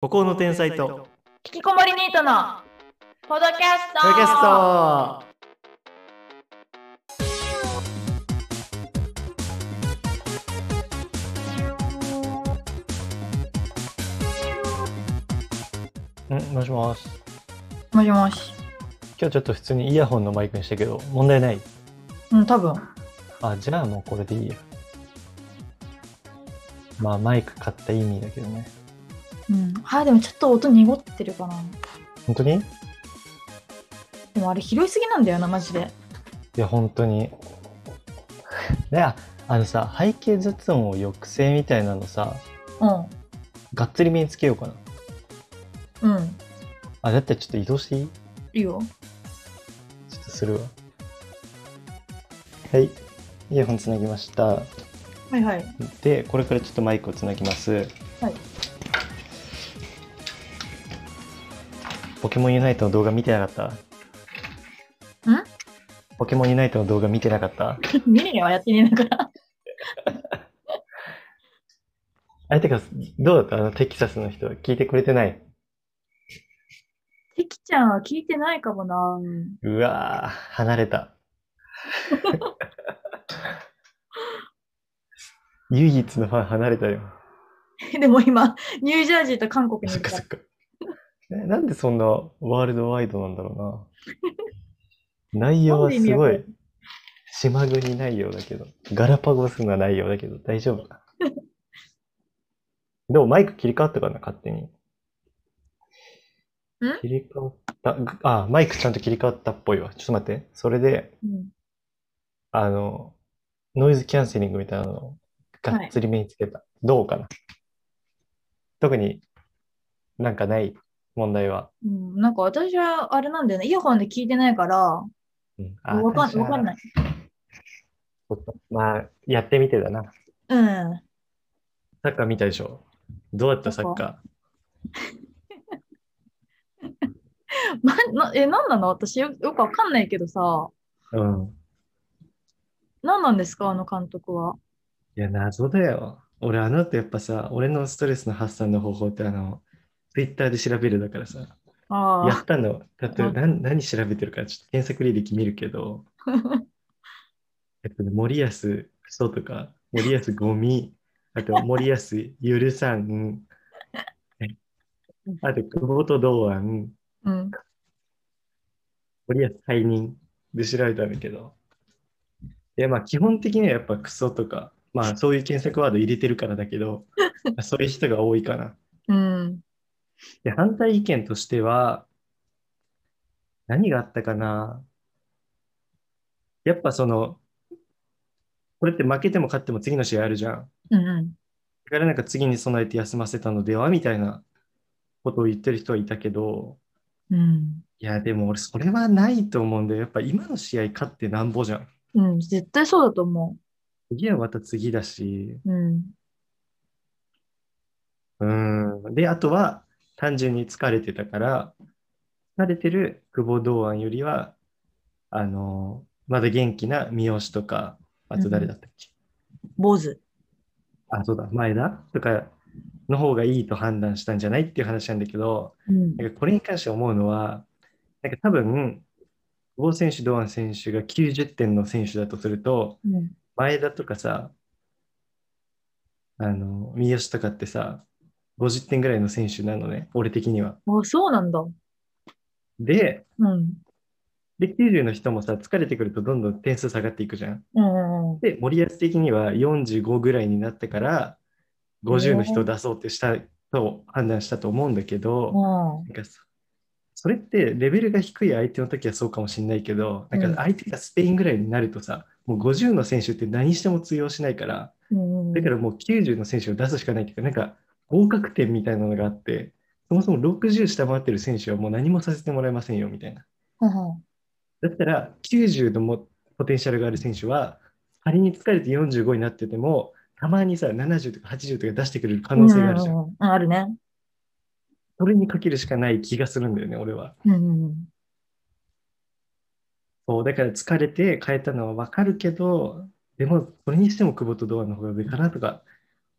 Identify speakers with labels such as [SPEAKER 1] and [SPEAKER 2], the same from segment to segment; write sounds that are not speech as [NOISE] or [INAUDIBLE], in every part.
[SPEAKER 1] 孤高の天才と
[SPEAKER 2] 引きこもりニートのポドキャスト
[SPEAKER 1] プロキャストんもしもし
[SPEAKER 2] もしもし
[SPEAKER 1] 今日ちょっと普通にイヤホンのマイクにしたけど問題ない
[SPEAKER 2] うん多分
[SPEAKER 1] あじゃあもうこれでいいやまあマイク買った意味だけどね
[SPEAKER 2] うんあでもちょっと音濁ってるかな
[SPEAKER 1] 本当にい
[SPEAKER 2] でもあれ拾いすぎなんだよなマジで
[SPEAKER 1] や本当に [LAUGHS] ねああのさ背景雑音を抑制みたいなのさ
[SPEAKER 2] う
[SPEAKER 1] がっつり身につけようかなん
[SPEAKER 2] うん
[SPEAKER 1] あだったらちょっと移動していい
[SPEAKER 2] いいよ
[SPEAKER 1] ちょっとするわはいイヤホンつなぎました
[SPEAKER 2] はいはい
[SPEAKER 1] でこれからちょっとマイクをつなぎます
[SPEAKER 2] はい
[SPEAKER 1] ポケモンユナイトの動画見てなかった
[SPEAKER 2] ん
[SPEAKER 1] ポケモンユナイトの動画見てなかった
[SPEAKER 2] 見ねえよやってねえんだから
[SPEAKER 1] あれてかどうだったあのテキサスの人聞いてくれてない
[SPEAKER 2] てきちゃんは聞いてないかもな
[SPEAKER 1] うわー離れた唯一のファン離れたよ
[SPEAKER 2] [LAUGHS] でも今ニュージャージーと韓国に
[SPEAKER 1] そっ
[SPEAKER 2] いる
[SPEAKER 1] か
[SPEAKER 2] か
[SPEAKER 1] そ
[SPEAKER 2] ら
[SPEAKER 1] っか。 [LAUGHS] えなんでそんなワールドワイドなんだろうな。内容はすごい島国内容だけど、ガラパゴスな内容だけど大丈夫か [LAUGHS] な。でもマイク切り替わったかな、勝手に。切り替わった。ぐあ、マイクちゃんと切り替わったっぽいわ。ちょっと待って。それで、
[SPEAKER 2] うん
[SPEAKER 1] あの、ノイズキャンセリングみたいなのをがっつり目につけた。どうかな。特になんかない問題は。
[SPEAKER 2] うん、なんか私はあれなんだよねイヤホンで聞いてないから
[SPEAKER 1] うん、あ
[SPEAKER 2] わか
[SPEAKER 1] 確。
[SPEAKER 2] んわかんないい
[SPEAKER 1] まあ、やってみてだな。
[SPEAKER 2] うん
[SPEAKER 1] サッカー見たでしょ。どうだったサ
[SPEAKER 2] サッ
[SPEAKER 1] ッ
[SPEAKER 2] カ
[SPEAKER 1] カー。
[SPEAKER 2] ま、なえ、なんなの私よ、よくわかんないけどさ、
[SPEAKER 1] うん。
[SPEAKER 2] 何なんですかあの監督は。
[SPEAKER 1] いや、謎だよ。俺、あの後やっぱさ、俺のストレスの発散の方法ってあの、ツイッターで調べるだからさ、
[SPEAKER 2] あ
[SPEAKER 1] や
[SPEAKER 2] あ。
[SPEAKER 1] ったの。だって
[SPEAKER 2] うん
[SPEAKER 1] 何、何調べてるか、ちょっと検索履歴見るけど、えっとね、森保クソとか、森保ゴミ、あと森保許さん、あと久保と堂安、
[SPEAKER 2] うん。
[SPEAKER 1] 森保解任で調べたんだけど、いやまあ基本的にはやっぱクソとか、まあそういう検索ワード入れてるからだけど、そういう人が多いかな。
[SPEAKER 2] うん。
[SPEAKER 1] で、反対意見としては、何があったかなやっぱその、これって負けても勝っても次の試合あるじゃん。だ
[SPEAKER 2] うんうん。
[SPEAKER 1] からなんか次に備えて休ませたのではみたいなことを言ってる人はいたけど、
[SPEAKER 2] うん。
[SPEAKER 1] いや、でも俺、それはないと思うんだよ。やっぱ今の試合勝ってなんぼじゃん。
[SPEAKER 2] うん。絶対そうだと思
[SPEAKER 1] 次はまた次だし、
[SPEAKER 2] う。うん。
[SPEAKER 1] うん。で、あとは、単純に疲れてたから、疲れてる久保堂安よりは、あの、まだ元気な三好とか、あと誰だったっけ、
[SPEAKER 2] 坊主。
[SPEAKER 1] あ、そうだ、前田とかの方がいいと判断したんじゃないっていう話なんだけど、
[SPEAKER 2] うん。
[SPEAKER 1] なんかこれに関して思うのは、なんか多分、久保選手、堂安選手が90点の選手だとすると、
[SPEAKER 2] うん。
[SPEAKER 1] 前田とかさ、あの、三好とかってさ、50点ぐらいの選手なのね、俺的には。
[SPEAKER 2] あ、そうなんだ。
[SPEAKER 1] で、
[SPEAKER 2] うん。
[SPEAKER 1] で、90の人もさ、疲れてくるとどんどん点数下がっていくじゃん。
[SPEAKER 2] うん。うん
[SPEAKER 1] で、森保的には45ぐらいになってから、50の人を出そうってしたと判断したと思うんだけど、
[SPEAKER 2] うん。
[SPEAKER 1] なんかそそれってレベルが低い相手の時はそうかもしれないけど、なん
[SPEAKER 2] うん
[SPEAKER 1] か相手がスペインぐらいになるとさ、もう50の選手って何しても通用しないから、
[SPEAKER 2] うん。
[SPEAKER 1] だからもう90の選手を出すしかないっていうか、なんか合格点みたいなのがあって、そもそも60下回ってる選手はもう何もさせてもらえませんよみたいな。
[SPEAKER 2] うん。
[SPEAKER 1] だったら90のもポテンシャルがある選手は、仮に疲れて45になってても、たまにさ、70とか80とか出してくれる可能性があるじゃん。
[SPEAKER 2] うんうんうんあるね。
[SPEAKER 1] それにかけるしかない気がするんだよね、俺は。
[SPEAKER 2] うんうん。
[SPEAKER 1] そうだから疲れて変えたのは分かるけど、でも、それにしても久保と堂安の方が上かなとか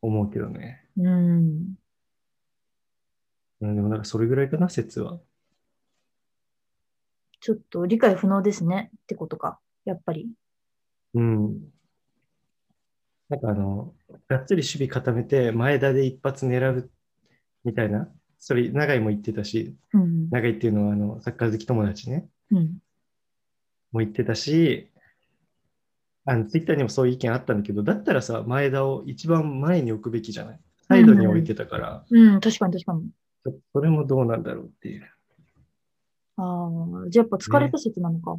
[SPEAKER 1] 思うけどね。
[SPEAKER 2] うん。うん。
[SPEAKER 1] うん、でもなんかそれぐらいかな、説は。
[SPEAKER 2] ちょっと理解不能ですねってことか。やっぱり。
[SPEAKER 1] うん。なんかあの、がっつり守備固めて、前田で一発狙うみたいな、それ、永井も言ってたし、
[SPEAKER 2] うん。
[SPEAKER 1] 永井っていうのはあのサッカー好き友達ね、
[SPEAKER 2] うん。
[SPEAKER 1] も言ってたし、あのツイッターにもそういう意見あったんだけど、だったらさ、前田を一番前に置くべきじゃない。サイドに置いてたから、
[SPEAKER 2] うん、確かに確かに。
[SPEAKER 1] ちょっとそれもどうなんだろうっていう。
[SPEAKER 2] ああ、じゃあやっぱ疲れた説なのか。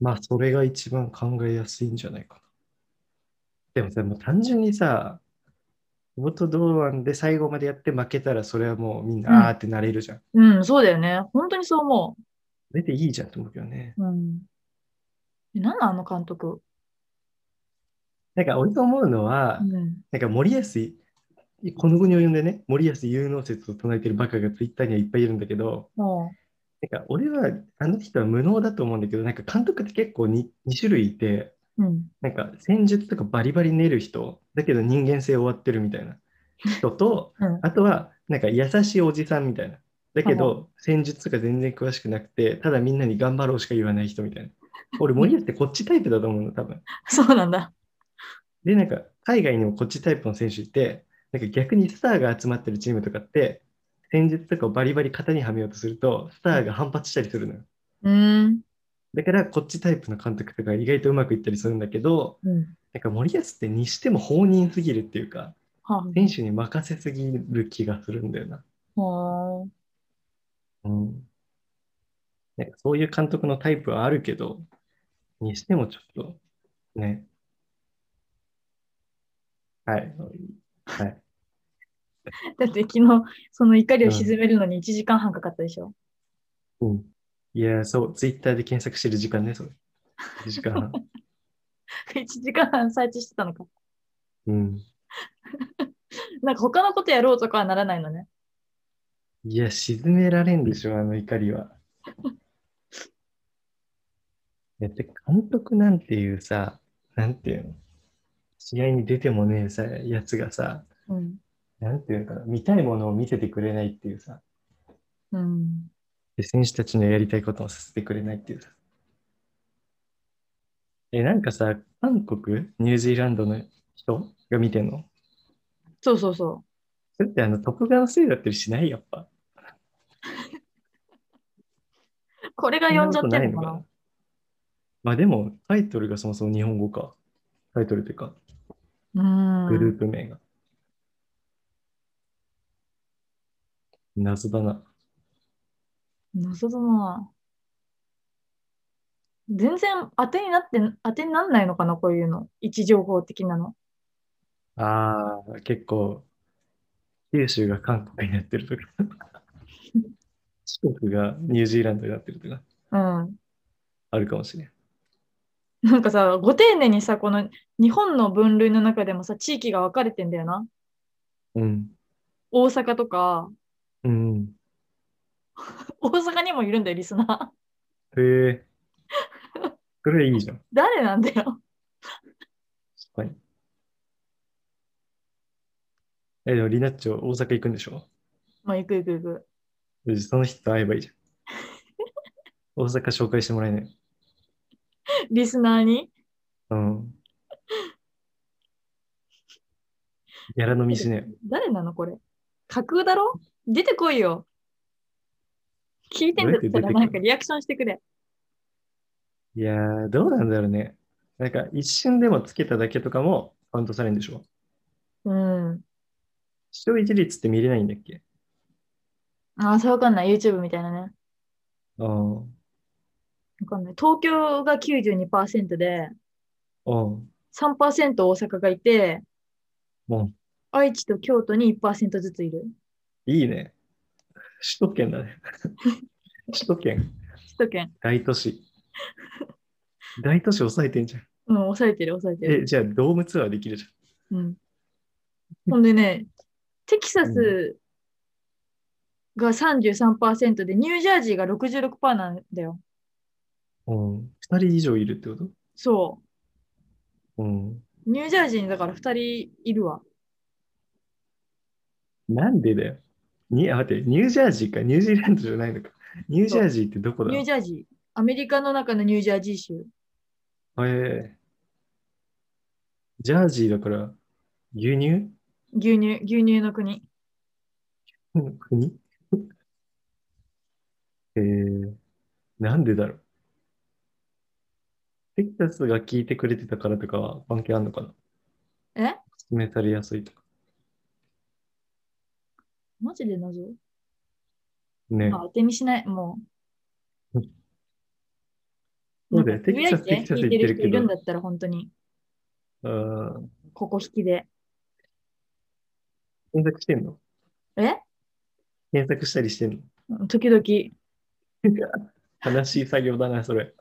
[SPEAKER 1] まあ、それが一番考えやすいんじゃないかな。でもさ、もう単純にさ、久保と堂安で最後までやって負けたら、それはもうみん
[SPEAKER 2] うん
[SPEAKER 1] な、あーってなれるじゃん。
[SPEAKER 2] うん、そうだよね。本当にそう思
[SPEAKER 1] 出ていいじゃんと思うけどね。
[SPEAKER 2] う。うん。え、なんなんあの監督。
[SPEAKER 1] なんか、俺と思うのは
[SPEAKER 2] う、ん。
[SPEAKER 1] なんか森保、この国を呼んでね、森保有能説を唱えてるバカがツイッターにはいっぱいいるんだけど、
[SPEAKER 2] も
[SPEAKER 1] なんか俺はあの人は無能だと思うんだけど、なんか監督って結構 2, 2種類いて、
[SPEAKER 2] う、うん。
[SPEAKER 1] なんか戦術とかバリバリ練る人、だけど人間性終わってるみたいな人と、
[SPEAKER 2] [LAUGHS] うん。
[SPEAKER 1] あとはなんか優しいおじさんみたいな。だけど戦術とか全然詳しくなくて、ただみんなに頑張ろうしか言わない人みたいな。俺、森保ってこっちタイプだと思うの、多分。
[SPEAKER 2] [LAUGHS] そうなんだ。
[SPEAKER 1] で、なんか、海外にもこっちタイプの選手いて、なんか逆にスターが集まってるチームとかって、戦術とかをバリバリ型にはめようとすると、スターが反発したりするのよ。
[SPEAKER 2] うん。
[SPEAKER 1] だから、こっちタイプの監督とか意外とうまくいったりするんだけど、
[SPEAKER 2] うん。
[SPEAKER 1] なんか森保ってにしても放任すぎるっていうか、
[SPEAKER 2] は
[SPEAKER 1] 選手に任せすぎる気がするんだよな。
[SPEAKER 2] あ。はあ。
[SPEAKER 1] うん。なんかそういう監督のタイプはあるけど、にしてもちょっと、ね。はい。はい。
[SPEAKER 2] だって昨日、その怒りを鎮めるのに1時間半かかったでしょ。 [LAUGHS]
[SPEAKER 1] うん。いや、そう、ツイッターで検索してる時間ね、それ。1時間半。
[SPEAKER 2] 1時間半サーチしてたのか。
[SPEAKER 1] うん。
[SPEAKER 2] なんか他のことやろうとかはならないのね。
[SPEAKER 1] いや、沈められんでしょ、あの怒りは。 [LAUGHS] だって、監督なんていうさ、なんていうの、試合に出てもねえさ、やつがさ、
[SPEAKER 2] うん。
[SPEAKER 1] なんていうのかな、見たいものを見せてくれないっていうさ、
[SPEAKER 2] うん。
[SPEAKER 1] で選手たちのやりたいことをさせてくれないっていうさ。え、なんかさ、韓国、ニュージーランドの人が見てんの
[SPEAKER 2] そうそうそ
[SPEAKER 1] それってあの、トップガンのせいだったりしないやっ
[SPEAKER 2] う。
[SPEAKER 1] ぱ。
[SPEAKER 2] これが呼んじゃってるのか
[SPEAKER 1] そんなことないの
[SPEAKER 2] な
[SPEAKER 1] か。まあでも、タイトルがそもそも日本語か。タイトルというか、
[SPEAKER 2] うん。
[SPEAKER 1] グループ名が。謎だな。
[SPEAKER 2] 謎だな。全然当てになって、当てになんないのかな、こういうの。位置情報的なの。
[SPEAKER 1] ああ、結構、九州が韓国になってると
[SPEAKER 2] [LAUGHS]
[SPEAKER 1] か、四国がニュージーランドになってるとか、
[SPEAKER 2] うん。
[SPEAKER 1] あるかもしれん。
[SPEAKER 2] なんかさ、ご丁寧にさ、この日本の分類の中でもさ、地域が分かれてんだよな。
[SPEAKER 1] うん。
[SPEAKER 2] 大阪とか、
[SPEAKER 1] うん。
[SPEAKER 2] 大阪にもいるんだよ、リスナー。 [LAUGHS]
[SPEAKER 1] へえ。それいいじゃん。確
[SPEAKER 2] 誰なんだよ。 [LAUGHS]
[SPEAKER 1] かに。え、でも、リナッチョ、大阪行くんでしょ
[SPEAKER 2] まあ、行く行く行く。
[SPEAKER 1] よしその人と会えばいいじゃん。大阪紹介してもらえない。
[SPEAKER 2] リスナーに。
[SPEAKER 1] うん。やら飲みしねえ。
[SPEAKER 2] 誰なの、これ。架空だろ出てこいよ。聞いてんだっ
[SPEAKER 1] どうやって出
[SPEAKER 2] た
[SPEAKER 1] てく
[SPEAKER 2] ら、な
[SPEAKER 1] る
[SPEAKER 2] んかリアクションしてくれ。
[SPEAKER 1] いやー、どうなんだろうね。なんか一瞬でもつけただけとかもカウントされるんでしょ
[SPEAKER 2] うん。
[SPEAKER 1] 視聴一率って見れないんだっけ
[SPEAKER 2] ああ、そうわかんない。YouTube みたいなね。
[SPEAKER 1] うん。
[SPEAKER 2] わかんない。東京が92%で、
[SPEAKER 1] うん。
[SPEAKER 2] 3%大阪がいて、
[SPEAKER 1] も
[SPEAKER 2] 愛知と京都に1%ずついる。
[SPEAKER 1] う、いいね。首都圏だね。首都圏。
[SPEAKER 2] 首都圏。
[SPEAKER 1] 大都市。大都市抑えてんじゃん。
[SPEAKER 2] うん、抑えてる、抑えてる。
[SPEAKER 1] え、じゃあドームツアーできるじ [LAUGHS]
[SPEAKER 2] うん。ほんでね、テキサスが33%で、ニュージャージーが66%なんだよ。
[SPEAKER 1] ゃん。うん。二人以上いるってこと
[SPEAKER 2] そ
[SPEAKER 1] うん。
[SPEAKER 2] う。ニュージャージーにだから2人いるわ。
[SPEAKER 1] なんでだよ。に、あ、待って、ニュージャージーか、ニュージーランドじゃないのか。ニュージャージーってどこだ
[SPEAKER 2] ニュージャージー。アメリカの中のニュージャージー州。
[SPEAKER 1] えージャージーだから、牛乳
[SPEAKER 2] 牛乳、牛乳の国。
[SPEAKER 1] の [LAUGHS] 国 [LAUGHS] えー、なんでだろう。テキサスが聞いてくれてたからとかは関係あるのかな
[SPEAKER 2] え
[SPEAKER 1] 勧めされやすいとか。
[SPEAKER 2] マジで謎、
[SPEAKER 1] ね。
[SPEAKER 2] まあ、当てにしない、もう。
[SPEAKER 1] [LAUGHS] そう
[SPEAKER 2] な
[SPEAKER 1] だよ
[SPEAKER 2] んか
[SPEAKER 1] テキサス
[SPEAKER 2] とりあえずね
[SPEAKER 1] テキサス行ってるけど
[SPEAKER 2] 聞いてる人いるんだったら本当に、
[SPEAKER 1] ああ、
[SPEAKER 2] ここ引きで。
[SPEAKER 1] 検索してんの
[SPEAKER 2] え
[SPEAKER 1] 検索したりしてんの
[SPEAKER 2] 時々、
[SPEAKER 1] [LAUGHS] 悲しい作業だな、それ。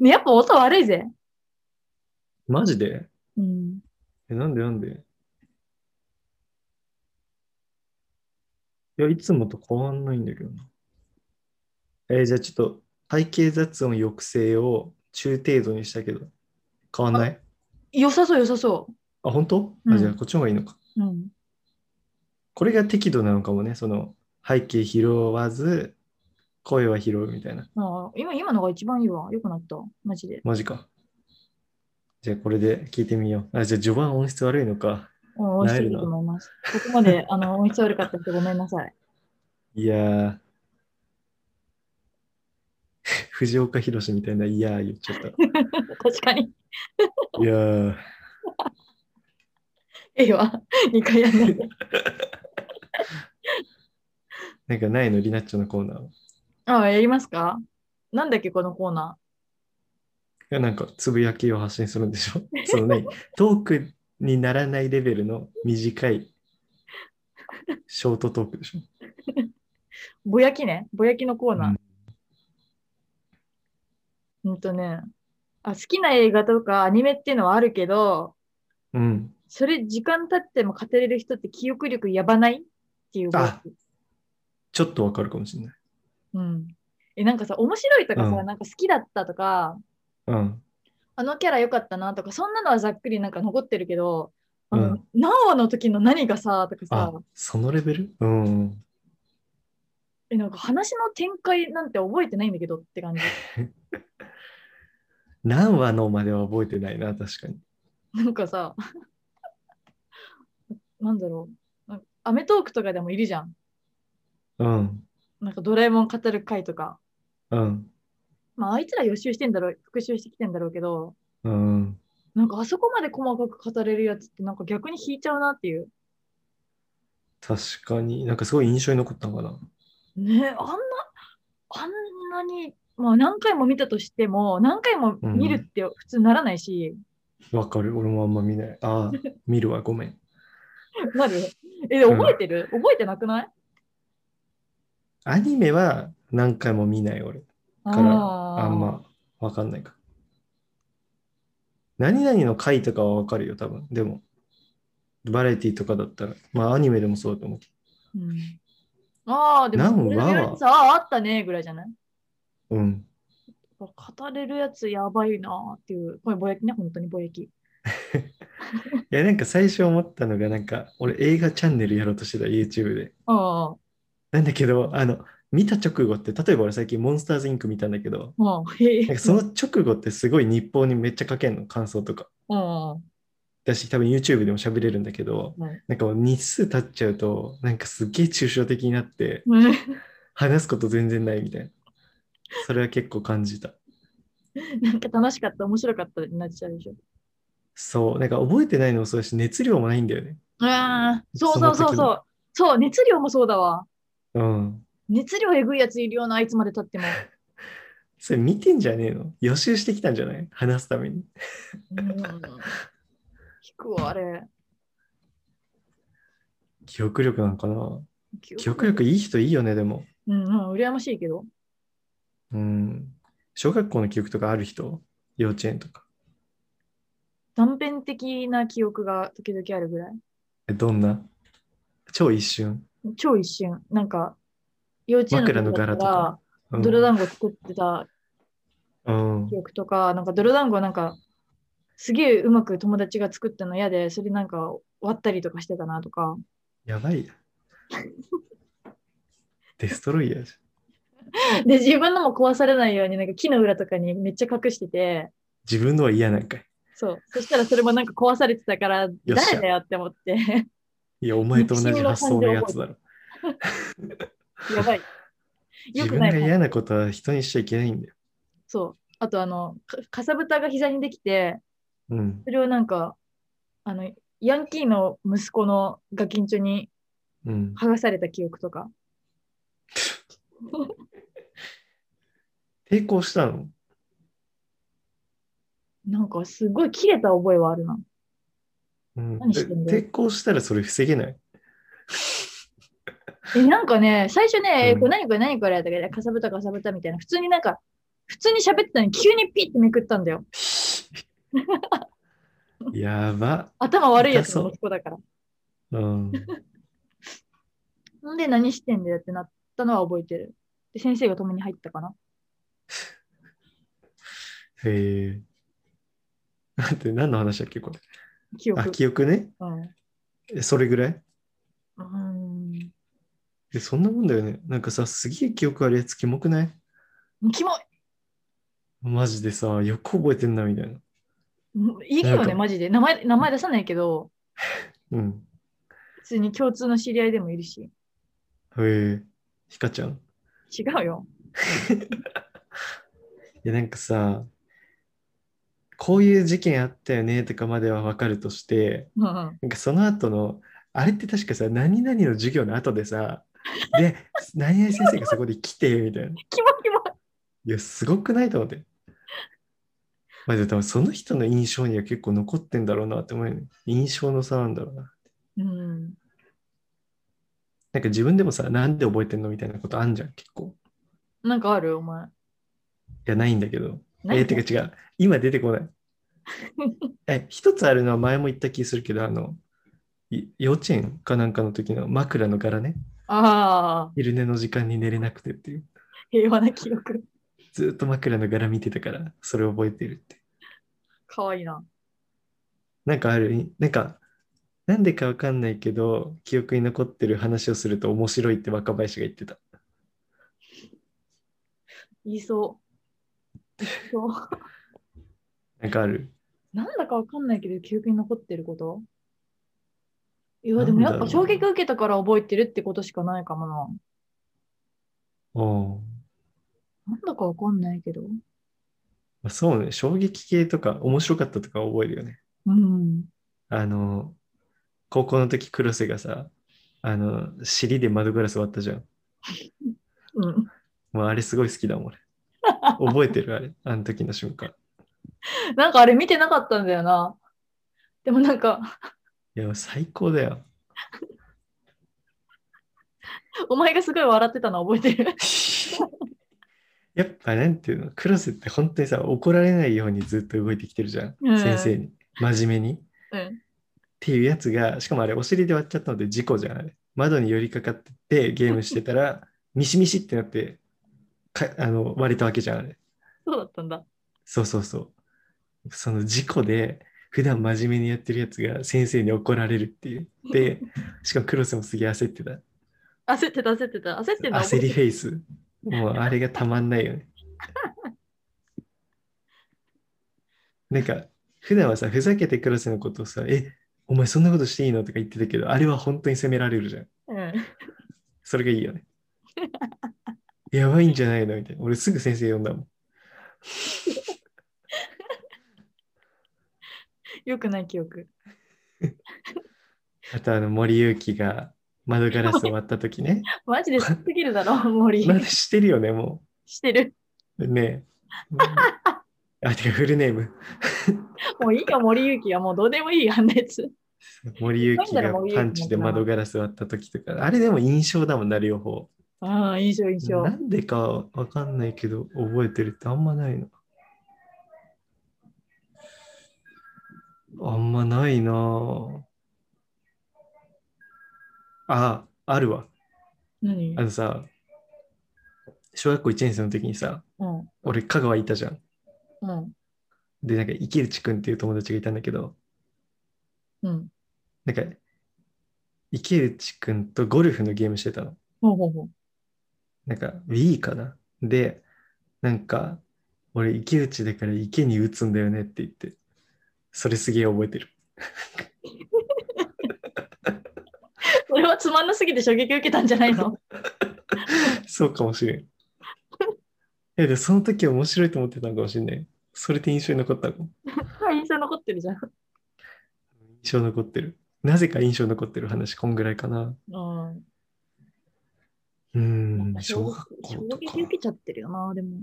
[SPEAKER 2] ね、やっぱ音悪いぜ。
[SPEAKER 1] マジで
[SPEAKER 2] うん。
[SPEAKER 1] え、なんでなんでいや、いつもと変わんないんだけどな。えーじゃあちょっと体型雑音抑制を中程度にしたけど、変わんない
[SPEAKER 2] 良さそう、良さそ
[SPEAKER 1] あ、本当
[SPEAKER 2] う
[SPEAKER 1] あ、
[SPEAKER 2] ん
[SPEAKER 1] じゃあこっちの方がいいのか。
[SPEAKER 2] う。うん。
[SPEAKER 1] これが適度なのかもね、その背景拾わず、声は拾うみたいな。
[SPEAKER 2] ああ今、今のが一番いいわ。よくなった。マジで。
[SPEAKER 1] マジか。じゃあこれで聞いてみよう。あ、じゃあ序盤音質悪いのか。
[SPEAKER 2] うん美味し
[SPEAKER 1] 萎え
[SPEAKER 2] い
[SPEAKER 1] るな
[SPEAKER 2] と思います。ここまで、あの、音質悪かった人ごめんなさい。
[SPEAKER 1] いやー。 [LAUGHS] 藤岡弘みたいな、いやー言っちゃった。い
[SPEAKER 2] 確かに。
[SPEAKER 1] やー。
[SPEAKER 2] ええわ。2回や [LAUGHS] んない。
[SPEAKER 1] なんかないの、リナッチョのコーナー。い
[SPEAKER 2] ああ、やりますかなんだっけ、このコーナ
[SPEAKER 1] や、なんかつぶやきを発信するんでしょそのね、トークにならないレベルの短いショートトークでしょ。
[SPEAKER 2] ー。ぼやきね。ぼやきのコーナー。うんとねあ。好きな映画とかアニメっていうのはあるけど、
[SPEAKER 1] うん。
[SPEAKER 2] それ時間経っても語れる人って記憶力やばないっていうぼやき
[SPEAKER 1] ちょっとわかるかもしれない。
[SPEAKER 2] うん。え、なんかさ、面白いとかさ、
[SPEAKER 1] うん
[SPEAKER 2] なんか好きだったとか、
[SPEAKER 1] うん。
[SPEAKER 2] あのキャラ良かったなとか、そんなのはざっくりなんか残ってるけど、あ
[SPEAKER 1] う
[SPEAKER 2] の、
[SPEAKER 1] ん
[SPEAKER 2] なおの時の何がさ、とか
[SPEAKER 1] あ
[SPEAKER 2] さ、、
[SPEAKER 1] そのレベルうん。
[SPEAKER 2] え、なんか話の展開なんて覚えてないんだけどって
[SPEAKER 1] [LAUGHS]
[SPEAKER 2] 感じ。
[SPEAKER 1] 何話のまでは覚えてないな、確かに。
[SPEAKER 2] なんかさ、 [LAUGHS] なんだろう。なんかアメトークとかでもいるじゃん。
[SPEAKER 1] うん。
[SPEAKER 2] なんかドラえもん語る回とか。
[SPEAKER 1] うん。
[SPEAKER 2] まあ、あいつら予習してんだろう、復習してきてんだろうけど、
[SPEAKER 1] うん。
[SPEAKER 2] なんかあそこまで細かく語れるやつってなんか逆に引いちゃうなっていう。
[SPEAKER 1] 確かに。なんかすごい印象に残ったのかな。
[SPEAKER 2] ねあんな、あんなに、まあ何回も見たとしても、何回も見るって普通ならないし、
[SPEAKER 1] わかる。俺もあんま見ない。ああ、見るわ。ごめん。
[SPEAKER 2] まだ、え、
[SPEAKER 1] うん
[SPEAKER 2] 覚えてる、覚えてなくない
[SPEAKER 1] アニメは何回も見ない俺。
[SPEAKER 2] あ
[SPEAKER 1] から
[SPEAKER 2] ー
[SPEAKER 1] あん。まわかんないか。何々の回とかはわかるよ、多分。でも、バラエティとかだったら。まあ、アニメでもそうだと思う。
[SPEAKER 2] うん、ああ、で
[SPEAKER 1] なん
[SPEAKER 2] も、
[SPEAKER 1] か
[SPEAKER 2] これのやつ、ああ、あったね、ぐらいじゃない
[SPEAKER 1] うん。
[SPEAKER 2] 語れるやつやばいなっていう。これ、ぼやきね、本当にぼやき。
[SPEAKER 1] いや、なんか最初思ったのが、なんか、俺映画チャンネルやろうとしてた、YouTube で。
[SPEAKER 2] ああ、
[SPEAKER 1] なんだけど、あの、見た直後って、例えば俺最近モンスターズインク見たんだけど、
[SPEAKER 2] ああ、へえ
[SPEAKER 1] なんかその直後ってすごい日報にめっちゃ書けんの、感想とか。
[SPEAKER 2] ああ、
[SPEAKER 1] だし、多分 YouTube でも喋れるんだけど、
[SPEAKER 2] はい
[SPEAKER 1] なんかもう日数経っちゃうと、なんかすっげえ抽象的になって、
[SPEAKER 2] うん
[SPEAKER 1] 話すこと全然ないみたいな。それは結構感じた。
[SPEAKER 2] [LAUGHS] なんか楽しかった、面白かったになっちゃうでしょ。
[SPEAKER 1] そう、なんか覚えてないのもそうだし、熱量もないんだよね。
[SPEAKER 2] ああ、そうそうそうそう。そう、熱量もそうだわ。
[SPEAKER 1] うん。
[SPEAKER 2] 熱量えぐいやついるような、いつまで経っても。
[SPEAKER 1] それ見てんじゃねえの予習してきたんじゃない話すために。
[SPEAKER 2] うん聞くわ、あれ。
[SPEAKER 1] 記憶力なんかな記憶力いい人いいよね、でも。
[SPEAKER 2] うん、うん、羨ましいけど。
[SPEAKER 1] うん。小学校の記憶とかある人幼稚園とか。
[SPEAKER 2] 断片的な記憶が時々あるぐらい。
[SPEAKER 1] えどんな超一瞬。
[SPEAKER 2] 超一瞬。なんか、幼稚園
[SPEAKER 1] 枕の柄とかう
[SPEAKER 2] 時だったら
[SPEAKER 1] ん。
[SPEAKER 2] 泥団子作ってた
[SPEAKER 1] うん
[SPEAKER 2] 記。憶とか、なんか泥団子なんか、すげえうまく友達が作ったの嫌で、それなんか割ったりとかしてたなとか、
[SPEAKER 1] やばいや。デストロイヤーじゃん。
[SPEAKER 2] で、自分のも壊されないように、なんか木の裏とかにめっちゃ隠してて、
[SPEAKER 1] 自分のは嫌なんかい。
[SPEAKER 2] そう。そしたらそれもなんか壊されてたから、
[SPEAKER 1] しゃ
[SPEAKER 2] 誰だよって思って、 [LAUGHS]
[SPEAKER 1] いや、お前と同じ発想のやつだろ。
[SPEAKER 2] やばい。よ
[SPEAKER 1] 自
[SPEAKER 2] く
[SPEAKER 1] 分
[SPEAKER 2] な
[SPEAKER 1] が
[SPEAKER 2] い
[SPEAKER 1] 嫌なことは人にしちゃいけないんだよ。
[SPEAKER 2] そう。あと、あの、かかさぶたが膝にできて、
[SPEAKER 1] うん。
[SPEAKER 2] それをなんか、あの、ヤンキーの息子のガキンチョに
[SPEAKER 1] うん。
[SPEAKER 2] 剥がされた記憶とか。
[SPEAKER 1] 抵抗したの
[SPEAKER 2] なんかすごい切れた覚えはあるな。
[SPEAKER 1] うん。
[SPEAKER 2] 何してんだよ
[SPEAKER 1] 抵抗したらそれ防げない。
[SPEAKER 2] え、なんかね、最初ね、
[SPEAKER 1] うん
[SPEAKER 2] これ何これ何これとか言って、かさぶたかさぶたみたいな、普通になんか、普通に喋ってたのに急にピッてめくったんだよ。
[SPEAKER 1] やば。
[SPEAKER 2] 頭悪いやつ
[SPEAKER 1] 痛そ
[SPEAKER 2] の
[SPEAKER 1] う
[SPEAKER 2] 息子だから。
[SPEAKER 1] うん。
[SPEAKER 2] んで何してんだよってなったのは覚えてる。で、先生が止めに入ったかな。
[SPEAKER 1] へえ。待って、何の話だっけ、これ。
[SPEAKER 2] 記
[SPEAKER 1] あ、
[SPEAKER 2] 憶。
[SPEAKER 1] 記憶ね。
[SPEAKER 2] うん。う
[SPEAKER 1] えそれぐらい
[SPEAKER 2] ーん。
[SPEAKER 1] え、そんなもんだよね。なんかさ、すげえ記憶あるやつ、キモくない
[SPEAKER 2] キモい
[SPEAKER 1] マジでさ、よく覚えてんな、みたいな。
[SPEAKER 2] うんいいよ
[SPEAKER 1] なん
[SPEAKER 2] ね、
[SPEAKER 1] か
[SPEAKER 2] マジで。名前、名前出さないけど、
[SPEAKER 1] うん。
[SPEAKER 2] 普通に共通の知り合いでもいるし。
[SPEAKER 1] へえ。ひかちゃん。
[SPEAKER 2] 違うよ。
[SPEAKER 1] いや、なんかさ、こういう事件あったよね、とかまではわかるとして、
[SPEAKER 2] うんうん。
[SPEAKER 1] なんかその後の、あれって確かさ、何々の授業の後でさ、で、何々先生がそこで来て、みたいな。
[SPEAKER 2] キモキモ。
[SPEAKER 1] いや、すごくないと思って。まあでも多分その人の印象には結構残ってんだろうなって思うよね。印象の差なんだろうな。
[SPEAKER 2] うん。
[SPEAKER 1] なんか自分でもさ、なんで覚えてんのみたいなことあんじゃん、結構。
[SPEAKER 2] なんかあるお前。
[SPEAKER 1] いや、ないんだけど。
[SPEAKER 2] ない
[SPEAKER 1] えー、てか違う。今出てこない。え、一つあるのは前も言った気するけど、あの、い幼稚園かなんかの時の枕の柄ね。
[SPEAKER 2] ああ、
[SPEAKER 1] 昼寝の時間に寝れなくてっていう。
[SPEAKER 2] 平和な記憶。
[SPEAKER 1] ずーっと枕の柄見てたから、それ覚えてるって。
[SPEAKER 2] かわいいな。
[SPEAKER 1] なんかある、なんか、なんでかわかんないけど、記憶に残ってる話をすると面白いって若林が言ってた。
[SPEAKER 2] 言いそう。言いそう。
[SPEAKER 1] なんかある。
[SPEAKER 2] なんだかわかんないけど、記憶に残ってることいや、
[SPEAKER 1] なん
[SPEAKER 2] で
[SPEAKER 1] だろう
[SPEAKER 2] もやっぱ衝撃受けたから覚えてるってことしかないかもな。
[SPEAKER 1] おー
[SPEAKER 2] なんだかわかんないけど。
[SPEAKER 1] まあ、そうね、衝撃系とか面白かったとか覚えるよね。
[SPEAKER 2] うん。
[SPEAKER 1] あの、高校の時黒瀬がさ、あの、尻で窓ガラス割ったじゃん。
[SPEAKER 2] うん。
[SPEAKER 1] もうあれすごい好きだもん、俺。覚えてるあれ、あの時の瞬間。
[SPEAKER 2] なんかあれ見てなかったんだよな。でもなんか、
[SPEAKER 1] いや、最高だよ。
[SPEAKER 2] お前がすごい笑ってたの覚えてる。 [LAUGHS]
[SPEAKER 1] やっぱなんていうの、黒瀬って本当にさ、怒られないようにずっと動いてきてるじゃん、
[SPEAKER 2] うん
[SPEAKER 1] 先生に、真面目に。っ
[SPEAKER 2] うん。
[SPEAKER 1] ていうやつが、しかもあれ、お尻で割っちゃったので事故じゃん、あれ。窓に寄りかかってってゲームしてたら、ミシミシってなって、かあの割れたわけじゃん、あれ。
[SPEAKER 2] そうだったんだ。
[SPEAKER 1] そうそうそう。その事故で、普段真面目にやってるやつが先生に怒られるっていう。
[SPEAKER 2] [LAUGHS]
[SPEAKER 1] で、しかも黒瀬もすげえ焦ってた。
[SPEAKER 2] 焦ってた、焦ってた。焦ってた。
[SPEAKER 1] 焦りフェイス。もうあれがたまんないよ
[SPEAKER 2] [LAUGHS]
[SPEAKER 1] ね。なんか、普段はさ、ふざけてクラスのことをさ、え、お前そんなことしていいのとか言ってたけど、あれは本当に責められるじゃん。
[SPEAKER 2] うん。
[SPEAKER 1] それがいい
[SPEAKER 2] [LAUGHS]
[SPEAKER 1] よね。やばいんじゃないのみたいな。俺すぐ先生呼んだもん。
[SPEAKER 2] よくない記憶。
[SPEAKER 1] あとあの森勇輝が窓ガラスを割った時ね。
[SPEAKER 2] マジでしすぎるだ [LAUGHS] ろ、森。
[SPEAKER 1] まだしてるよね、も
[SPEAKER 2] してる。
[SPEAKER 1] う。ねえ。あ、てかフルネーム。
[SPEAKER 2] もういいよ、森ゆきは。もうどうでもいいよ、あんなやつ。
[SPEAKER 1] 森勇輝がパンチで窓ガラス割った時とか、あれでも印象だもんな、両方。
[SPEAKER 2] ああ、印象、印象
[SPEAKER 1] な。んでかわかんないけど、覚えてるってあんまないな。あんまないなぁあ、あるわ。
[SPEAKER 2] 何
[SPEAKER 1] あのさ、小学校1年生の時にさ、
[SPEAKER 2] うん。
[SPEAKER 1] 俺、香川いたじゃん。
[SPEAKER 2] うん。
[SPEAKER 1] で、なんか、池内くんっていう友達がいたんだけど、
[SPEAKER 2] うん。
[SPEAKER 1] なんか、池内くんとゴルフのゲームしてたの。
[SPEAKER 2] ほうほうほう。
[SPEAKER 1] なんか、Wii かな。で、なんか、俺池内だから池に打つんだよねって言って、それすげえ覚えてる。 [LAUGHS]
[SPEAKER 2] それはつまんなすぎて衝撃受けたんじゃない [LAUGHS] の
[SPEAKER 1] そうかもしれん。え、で、その時は面白いと思ってたのかもしれない。それで印象に残ったのかも。
[SPEAKER 2] 印象残ってるじゃん。
[SPEAKER 1] 印象に残ってる。なぜか印象に残ってる話、こんぐらいかな。
[SPEAKER 2] うん。
[SPEAKER 1] うーん、小
[SPEAKER 2] 衝
[SPEAKER 1] 学校
[SPEAKER 2] 衝
[SPEAKER 1] とか
[SPEAKER 2] 撃。受けちゃってるよな、でも。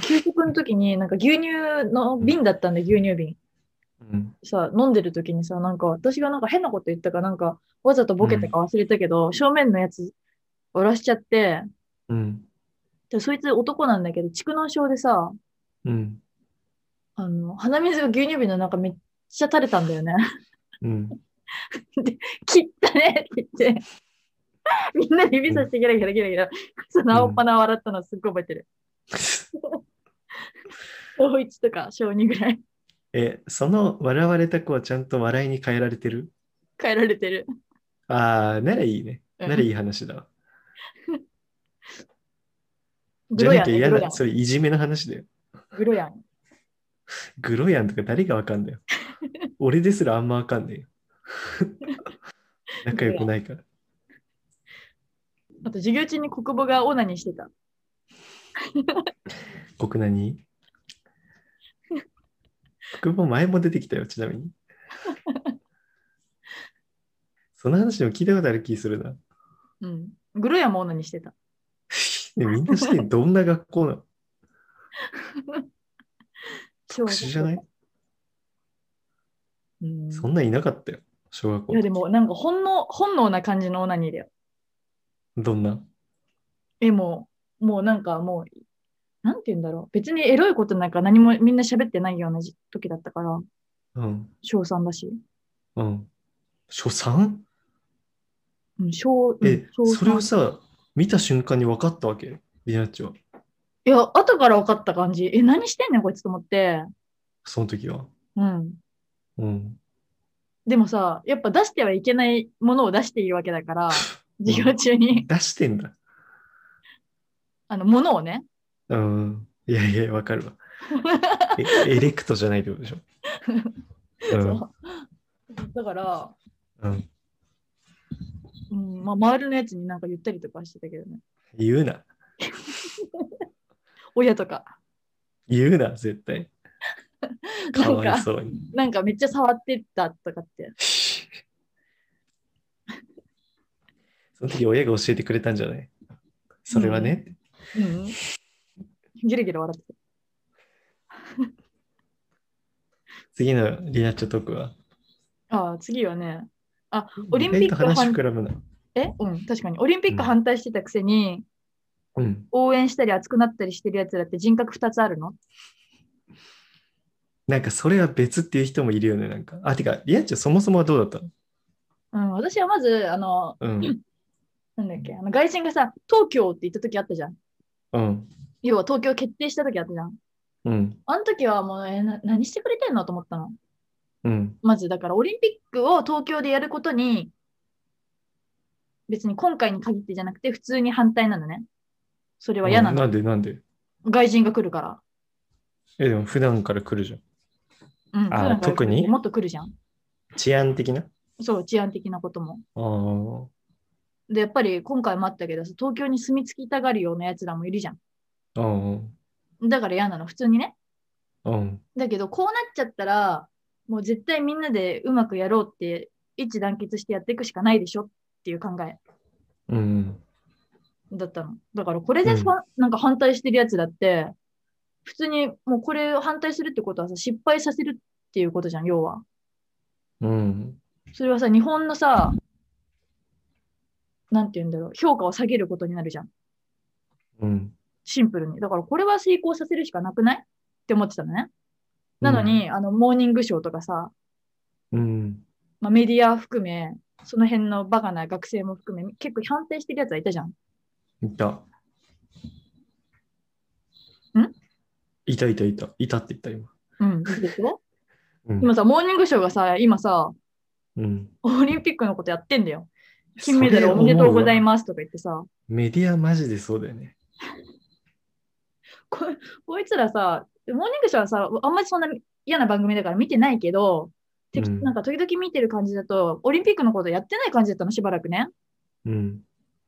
[SPEAKER 2] 給食の時に、なんか牛乳の瓶だったんで、牛乳瓶。
[SPEAKER 1] うん、
[SPEAKER 2] さ、飲んでる時にさ、なんか私がなんか変なこと言ったか、なんかわざとボケたか忘れたけど、正面のやつ、おらしちゃって、
[SPEAKER 1] うん、
[SPEAKER 2] でそいつ男なんだけど、蓄膿症でさ、
[SPEAKER 1] うん、
[SPEAKER 2] あの、鼻水が牛乳瓶の中めっちゃ垂れたんだよね。 [LAUGHS]
[SPEAKER 1] うん。 [LAUGHS]
[SPEAKER 2] 切ったねって言って、みんなに指さしてギラギラギラギラ、その青っぱな笑ったのすっごい覚えてる。小一とか小二ぐらい
[SPEAKER 1] え、その笑われた子はちゃんと笑いに変えられてる
[SPEAKER 2] 変えられてる。
[SPEAKER 1] ああ、ならいいね。
[SPEAKER 2] う
[SPEAKER 1] なんらいい話だわ。じ
[SPEAKER 2] グロ
[SPEAKER 1] ゃな
[SPEAKER 2] や
[SPEAKER 1] き
[SPEAKER 2] ん、
[SPEAKER 1] ゃ
[SPEAKER 2] グ
[SPEAKER 1] 嫌
[SPEAKER 2] ロや
[SPEAKER 1] だ。
[SPEAKER 2] ん。
[SPEAKER 1] それいじめの話だよ。
[SPEAKER 2] グロやん。
[SPEAKER 1] グロやんとか誰がわ
[SPEAKER 2] [LAUGHS]
[SPEAKER 1] かんだよ。俺ですらあんまわかんねえよ。仲良くないから。
[SPEAKER 2] あと授業中に国語がオナにしてた。
[SPEAKER 1] 国何
[SPEAKER 2] [LAUGHS]
[SPEAKER 1] 国語前も出てきたよ、ちなみに。その話でも聞いたことある気するな。
[SPEAKER 2] うん。グロやんもオナにしてた。
[SPEAKER 1] ねみんなしてどんな学校なの
[SPEAKER 2] 特
[SPEAKER 1] 特殊じゃない
[SPEAKER 2] うん、
[SPEAKER 1] そんなんいなかったよ、小学校
[SPEAKER 2] い
[SPEAKER 1] の
[SPEAKER 2] や
[SPEAKER 1] 時
[SPEAKER 2] でもなんか本能本能な感じのオナニーだよ。
[SPEAKER 1] どんな
[SPEAKER 2] え、もう、もうなんかもう、なんて言うんだろう。別にエロいことなんか何もみんな喋ってないようなじ時だったから、
[SPEAKER 1] うん。
[SPEAKER 2] 小3だし。
[SPEAKER 1] うん。初三
[SPEAKER 2] うん、小、うん
[SPEAKER 1] え、
[SPEAKER 2] 小三
[SPEAKER 1] それをさ、見た瞬間に分かったわけリナッチは。
[SPEAKER 2] いや、後から分かった感じ。え、何してんねん、こいつと思って。
[SPEAKER 1] その時は。
[SPEAKER 2] うん。
[SPEAKER 1] うん。
[SPEAKER 2] でもさ、やっぱ出してはいけないものを出しているわけだ
[SPEAKER 1] [LAUGHS]
[SPEAKER 2] から、授業中に、 [LAUGHS]
[SPEAKER 1] 出してんだ。
[SPEAKER 2] あの、ものをね。
[SPEAKER 1] うん。いやいや、分
[SPEAKER 2] [LAUGHS]
[SPEAKER 1] かるわ。えエレクトじゃないってことでしょ。うん
[SPEAKER 2] そうだから、
[SPEAKER 1] うん。
[SPEAKER 2] うん、まあ、周りのやつになんか言ったりとかしてたけどね。
[SPEAKER 1] 言うな。
[SPEAKER 2] 親とか。
[SPEAKER 1] 言うな、絶対。
[SPEAKER 2] な
[SPEAKER 1] か
[SPEAKER 2] ん
[SPEAKER 1] わい
[SPEAKER 2] か、
[SPEAKER 1] そうに。 [LAUGHS]
[SPEAKER 2] なんかめっちゃ触ってたとかって。
[SPEAKER 1] その時親が教えてくれたんじゃないそれはね、
[SPEAKER 2] うん。ギラギラ笑ってた。
[SPEAKER 1] 次のリナッチョトークは。
[SPEAKER 2] ああ、次はね、オリンピック
[SPEAKER 1] 意外と話膨らむな。
[SPEAKER 2] えうん、確かに。オリンピック反対してたくせに、
[SPEAKER 1] うん。
[SPEAKER 2] 応援したり熱くなったりしてるやつらって人格2つあるの
[SPEAKER 1] なんかそれは別っていう人もいるよね、なんか。あ、てか、リナッチョそもそもはどうだっ
[SPEAKER 2] うん、私はまず、あの、
[SPEAKER 1] たのうん。
[SPEAKER 2] なんだっけ、あの外人がさ、東京って言った時あったじゃん。
[SPEAKER 1] うん。
[SPEAKER 2] 要は東京決定した時あったじゃん。
[SPEAKER 1] うん。
[SPEAKER 2] あの時はもう、えーな何してくれてんのと思ったの。
[SPEAKER 1] うん。
[SPEAKER 2] まず、だからオリンピックを東京でやることに、別に今回に限ってじゃなくて、普通に反対なのね。それは嫌な
[SPEAKER 1] うん
[SPEAKER 2] の。
[SPEAKER 1] なんでなんで
[SPEAKER 2] 外人が来るから。
[SPEAKER 1] え、でも普段から来るじゃん。
[SPEAKER 2] うん、
[SPEAKER 1] あ
[SPEAKER 2] 普段から
[SPEAKER 1] 特に
[SPEAKER 2] もっと来るじゃん。
[SPEAKER 1] 治安的な
[SPEAKER 2] そう、治安的なことも。
[SPEAKER 1] ああ。
[SPEAKER 2] で、やっぱり今回もあったけどさ、東京に住み着きたがるようなやつらもいるじゃん。
[SPEAKER 1] うん。
[SPEAKER 2] だから嫌なの、普通にね。
[SPEAKER 1] うん。
[SPEAKER 2] だけど、こうなっちゃったら、もう絶対みんなでうまくやろうって、一致団結してやっていくしかないでしょっていう考え
[SPEAKER 1] うん。
[SPEAKER 2] だったの。だから、これで
[SPEAKER 1] うん
[SPEAKER 2] さなんか反対してるやつだって、普通にもうこれを反対するってことはさ、失敗させるっていうことじゃん、要は。
[SPEAKER 1] うん。
[SPEAKER 2] それはさ、日本のさ、なんて言うんだろう、評価を下げることになるじゃん。
[SPEAKER 1] うん。
[SPEAKER 2] シンプルに。だから、これは成功させるしかなくないって思ってたのね。なのに、あの、モーニングショーとかさ、
[SPEAKER 1] うん。
[SPEAKER 2] まあ、メディア含め、その辺のバカな学生も含め、結構反対してるやつはいたじゃん。
[SPEAKER 1] いた。んいたいたいた。いたって言った今。
[SPEAKER 2] うん。いいですよ
[SPEAKER 1] うん
[SPEAKER 2] 今さ、モーニングショーがさ、今さ、
[SPEAKER 1] うん。
[SPEAKER 2] オリンピックのことやってんだよ。金メダルおめでとうございますとか言ってさ、
[SPEAKER 1] す。メディアマジでそうだよね。
[SPEAKER 2] ここいつらさ、モーニングショーはさ、あんまりそんな嫌な番組だから見てないけど、てき
[SPEAKER 1] うん
[SPEAKER 2] なんか時々見てる感じだと、オリンピックのことやってない感じだったの、しばらくね。
[SPEAKER 1] うん。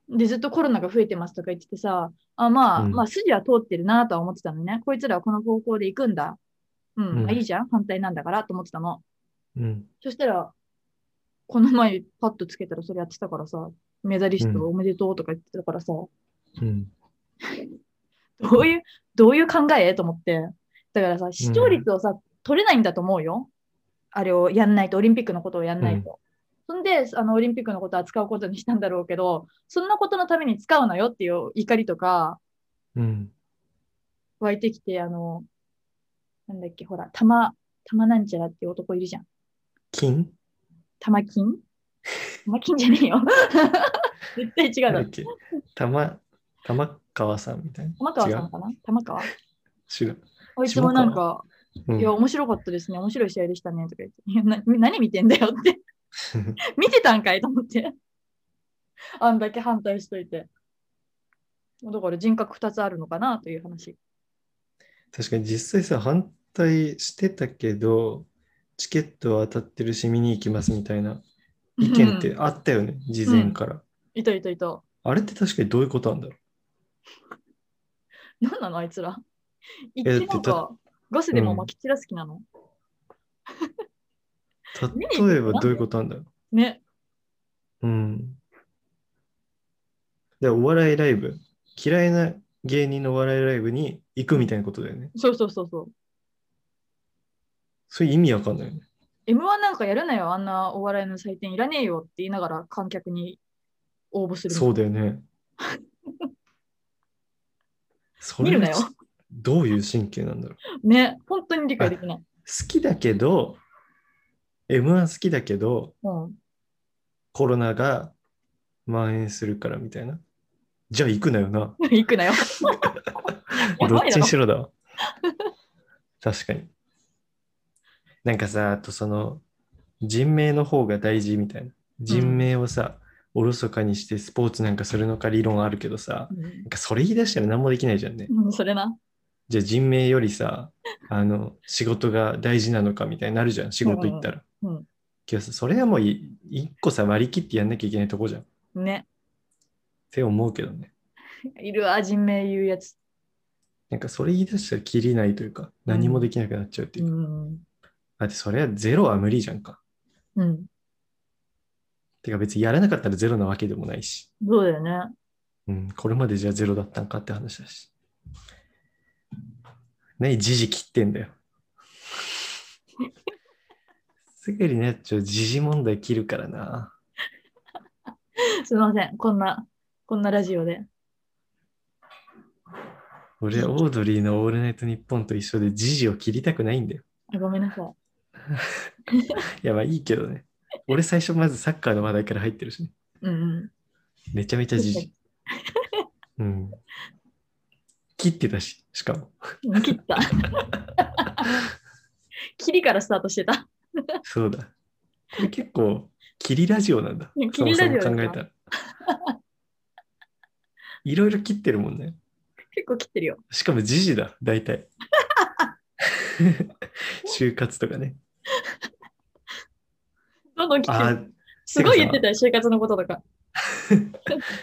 [SPEAKER 2] で、ずっとコロナが増えてますとか言っててさ、あまあ、
[SPEAKER 1] うん
[SPEAKER 2] まあ、筋は通ってるなとは思ってたのね。こいつらはこの方向で行くんだ。うん、
[SPEAKER 1] うん
[SPEAKER 2] あいいじゃん、反対なんだからと思ってたの。
[SPEAKER 1] うん。
[SPEAKER 2] そしたら、この前パッとつけたらそれやってたからさ、メダリス
[SPEAKER 1] うん
[SPEAKER 2] トおめでとうとか言ってたからさ、
[SPEAKER 1] うん。
[SPEAKER 2] どういう、どういう考えと思って。だからさ、視聴率をさ、取れないんだと思うよ。あれをやんないと、オリンピックのことをやんないと。そんで、あの、オリンピックのことを扱うことにしたんだろうけど、そんなことのために使うなよっていう怒りとか、
[SPEAKER 1] うん。
[SPEAKER 2] 湧いてきて、あの、なんだっけ、ほら、玉、玉なんちゃらっていう男いるじゃん。
[SPEAKER 1] 金
[SPEAKER 2] 玉
[SPEAKER 1] [LAUGHS]
[SPEAKER 2] 金玉金じゃねえよ。絶対違
[SPEAKER 1] な
[SPEAKER 2] うんだ
[SPEAKER 1] だっ。け玉、玉川さんみたいな。
[SPEAKER 2] 玉川さんかな玉川
[SPEAKER 1] 違う。
[SPEAKER 2] あいつもなんか、
[SPEAKER 1] 違う。
[SPEAKER 2] いや、
[SPEAKER 1] うん、
[SPEAKER 2] 面白かったですね。面白い試合でしたね。とか言って。いやな何見てんだよ
[SPEAKER 1] [LAUGHS]
[SPEAKER 2] って。見てたんかいと思って。あんだけ反対しといて。だから人格2つあるのかなという話。
[SPEAKER 1] 確かに実際さ、反対してたけど、チケットは当たってるし、見に行きますみたいな意見っ
[SPEAKER 2] う
[SPEAKER 1] て
[SPEAKER 2] ん。
[SPEAKER 1] あったよね、事前から。
[SPEAKER 2] いたいたいた。
[SPEAKER 1] あれって確かにどういうことなんだろ
[SPEAKER 2] 何なのあいつら。一
[SPEAKER 1] やだっ
[SPEAKER 2] 気
[SPEAKER 1] て
[SPEAKER 2] なんか、ガスでもまき散らす気なの、見に行
[SPEAKER 1] う。
[SPEAKER 2] く
[SPEAKER 1] 例えばどういうことなんだろ
[SPEAKER 2] ね。
[SPEAKER 1] う。うん。で、お笑いライブ。嫌いな芸人のお笑いライブに行くみたいなことだよね。
[SPEAKER 2] そうそうそうそう。
[SPEAKER 1] そういう意味わかんないよね。
[SPEAKER 2] M1 なんかやるなよ。あんなお笑いの祭典いらねえよって言いながら観客に応募する。
[SPEAKER 1] そうだよね。
[SPEAKER 2] [LAUGHS]
[SPEAKER 1] そ
[SPEAKER 2] 見
[SPEAKER 1] れ
[SPEAKER 2] るな
[SPEAKER 1] は
[SPEAKER 2] よ。
[SPEAKER 1] どういう神経なんだろう。
[SPEAKER 2] ね。本当に理解できない。
[SPEAKER 1] 好きだけど、M1 好きだけど、
[SPEAKER 2] うん。
[SPEAKER 1] コロナが蔓延するからみたいな。じゃあ行くなよな。
[SPEAKER 2] [LAUGHS] 行くなよ。や
[SPEAKER 1] どっ
[SPEAKER 2] ばい
[SPEAKER 1] ち
[SPEAKER 2] だろ
[SPEAKER 1] にしろだわ。確かに。なんかさ、あとその、人命の方が大事みたいな。人命をさ、おろそかにしてスポーツなんかするのか理論あるけどさ、なんかそれ言い出したら何もできないじゃんね。
[SPEAKER 2] うん、それな。
[SPEAKER 1] じゃあ人命よりさ、あの、仕事が大事なのかみたいになるじゃん、仕事行ったら。
[SPEAKER 2] うんうんうん
[SPEAKER 1] けどさ、それはもうい一個さ、割り切ってやんなきゃいけないとこじゃん。っ
[SPEAKER 2] ね。
[SPEAKER 1] て思うけどね。
[SPEAKER 2] いるわ、人名言うやつ。
[SPEAKER 1] なんかそれ言い出したらきりないというか、何もできなくなっちゃうっていう
[SPEAKER 2] う
[SPEAKER 1] か。
[SPEAKER 2] ん。
[SPEAKER 1] だってそれはゼロは無理じゃんか。
[SPEAKER 2] うん。
[SPEAKER 1] てか別にやらなかったらゼロなわけでもないし。
[SPEAKER 2] そうだよね。
[SPEAKER 1] うん、これまでじゃあゼロだったんかって話だし。何、時事切ってんだ
[SPEAKER 2] [LAUGHS]
[SPEAKER 1] よ。すぐにね、ちょ、時事問題切るからな。
[SPEAKER 2] すみません。こんな、こんなラジオで。
[SPEAKER 1] 俺、オードリーのオールナイトニッポンと一緒で時事を切りたくないんだよ。 [LAUGHS]
[SPEAKER 2] あごめんなさい。
[SPEAKER 1] いや、まあいいけどね。俺最初まずサッカーの話題から入ってるしね。
[SPEAKER 2] うんうん。
[SPEAKER 1] めちゃめちゃ時事。うん。切ってたし、しかも。
[SPEAKER 2] うん切
[SPEAKER 1] [LAUGHS]
[SPEAKER 2] った。切りからスタートしてた。
[SPEAKER 1] そうだ。これ結構、切りラジオなんだ
[SPEAKER 2] ね。
[SPEAKER 1] そ
[SPEAKER 2] 切
[SPEAKER 1] も
[SPEAKER 2] り
[SPEAKER 1] そ
[SPEAKER 2] ラジ
[SPEAKER 1] も
[SPEAKER 2] オ
[SPEAKER 1] 考えたら。いろいろ切ってるもんね。
[SPEAKER 2] 結構切ってるよ。
[SPEAKER 1] しかも時事だ、大体。 [LAUGHS] 就活とかね。
[SPEAKER 2] どんどん切って
[SPEAKER 1] あ
[SPEAKER 2] る。すごい言ってたよ、就活のこととか。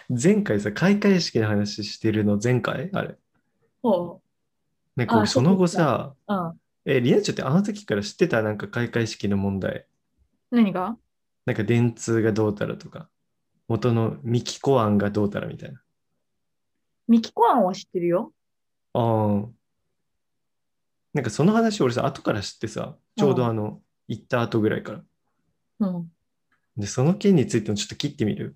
[SPEAKER 1] 前回さ、開会式の話してるの前回あれ。
[SPEAKER 2] ほ
[SPEAKER 1] なんか俺
[SPEAKER 2] あ
[SPEAKER 1] その後
[SPEAKER 2] そう
[SPEAKER 1] さ、
[SPEAKER 2] う。うん。
[SPEAKER 1] え、リアちゃんってあの時から知ってたなんか開会式の問題。
[SPEAKER 2] 何が
[SPEAKER 1] なんか電通がどうたらとか、元のミキコ案がどうたらみたいな。
[SPEAKER 2] ミキコアンは知ってるよ。
[SPEAKER 1] ああ。なんかその話俺さ、後から知ってさ、ちょうどあの、行った後ぐらいから。
[SPEAKER 2] うん。
[SPEAKER 1] で、その件についてもちょっと切って
[SPEAKER 2] [LAUGHS]
[SPEAKER 1] みる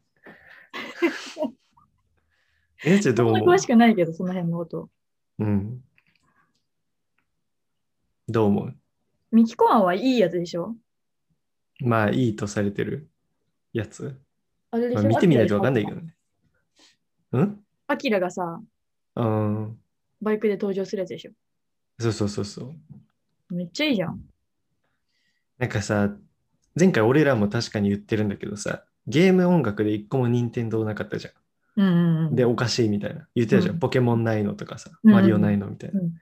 [SPEAKER 1] えなちゃんどう
[SPEAKER 2] そんな
[SPEAKER 1] 思う
[SPEAKER 2] 詳しくないけど、その辺のこと。
[SPEAKER 1] うん。どう思う
[SPEAKER 2] ミキコアンはいいやつでしょ
[SPEAKER 1] まあ、いいとされてるやつ。
[SPEAKER 2] あれで
[SPEAKER 1] ま
[SPEAKER 2] し
[SPEAKER 1] あ、
[SPEAKER 2] ょ
[SPEAKER 1] 見てみないとわかんないけど。ね。うん
[SPEAKER 2] アキラがさ、
[SPEAKER 1] うん。
[SPEAKER 2] バイクで登場するやつでしょ。
[SPEAKER 1] そうそうそうそう。
[SPEAKER 2] めっちゃいいじゃん。
[SPEAKER 1] なんかさ、前回俺らも確かに言ってるんだけどさ、ゲーム音楽で一個も任天堂なかったじゃん。
[SPEAKER 2] うんうんうん。
[SPEAKER 1] で、おかしいみたいな。言ってたじゃん。
[SPEAKER 2] うん
[SPEAKER 1] ポケモンないのとかさ、
[SPEAKER 2] うん
[SPEAKER 1] マリオないのみたいな。
[SPEAKER 2] うん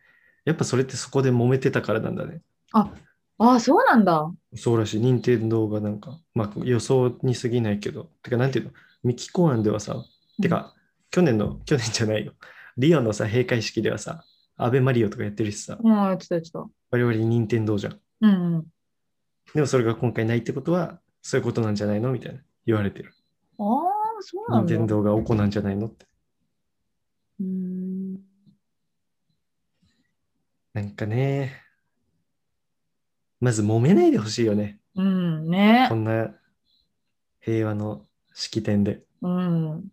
[SPEAKER 1] やっぱそれってそこで揉めてたからなんだね。
[SPEAKER 2] ああ、そうなんだ。
[SPEAKER 1] そうらしい。任天堂がなんか、まあ予想に過ぎないけど。てか、なんていうのミキ公演ではさ、てか、去年の、去年じゃないよ。リオのさ、閉会式ではさ、アベマリオとかやってるしさ、
[SPEAKER 2] うん、やってたやってた。
[SPEAKER 1] 我々任天堂じゃん。
[SPEAKER 2] うんうん。
[SPEAKER 1] でもそれが今回ないってことは、そういうことなんじゃないのみたいな。言われてる。
[SPEAKER 2] ああ、そうな
[SPEAKER 1] 任
[SPEAKER 2] んだ。
[SPEAKER 1] 天堂がおこなんじゃないのって。
[SPEAKER 2] うーん。
[SPEAKER 1] なんかね、まず揉めないでほしいよね。
[SPEAKER 2] うん、ね
[SPEAKER 1] こ。んな平和の式典で。
[SPEAKER 2] うん。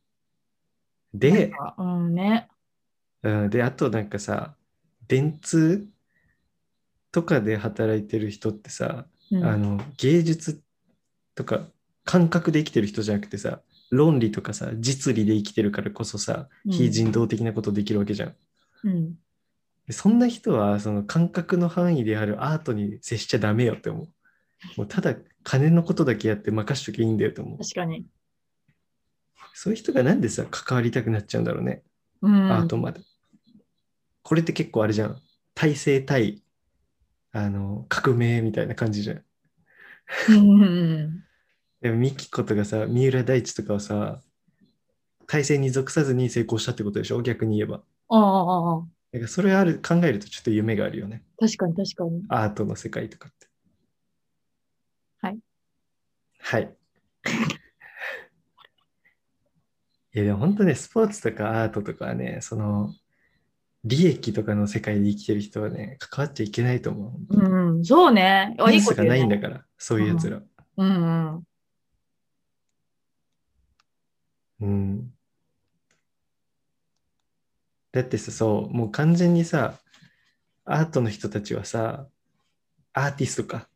[SPEAKER 1] で、
[SPEAKER 2] あうんね。
[SPEAKER 1] うん、で、あとなんかさ、電通とかで働いてる人ってさ、
[SPEAKER 2] うん、
[SPEAKER 1] あの芸術とか感覚で生きてる人じゃなくてさ、論理とかさ、実利で生きてるからこそさ、
[SPEAKER 2] うん
[SPEAKER 1] 非人道的なことできるわけじゃん。
[SPEAKER 2] うん。
[SPEAKER 1] でそんな人はその感覚の範囲であるアートに接しちゃダメよって思う。もうただ金のことだけやって任しときゃいいんだよと思う。
[SPEAKER 2] 確かに。
[SPEAKER 1] そういう人がなんでさ、関わりたくなっちゃうんだろうね、
[SPEAKER 2] うん。
[SPEAKER 1] アートまで。これって結構あれじゃん。体制対、あの、革命みたいな感じじゃん。
[SPEAKER 2] うんうん
[SPEAKER 1] でも、ミキコとかさ、三浦大知とかはさ、体制に属さずに成功したってことでしょ逆に言えば。
[SPEAKER 2] ああああ、ああ
[SPEAKER 1] だからそれある考えるとちょっと夢があるよね。
[SPEAKER 2] 確かに確かに。
[SPEAKER 1] アートの世界とかって。
[SPEAKER 2] はい。
[SPEAKER 1] はい。 [LAUGHS] いやでも本当ね、スポーツとかアートとかはね、その、利益とかの世界で生きてる人はね、関わっちゃいけないと思う。
[SPEAKER 2] うん、そうね。あい
[SPEAKER 1] セン
[SPEAKER 2] い
[SPEAKER 1] ス
[SPEAKER 2] こと
[SPEAKER 1] がな
[SPEAKER 2] 言
[SPEAKER 1] い
[SPEAKER 2] うんね。
[SPEAKER 1] だから、そういうやつら。
[SPEAKER 2] うんうん。
[SPEAKER 1] うん。だってさ、そう、もう完全にさ、アートの人たちはさ、アーティスト
[SPEAKER 2] [LAUGHS]
[SPEAKER 1] か。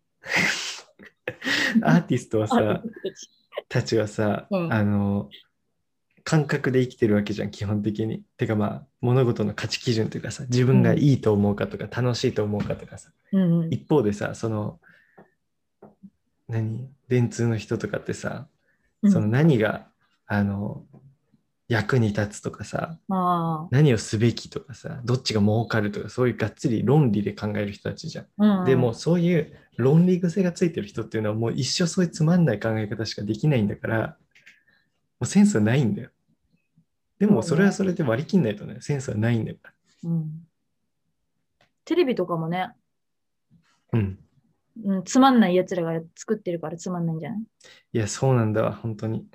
[SPEAKER 1] アーティストはさ、たちはさ、
[SPEAKER 2] うん
[SPEAKER 1] あの感覚で生きてるわけじゃん基本的に。てかまあ物事の価値基準というかさ自分がいいと思うかとか、楽しいと思うかとかさ
[SPEAKER 2] うんうん。
[SPEAKER 1] 一方でさその何電通の人とかってさその何が、あの役に立つとかさ
[SPEAKER 2] うんあ
[SPEAKER 1] 何をすべきとかさどっちが儲かるとかそういうがっつり論理で考える人たちじゃん。
[SPEAKER 2] あうんうん
[SPEAKER 1] でもそういう論理癖がついてる人っていうのはもう一生そういうつまんない考え方しかできないんだからもうセンスはないんだよ。でもそれはそれで割り切んないとねセンスはないんだか
[SPEAKER 2] うんテレビとかもね、
[SPEAKER 1] ら。うん。
[SPEAKER 2] うん、つまんないやつらが作ってるからつまんないんじゃない
[SPEAKER 1] いやそうなんだわ本当に。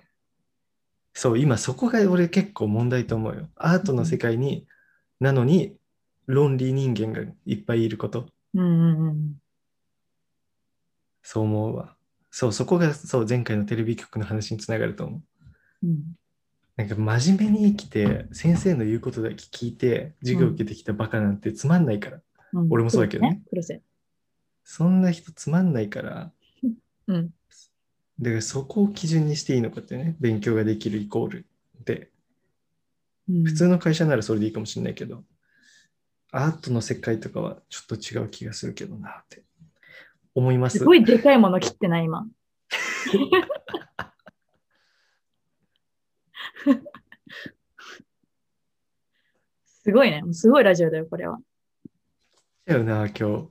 [SPEAKER 1] そう今そこが俺結構問題と思うよ。アートの世界になのに論理人間がいっぱいいること
[SPEAKER 2] うんうんうん。
[SPEAKER 1] そう思うわ。そうそこがそう前回のテレビ局の話につながると思う。
[SPEAKER 2] うん
[SPEAKER 1] なんか真面目に生きて先生の言うことだけ聞いて授業受けてきたバカなんてつまんないから、
[SPEAKER 2] うん、
[SPEAKER 1] 俺もそうだけどね。
[SPEAKER 2] 黒瀬。
[SPEAKER 1] そんな人つまんないから
[SPEAKER 2] うん。
[SPEAKER 1] だからそこを基準にしていいのかってね勉強ができるイコールで
[SPEAKER 2] うん
[SPEAKER 1] 普通の会社ならそれでいいかもしれないけど、アートの世界とかはちょっと違う気がするけどなって思います
[SPEAKER 2] すごいでかいもの切ってない、今。すごいね。すごいラジオだよ、これは。
[SPEAKER 1] だよな今日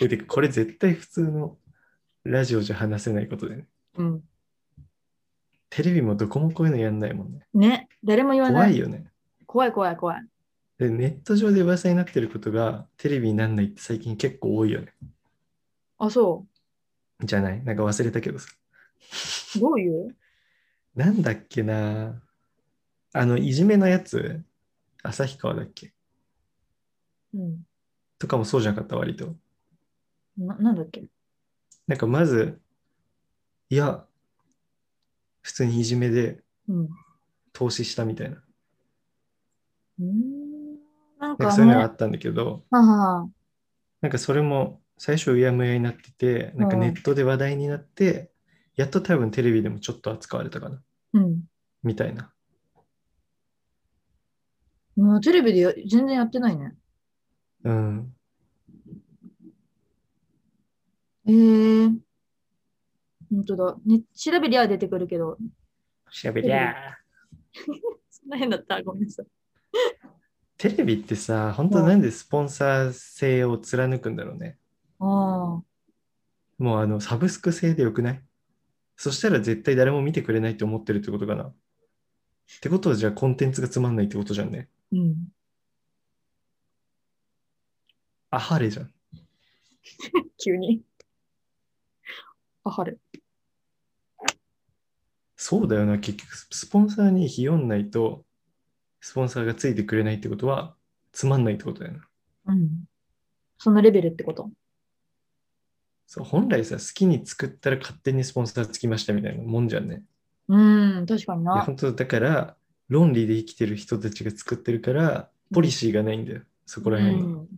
[SPEAKER 1] えてかこれ絶対普通のラジオじゃ話せないことでね
[SPEAKER 2] うん。
[SPEAKER 1] テレビもどこもこういうのやんないもんね
[SPEAKER 2] ね、誰も言わな
[SPEAKER 1] 怖
[SPEAKER 2] い。
[SPEAKER 1] いよね
[SPEAKER 2] 怖い怖い怖い。
[SPEAKER 1] で、ネット上で噂になってることがテレビになんないって最近結構多いよね。
[SPEAKER 2] あ、そ
[SPEAKER 1] じゃないなんか忘れたけどさ。
[SPEAKER 2] う。どういう
[SPEAKER 1] なんだっけなあの、いじめのやつ、旭川だっけ
[SPEAKER 2] うん。
[SPEAKER 1] とかもそうじゃなかった、割と。
[SPEAKER 2] ななんだっけ
[SPEAKER 1] なんかまず、いや、普通にいじめで
[SPEAKER 2] うん。う
[SPEAKER 1] 投資したみたいな。
[SPEAKER 2] ーん。なん
[SPEAKER 1] なん
[SPEAKER 2] か
[SPEAKER 1] か
[SPEAKER 2] あ
[SPEAKER 1] そう
[SPEAKER 2] の
[SPEAKER 1] いう
[SPEAKER 2] ね、
[SPEAKER 1] のがあ
[SPEAKER 2] は
[SPEAKER 1] ったんだけど、
[SPEAKER 2] あはあ
[SPEAKER 1] なんかそれも最初うやむやになってて、なんかネットで話題になって、やっと多分テレビでもちょっと扱われたかな、
[SPEAKER 2] うん。
[SPEAKER 1] みたいな。
[SPEAKER 2] もうテレビでや全然やってないね。
[SPEAKER 1] うん。
[SPEAKER 2] えー、本当だ。ね、調べりゃ出てくるけど、
[SPEAKER 1] 調べりゃー。
[SPEAKER 2] そんな変だった。ごめんなさい。
[SPEAKER 1] テレビってさ、本当なんでスポンサー性を貫くんだろうね。
[SPEAKER 2] ああ、
[SPEAKER 1] もうあの、サブスク制でよくないそしたら絶対誰も見てくれないって思ってるってことかな。ってことはじゃあコンテンツがつまんないってことじゃんね。
[SPEAKER 2] うん。
[SPEAKER 1] あはれじゃん。
[SPEAKER 2] 急に。 [LAUGHS] あはれ。
[SPEAKER 1] そうだよな、結局、スポンサーに費用ないと、スポンサーがついてくれないってことは、つまんないってことだよな。
[SPEAKER 2] うん。そのレベルってこと。
[SPEAKER 1] そう本来さ、好きに作ったら勝手にスポンサーつきましたみたいなもんじゃんね。
[SPEAKER 2] うん、確かに
[SPEAKER 1] いや
[SPEAKER 2] な。
[SPEAKER 1] 本当だから、論理で生きてる人たちが作ってるから、ポリシーがないんだよ。そこら
[SPEAKER 2] う
[SPEAKER 1] 辺に。
[SPEAKER 2] ん。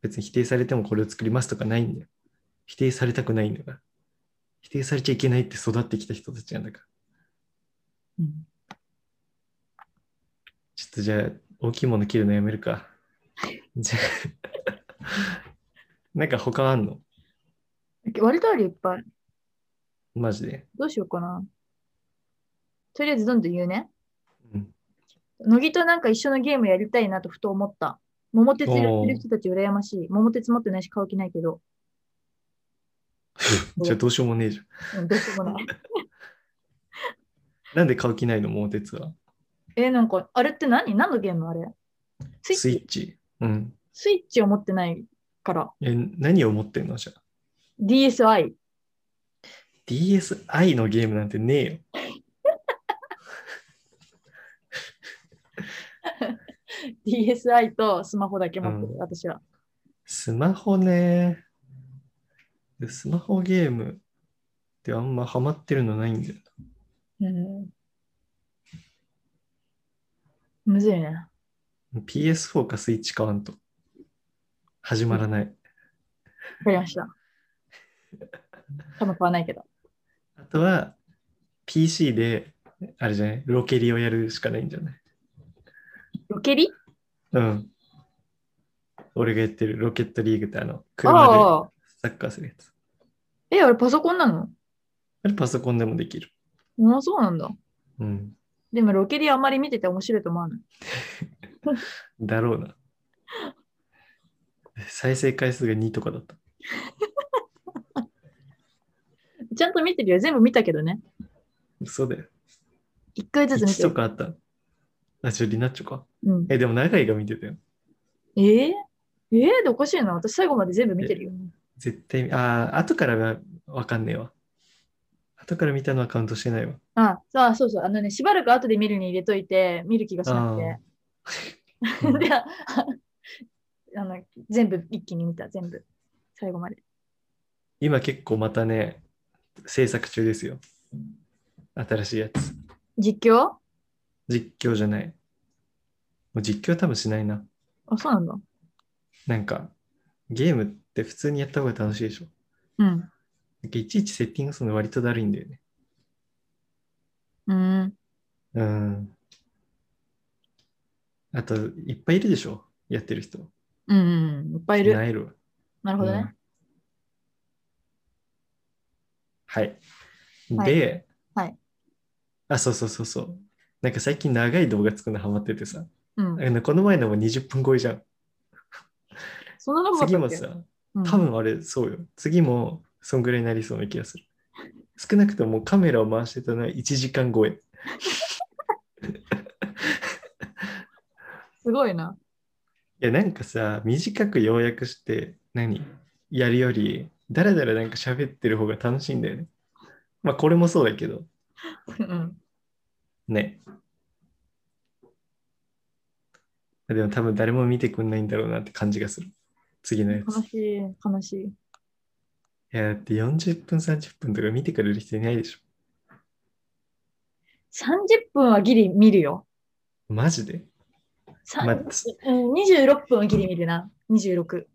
[SPEAKER 1] 別に否定されてもこれを作りますとかないんだよ。否定されたくないんだから。否定されちゃいけないって育ってきた人たちなんだから。
[SPEAKER 2] うん
[SPEAKER 1] ちょっとじゃあ、大きいもの切るのやめる
[SPEAKER 2] [LAUGHS]
[SPEAKER 1] か。じゃあ [LAUGHS] なんか他あんの
[SPEAKER 2] 割とあるよいっぱい。
[SPEAKER 1] マ
[SPEAKER 2] [LAUGHS]
[SPEAKER 1] ジで。
[SPEAKER 2] どうしようかな。とりあえずどんどん言うね。
[SPEAKER 1] うん、
[SPEAKER 2] 乃木となんか一緒のゲームやりたいなとふと思った。桃鉄やってる人たち羨ましい。桃鉄持ってないし買う気ないけど。
[SPEAKER 1] じゃあどうしようもねえじゃん。
[SPEAKER 2] うん、どうし
[SPEAKER 1] [LAUGHS]
[SPEAKER 2] ようもない。
[SPEAKER 1] なんで買う気ないの桃鉄は。
[SPEAKER 2] え、なんか、あれって何何のゲームあれスイッ
[SPEAKER 1] スイ
[SPEAKER 2] チ
[SPEAKER 1] ッチ。うん。
[SPEAKER 2] スイッチを持ってないから。
[SPEAKER 1] え、何を持ってんのじゃあ。
[SPEAKER 2] DSi。
[SPEAKER 1] DSi のゲームなんてねえよ。
[SPEAKER 2] DSi とスマホだけ持ってる、
[SPEAKER 1] うん
[SPEAKER 2] 私は。
[SPEAKER 1] スマホね。スマホゲームってあんまハマってるのないんだよ。
[SPEAKER 2] うん。むずいね。
[SPEAKER 1] PS4 かスイッチ買わんと。始まらない。
[SPEAKER 2] わかりました。多分買わないけど。
[SPEAKER 1] あとは、PC で、あれじゃないロケリをやるしかないんじゃない
[SPEAKER 2] ロケリ
[SPEAKER 1] うん。俺がやってるロケットリーグってあの、
[SPEAKER 2] あ
[SPEAKER 1] 車
[SPEAKER 2] あ。
[SPEAKER 1] でサッカーするやつ。
[SPEAKER 2] え、あれパソコンなの
[SPEAKER 1] あれパソコンでもできる。
[SPEAKER 2] もうそうなんだ。
[SPEAKER 1] うん。
[SPEAKER 2] でもロケリあんまり見てて面白いと思わない。
[SPEAKER 1] だろうな。再生回数が2とかだった。
[SPEAKER 2] ちゃんと見てるよ。全部見たけどね。
[SPEAKER 1] そうだよ。
[SPEAKER 2] 一回ずつ見
[SPEAKER 1] 1
[SPEAKER 2] て
[SPEAKER 1] と
[SPEAKER 2] る。
[SPEAKER 1] かあった。あ、ちょ、リナッチョか。
[SPEAKER 2] うん、
[SPEAKER 1] え、でも長いが見てたよ。
[SPEAKER 2] えー、えー、でおかしいな。私最後まで全部見てるよ。
[SPEAKER 1] 絶対、ああ、後からはわかんねえわ。後から見たのはカウントしてないわ。
[SPEAKER 2] あそうあ、そうそう。あのね、しばらく後で見るに入れといて、見る気がしなく [LAUGHS]
[SPEAKER 1] あー
[SPEAKER 2] て。で、ああの、全部一気に見た。全部。最後まで。
[SPEAKER 1] 今結構またね、制作中ですよ。新しいやつ。
[SPEAKER 2] 実況
[SPEAKER 1] 実況じゃない。もう実況は多分しないな。
[SPEAKER 2] あ、そうなんだ。
[SPEAKER 1] なんか、ゲームって普通にやった方が楽しいでしょ。
[SPEAKER 2] うん。
[SPEAKER 1] なんかいちいちセッティングするの割とだるいんだよね。
[SPEAKER 2] うん。
[SPEAKER 1] うん。あと、いっぱいいるでしょ。やってる人。
[SPEAKER 2] うん、うん。いっぱいいる。
[SPEAKER 1] なえるわ。
[SPEAKER 2] なるほど
[SPEAKER 1] う
[SPEAKER 2] ね。
[SPEAKER 1] んはい。
[SPEAKER 2] はい
[SPEAKER 1] で、
[SPEAKER 2] はい
[SPEAKER 1] あ、そうそうそうそう。なんか最近長い動画作るのハマっててさ。
[SPEAKER 2] うん。
[SPEAKER 1] あのこの前のも20分超えじゃん。
[SPEAKER 2] そんなのも
[SPEAKER 1] 次もさ、
[SPEAKER 2] うん
[SPEAKER 1] 多分あれそうよ。次もそんぐらいになりそうな気がする。少なくともカメラを回してたのは1時間超え。
[SPEAKER 2] すごいな。 [LAUGHS]
[SPEAKER 1] いや、なんかさ、短く要約して何やるより、だらだらなんか喋ってる方が楽しいんだよね。まあ、これもそうだけど、
[SPEAKER 2] うん。
[SPEAKER 1] ね。でも多分誰も見てくんないんだろうなって感じがする。次のやつ。
[SPEAKER 2] 悲しい、悲しい。
[SPEAKER 1] いや、だって40分、30分とか見てくれる人いないでしょ。
[SPEAKER 2] 30分はギリ見るよ。
[SPEAKER 1] マジで。
[SPEAKER 2] さ
[SPEAKER 1] まあ、1
[SPEAKER 2] うん、26分はギリ見るな。26。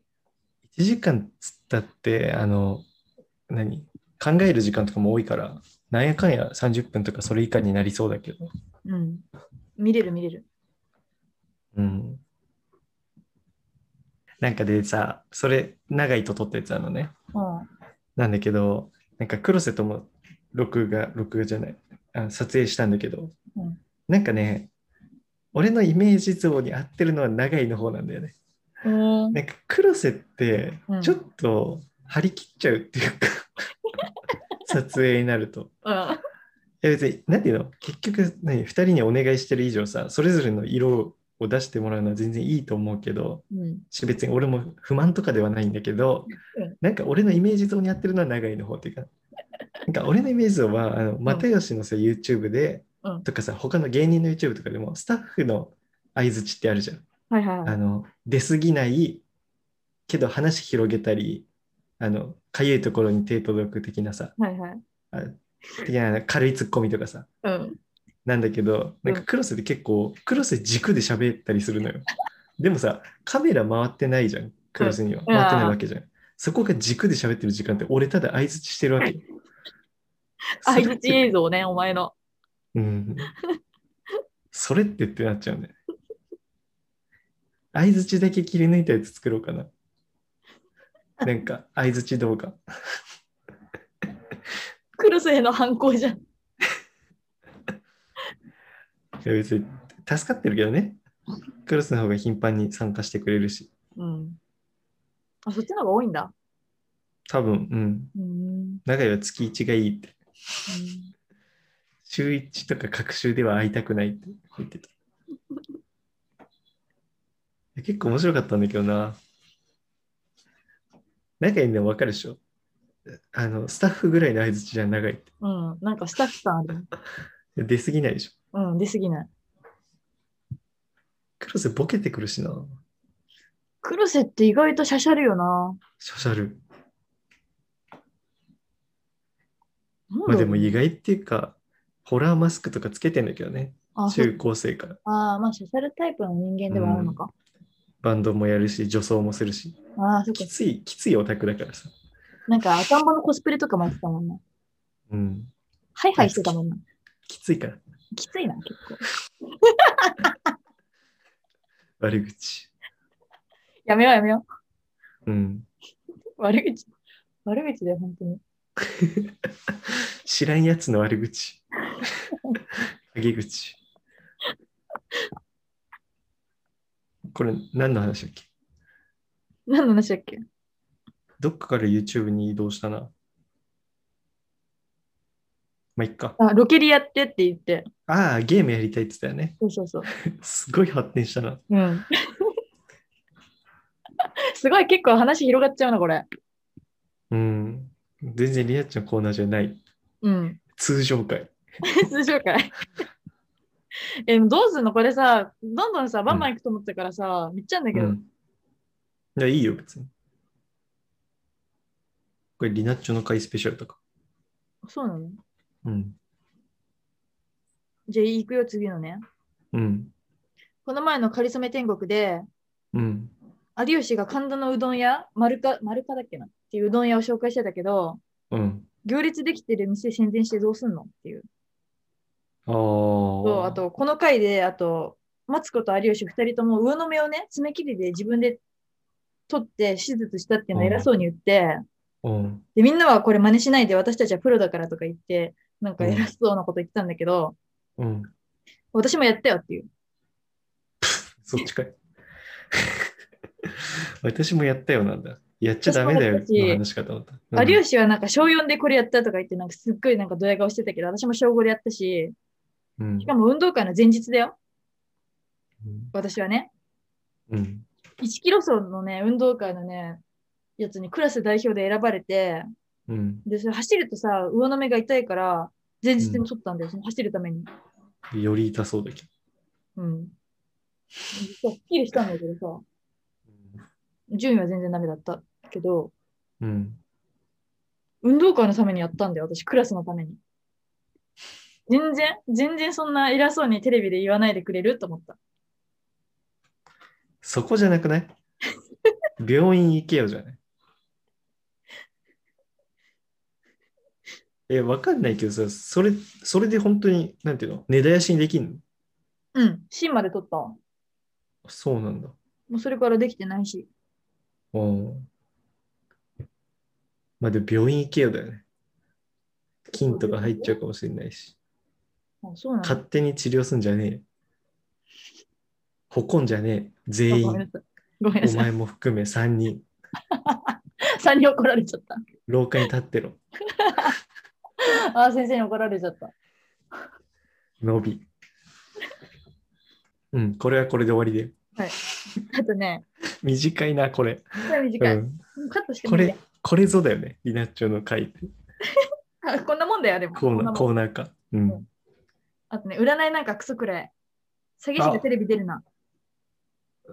[SPEAKER 1] 時間つったって、あの、何考える時間とかも多いから、なんやかんや30分とかそれ以下になりそうだけど。
[SPEAKER 2] うん。見れる見れる。
[SPEAKER 1] うん。なんかでさ、それ、長いと撮ったやつあのね。
[SPEAKER 2] うん。
[SPEAKER 1] なんだけど、なんか黒瀬とも録画、録画じゃない、あ撮影したんだけど、
[SPEAKER 2] うん
[SPEAKER 1] なんかね、俺のイメージ像に合ってるのは長いの方なんだよね。
[SPEAKER 2] うん
[SPEAKER 1] なんか黒瀬って
[SPEAKER 2] うん
[SPEAKER 1] ちょっと張り切っちゃうっていう
[SPEAKER 2] [LAUGHS]
[SPEAKER 1] か、撮影になると。
[SPEAKER 2] うん
[SPEAKER 1] いや別に、なんていうの結局何、2人にお願いしてる以上さ、それぞれの色を出してもらうのは全然いいと思うけど、
[SPEAKER 2] うん
[SPEAKER 1] し別に俺も不満とかではないんだけど
[SPEAKER 2] うん、
[SPEAKER 1] なんか俺のイメージ像に合ってるのは長いの方っていうか、なんか俺のイメージ像は、あの又吉のさ、YouTube で、
[SPEAKER 2] うん
[SPEAKER 1] とかさ、他の芸人の YouTube とかでも、スタッフの相づちってあるじゃん。
[SPEAKER 2] はいはいは
[SPEAKER 1] あ
[SPEAKER 2] い。
[SPEAKER 1] の出過ぎないけど話広げたりあのかゆいところに手届く的なさ
[SPEAKER 2] はいはい。
[SPEAKER 1] あ的な軽いツッコミとかさ
[SPEAKER 2] うん。
[SPEAKER 1] なんだけどなんか
[SPEAKER 2] うん
[SPEAKER 1] クロスで結構クロス軸で喋ったりするのよでもさカメラ回ってないじゃんクロスには
[SPEAKER 2] うん
[SPEAKER 1] 回ってないわけじゃんそこが軸で喋ってる時間って俺ただ相槌してるわけよ
[SPEAKER 2] [LAUGHS] 相づち映像ね、お前の。
[SPEAKER 1] うん。それってってなっちゃうんだよね。相づちだけ切り抜いたやつ作ろうかな。なんか、相づち動画。
[SPEAKER 2] クルスへの反抗じゃん。
[SPEAKER 1] いや別に、助かってるけどね。クロスの方が頻繁に参加してくれるし。
[SPEAKER 2] うん。あ、そっちの方が多いんだ。
[SPEAKER 1] 多分、うん。
[SPEAKER 2] うん。
[SPEAKER 1] 長いは月1がいいって。週1とか隔週では会いたくないって言ってた。いや結構面白かったんだけどな。仲いいの分かるでしょあの、スタッフぐらいの相づちじゃ長いって。
[SPEAKER 2] うん。なんかスタッフさんある。
[SPEAKER 1] 出過ぎないでしょ。
[SPEAKER 2] うん、出過ぎない。
[SPEAKER 1] クロスボケてくるしな。
[SPEAKER 2] クルセって意外とシャシャるよな。
[SPEAKER 1] シャシャル。
[SPEAKER 2] なん
[SPEAKER 1] ま
[SPEAKER 2] だ
[SPEAKER 1] あ
[SPEAKER 2] ろ
[SPEAKER 1] で
[SPEAKER 2] う
[SPEAKER 1] も意外っていうか、ホラーマスクとかつけてんだけどね。
[SPEAKER 2] あそう
[SPEAKER 1] 中高生から。
[SPEAKER 2] あー、まあ、シャシャルタイプの人間ではあるのか。
[SPEAKER 1] バンドもやるし、女装もするし。
[SPEAKER 2] ああ、そっか
[SPEAKER 1] き。つい、きついオタクだからさ。
[SPEAKER 2] なんか赤ん坊のコスプレとかもやってたもんな。
[SPEAKER 1] うん。
[SPEAKER 2] ハイハイしてたもんな。
[SPEAKER 1] きついから。
[SPEAKER 2] きついな、結構。
[SPEAKER 1] 悪口。
[SPEAKER 2] やめようやめよ
[SPEAKER 1] うん。
[SPEAKER 2] う。悪口。悪口だよ、本当に。
[SPEAKER 1] 知らんやつの悪口。陰口。これ何の話だっけ
[SPEAKER 2] 何の話だっけ
[SPEAKER 1] どっかから YouTube に移動したな。まあ、いっか。
[SPEAKER 2] あ、ロケリやってって言って。
[SPEAKER 1] ああ、ゲームやりたいって言ってたよね。
[SPEAKER 2] そうそうそう。
[SPEAKER 1] すごい発展したな。
[SPEAKER 2] うん。 [LAUGHS] すごい、結構話広がっちゃうな、これ。
[SPEAKER 1] うん。全然リアッチのコーナーじゃない。
[SPEAKER 2] うん。
[SPEAKER 1] 通常回。
[SPEAKER 2] 通常会。え、どうすんのこれさ、どんどんさ、バンバン行くと思ったからさ、めっちゃあんだけ
[SPEAKER 1] う
[SPEAKER 2] ど、
[SPEAKER 1] ん。いや、いいよ、別に。これ、リナッチョの会スペシャルとか。
[SPEAKER 2] そうなの
[SPEAKER 1] うん。
[SPEAKER 2] じゃあ、行くよ、次のね。
[SPEAKER 1] うん。
[SPEAKER 2] この前のかりそめ天国で、
[SPEAKER 1] うん。
[SPEAKER 2] 有吉が神田のうどん屋、丸か、丸かだっけなっていううどん屋を紹介してたけど、
[SPEAKER 1] うん。
[SPEAKER 2] 行列できてる店宣伝してどうすんのっていう。
[SPEAKER 1] ああ。
[SPEAKER 2] そうあと、この回で、あと、マツコと有吉2人とも上の目をね、爪切りで自分で取って手術したっていうのを偉そうに言って、
[SPEAKER 1] うん。
[SPEAKER 2] で、みんなはこれ真似しないで私たちはプロだからとか言って、なんか偉そうなこと言ってたんだけど、
[SPEAKER 1] うん。
[SPEAKER 2] 私もやったよっていう。
[SPEAKER 1] そっちかい。 [LAUGHS] 私もやったよなんだ。やっちゃダメだよ
[SPEAKER 2] 私もやっ
[SPEAKER 1] の
[SPEAKER 2] た
[SPEAKER 1] 話かと思った。うん
[SPEAKER 2] 有吉はなんか小4でこれやったとか言って、なんかすっごいなんかドヤ顔してたけど、私も小5でやったし、
[SPEAKER 1] うん
[SPEAKER 2] しかも運動会の前日だよ、私はね。
[SPEAKER 1] うん。
[SPEAKER 2] 1キロ走のね、運動会のね、やつにクラス代表で選ばれて、
[SPEAKER 1] うん。
[SPEAKER 2] で、それ走るとさ、上の目が痛いから、前日に取ったんだよ、その走るために。
[SPEAKER 1] うんより痛そうだけど。
[SPEAKER 2] うん。実はすっきりしたんだけどさ、順位は全然ダメだったけど、
[SPEAKER 1] うん。
[SPEAKER 2] 運動会のためにやったんだよ、私、クラスのために。全然、全然そんな偉そうにテレビで言わないでくれると思った。
[SPEAKER 1] そこじゃなくない病院行けよじゃない。え、わかんないけどさ、それ、それで本当に、なんていうの、根絶やしにできんの
[SPEAKER 2] うん、芯まで取ったわ。
[SPEAKER 1] そうなんだ。
[SPEAKER 2] もうそれからできてないし。
[SPEAKER 1] うん。まあでも病院行けよだよね。菌とか入っちゃうかもしれないし、
[SPEAKER 2] あそうなんだ
[SPEAKER 1] 勝手に治療すんじゃねえ。ほこんじゃねえ。全
[SPEAKER 2] ごめんな
[SPEAKER 1] 員、
[SPEAKER 2] さい。ごめんな
[SPEAKER 1] お
[SPEAKER 2] さい。
[SPEAKER 1] 前も含め3人、
[SPEAKER 2] さんに怒られちゃった。
[SPEAKER 1] 廊下に立ってろ。
[SPEAKER 2] あー先生に怒られちゃった。
[SPEAKER 1] 伸び。うん、これはこれで終わりで。
[SPEAKER 2] あとね、
[SPEAKER 1] 短いな、これ。
[SPEAKER 2] これ
[SPEAKER 1] う
[SPEAKER 2] 短い。
[SPEAKER 1] ん、
[SPEAKER 2] カットして
[SPEAKER 1] こ
[SPEAKER 2] もいいや
[SPEAKER 1] れ、これぞだよね。リナッチョの回って。
[SPEAKER 2] あこんなもんだよ、でも。
[SPEAKER 1] コ
[SPEAKER 2] こ
[SPEAKER 1] ー
[SPEAKER 2] ん
[SPEAKER 1] ナ
[SPEAKER 2] なも
[SPEAKER 1] ー、
[SPEAKER 2] ん
[SPEAKER 1] コーナーか。うん。
[SPEAKER 2] うんあとね、占いなんかクソくらい。詐欺師がテレビ出るな。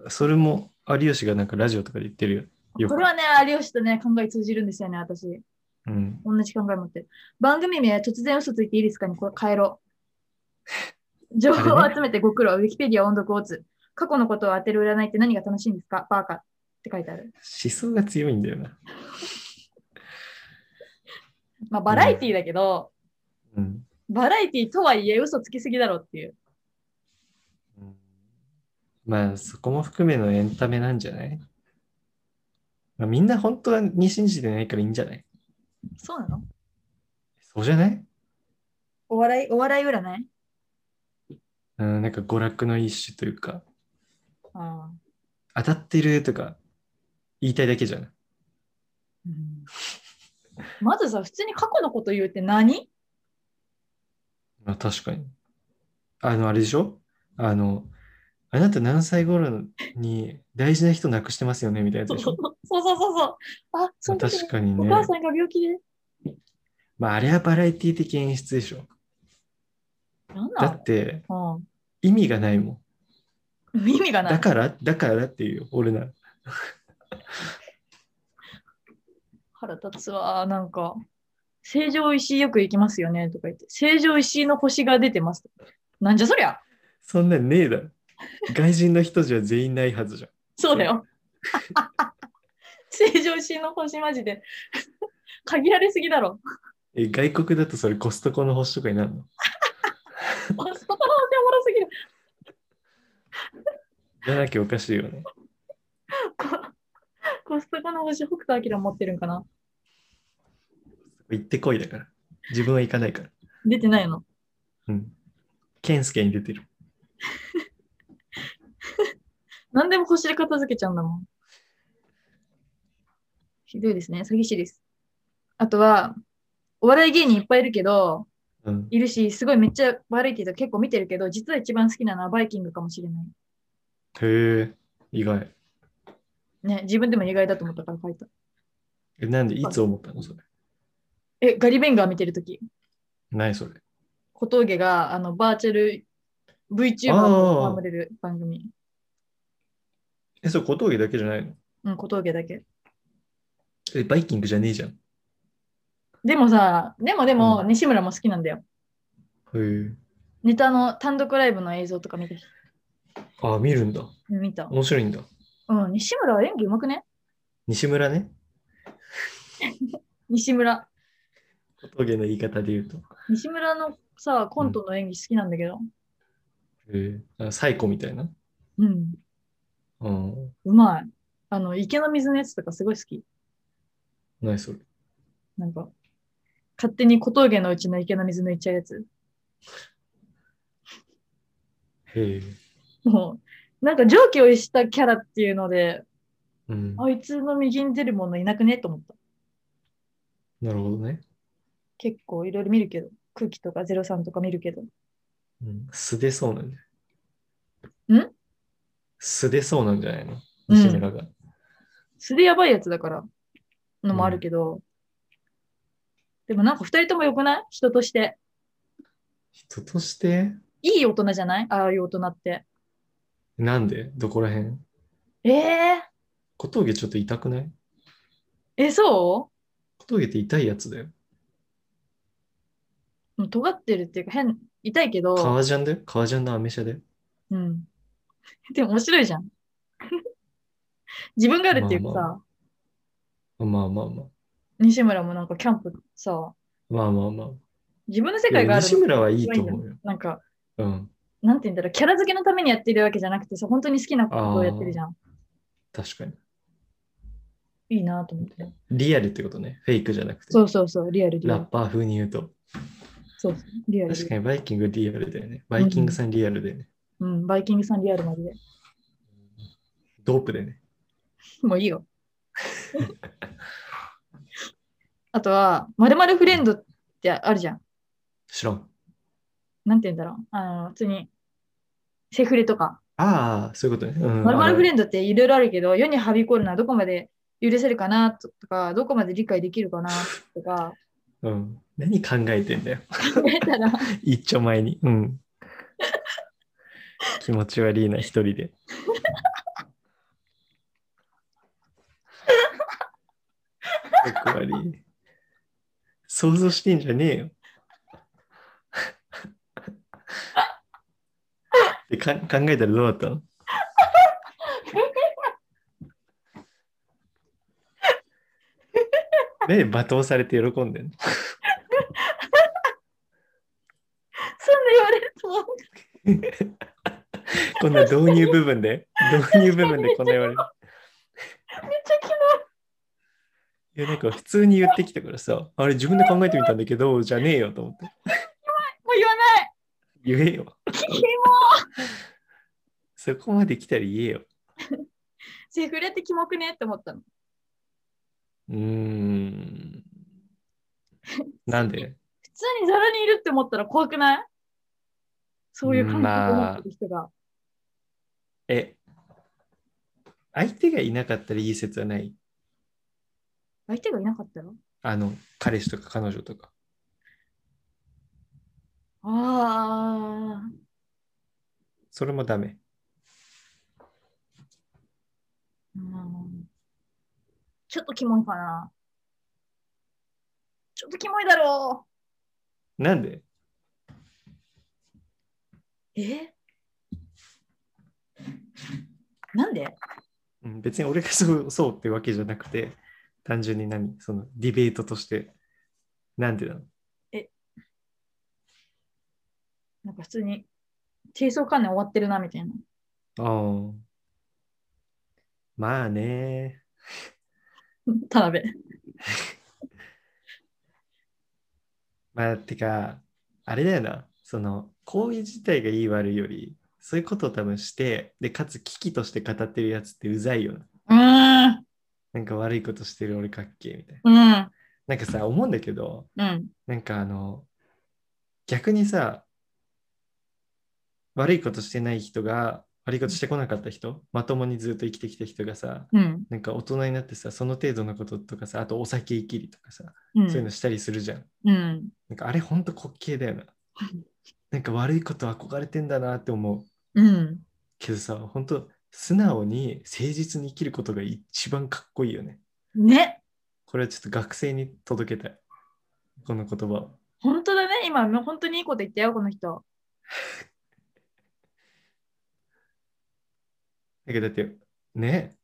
[SPEAKER 1] それも、有吉がなんかラジオとかで言ってるよ。よく
[SPEAKER 2] これはね、有吉とね、考え通じるんですよね、私。
[SPEAKER 1] うん。
[SPEAKER 2] 同じ考え持ってる。番組名、突然嘘ついていいですかにこれ変え
[SPEAKER 1] [LAUGHS]
[SPEAKER 2] ろ。情報を集めてご苦労、ウィキペディア音読オーツ。過去のことを当てる占いって何が楽しいんですかバーカって書いてある。
[SPEAKER 1] 思想が強いんだよな。
[SPEAKER 2] まあ、バラエティーだけど、
[SPEAKER 1] うん。
[SPEAKER 2] バラエティーとはいえ嘘つきすぎだろっていう。
[SPEAKER 1] うんまあ、そこも含めのエンタメなんじゃない、まあ、みんな本当に信じてないからいいんじゃない
[SPEAKER 2] そうなの
[SPEAKER 1] そうじゃない
[SPEAKER 2] お笑い、お笑い占い
[SPEAKER 1] うん、なんか娯楽の一種というか、
[SPEAKER 2] ああ。
[SPEAKER 1] 当たってるとか言いたいだけじゃない
[SPEAKER 2] うんまずさ、普通に過去のこと言うって何
[SPEAKER 1] まあ確かに。あの、あれでしょあの、あなた何歳頃に大事な人亡くしてますよねみたいなやつ
[SPEAKER 2] そう
[SPEAKER 1] でし
[SPEAKER 2] そう
[SPEAKER 1] ょ、
[SPEAKER 2] そうそうそう。あ、そ
[SPEAKER 1] ま
[SPEAKER 2] う
[SPEAKER 1] あ、確かに
[SPEAKER 2] お
[SPEAKER 1] ね。
[SPEAKER 2] 母さんが病気で。
[SPEAKER 1] まああれはバラエティ的演出でしょ。
[SPEAKER 2] なん
[SPEAKER 1] だ
[SPEAKER 2] な
[SPEAKER 1] って
[SPEAKER 2] の、
[SPEAKER 1] 意味がないもん。
[SPEAKER 2] うん、意味がな
[SPEAKER 1] だ
[SPEAKER 2] い。
[SPEAKER 1] から、だからだっていうよ、俺なら。
[SPEAKER 2] 腹立つわ、なんか。成城石井よく行きますよねとか言って、成城石井の星が出てます。なんじゃそりゃ
[SPEAKER 1] そんなんねえだろ。外人の人じゃ全員ないはずじゃん。
[SPEAKER 2] そうだよ。 [LAUGHS] 成城石井の星マジで。 [LAUGHS] 限られすぎだろ。
[SPEAKER 1] え、外国だとそれコストコの星とかになるの
[SPEAKER 2] そこの星おもろすぎる。
[SPEAKER 1] じゃなきゃおかしいよね。
[SPEAKER 2] コストコの星北斗晶持ってるんかな
[SPEAKER 1] 行ってこいだから。自分は行かないから。
[SPEAKER 2] 出てないの。
[SPEAKER 1] うん。健介に出てる。
[SPEAKER 2] 何でも星で片付けちゃうんだもん。ひどいですね。詐欺師です。あとは、お笑い芸人いっぱいいるけど、
[SPEAKER 1] うん。
[SPEAKER 2] いるし、すごいめっちゃバラエティとか結構見てるけど、実は一番好きなのはバイキングかもしれない。
[SPEAKER 1] へえ、意外。
[SPEAKER 2] ね、自分でも意外だと思ったから書いた。
[SPEAKER 1] え、なんで、いつ思ったのそれ。
[SPEAKER 2] え、ガリベンガー見てるとき、
[SPEAKER 1] ないそれ。
[SPEAKER 2] 小峠があのバーチャル VTuber を守れる番組。
[SPEAKER 1] え、それ小峠だけじゃないの
[SPEAKER 2] うん、小峠だけ。
[SPEAKER 1] え、バイキングじゃねえじゃん。へ
[SPEAKER 2] でもさ、でもでも、
[SPEAKER 1] う
[SPEAKER 2] 西村も好きなんだよ。
[SPEAKER 1] え。
[SPEAKER 2] ネタの単独ライブの映像とか見て
[SPEAKER 1] あ、見るんだ。
[SPEAKER 2] 見た。
[SPEAKER 1] 面白いんだ。
[SPEAKER 2] うん、西村は演技うまくね
[SPEAKER 1] 西村ね。
[SPEAKER 2] 西村。
[SPEAKER 1] 小峠の言い方で言うと。
[SPEAKER 2] 西村のさ、コントの演技好きなんだけど。
[SPEAKER 1] へえ。あサイコみたいな。
[SPEAKER 2] うん、
[SPEAKER 1] うん。
[SPEAKER 2] うまい。あの、池の水のやつとかすごい好き。
[SPEAKER 1] ないそれ。
[SPEAKER 2] なんか、勝手に小峠のうちの池の水抜いちゃうやつ。
[SPEAKER 1] へえ。
[SPEAKER 2] もう、なんか上気を逸したキャラっていうので、
[SPEAKER 1] うん。
[SPEAKER 2] あいつの右に出るものいなくねと思った。
[SPEAKER 1] なるほどね。
[SPEAKER 2] 結構いろいろ見るけど、空気とかゼロさんとか見るけど。
[SPEAKER 1] うん。素でそうなんじゃ
[SPEAKER 2] ん
[SPEAKER 1] 素でそうなんじゃないの
[SPEAKER 2] うん
[SPEAKER 1] 西村が。
[SPEAKER 2] 素でやばいやつだから、のもあるけど。でもなんか二人とも良くない人として。
[SPEAKER 1] 人として
[SPEAKER 2] いい大人じゃないああいう大人って。
[SPEAKER 1] なんでどこら辺
[SPEAKER 2] ええ
[SPEAKER 1] 小峠ちょっと痛くない
[SPEAKER 2] え、そ
[SPEAKER 1] 小峠って痛いやつだよ。
[SPEAKER 2] うもう尖ってるっていうか変、痛いけど、
[SPEAKER 1] 革ジャンだよ。革ジャンのアメ車で。
[SPEAKER 2] うん。でも面白いじゃん。 [LAUGHS] 自分があるっていうかさ、
[SPEAKER 1] まあまあまあまあ。
[SPEAKER 2] 西村もなんかキャンプさ、
[SPEAKER 1] まあまあまあ。
[SPEAKER 2] 自分の世界がある。
[SPEAKER 1] 西村はいいと思うよ。
[SPEAKER 2] なんか、
[SPEAKER 1] うん。
[SPEAKER 2] なんて言うんだろう、キャラ付けのためにやってるわけじゃなくてさ、本当に好きなことをやってるじゃん。
[SPEAKER 1] 確かに。
[SPEAKER 2] いいなと思って。
[SPEAKER 1] リアルってことね。フェイクじゃなくて。
[SPEAKER 2] そうそうそう、リアルリア
[SPEAKER 1] ラッ
[SPEAKER 2] ル。
[SPEAKER 1] パー風に言うと。
[SPEAKER 2] そうそう、リアル。
[SPEAKER 1] 確かにバイキングリアルだよね。バイキングさんリアルだよね。
[SPEAKER 2] うん、バイキングさんリアルまでで。
[SPEAKER 1] ドープだよね。
[SPEAKER 2] もういい
[SPEAKER 1] [LAUGHS]
[SPEAKER 2] よ。あとは、まるまるフレンドってあるじゃん。
[SPEAKER 1] 知らん。
[SPEAKER 2] なんて言うんだろう。あの、普通に、セフレとか。
[SPEAKER 1] ああ、そういうことね。うん
[SPEAKER 2] まるまるフレ
[SPEAKER 1] ン
[SPEAKER 2] ンドっていろいろあるけど、世にはびこるのはどこまで許せるかなとか、どこまで理解できるかなとか、
[SPEAKER 1] ド。うん。何考えてんだよ。
[SPEAKER 2] 考えたら、
[SPEAKER 1] [LAUGHS] 一丁前に。うん。 [LAUGHS] 気持ち悪いな、一人で。 [LAUGHS] よく悪い。想像してんじゃねえよ。 [LAUGHS] でか考えたらどうだったので罵倒されて喜んでんの
[SPEAKER 2] そんな言われると思う。
[SPEAKER 1] こんな導入部分
[SPEAKER 2] [LAUGHS]
[SPEAKER 1] で導入部分でこんな言われる。
[SPEAKER 2] めっちゃ気持
[SPEAKER 1] いやなんか普通に言ってきたからさ、あれ自分で考えてみたんだけど、じゃねえよと思って。
[SPEAKER 2] もう言わない。
[SPEAKER 1] 言えよ。
[SPEAKER 2] キモ
[SPEAKER 1] そこまで来たら言えよ。
[SPEAKER 2] セフレってキモくねって思ったの。
[SPEAKER 1] うーん。なんで
[SPEAKER 2] 普通にザラにいるって思ったら怖くないそういう感覚を持ってる人が。
[SPEAKER 1] え、相手がいなかったらいい説はない。
[SPEAKER 2] 相手がいなかったら
[SPEAKER 1] あの、彼氏とか彼女とか。
[SPEAKER 2] ああ、
[SPEAKER 1] それもダメ。
[SPEAKER 2] うん。ちょっとキモいかな。ちょっとキモいだろ
[SPEAKER 1] なんで
[SPEAKER 2] う。えなんで
[SPEAKER 1] うん別に俺がそうそうってわけじゃなくて、単純に何そのディベートとして、なんでなの
[SPEAKER 2] なんか普通に、低層観念終わってるなみたいな。
[SPEAKER 1] ああ。まあね。
[SPEAKER 2] 田辺。
[SPEAKER 1] まあ、てか、あれだよな。その、行為自体がいい悪いより、そういうことを多分して、で、かつ危機として語ってるやつってうざいよな。
[SPEAKER 2] うーん。
[SPEAKER 1] なんか悪いことしてる俺かっけえみたいな。
[SPEAKER 2] うん。
[SPEAKER 1] なんかさ、思うんだけど、
[SPEAKER 2] うん。
[SPEAKER 1] なんかあの、逆にさ、悪いことしてない人が、悪いことしてこなかった人、まともにずっと生きてきた人がさ、
[SPEAKER 2] うん。
[SPEAKER 1] なんか大人になってさ、その程度のこととかさ、あとお酒いきりとかさ、
[SPEAKER 2] うん。
[SPEAKER 1] そういうのしたりするじゃん。
[SPEAKER 2] うん。
[SPEAKER 1] なんかあれほんと滑稽だよな。なんか悪いこと憧れてんだなって思う
[SPEAKER 2] うん。
[SPEAKER 1] けどさ、ほんと素直に誠実に生きることが一番かっこいいよね。
[SPEAKER 2] ね。
[SPEAKER 1] これはちょっと学生に届けたい。この言葉を。
[SPEAKER 2] 本当だね。今、もう本当にいいこと言ったよ、この人。
[SPEAKER 1] だけどだって、ね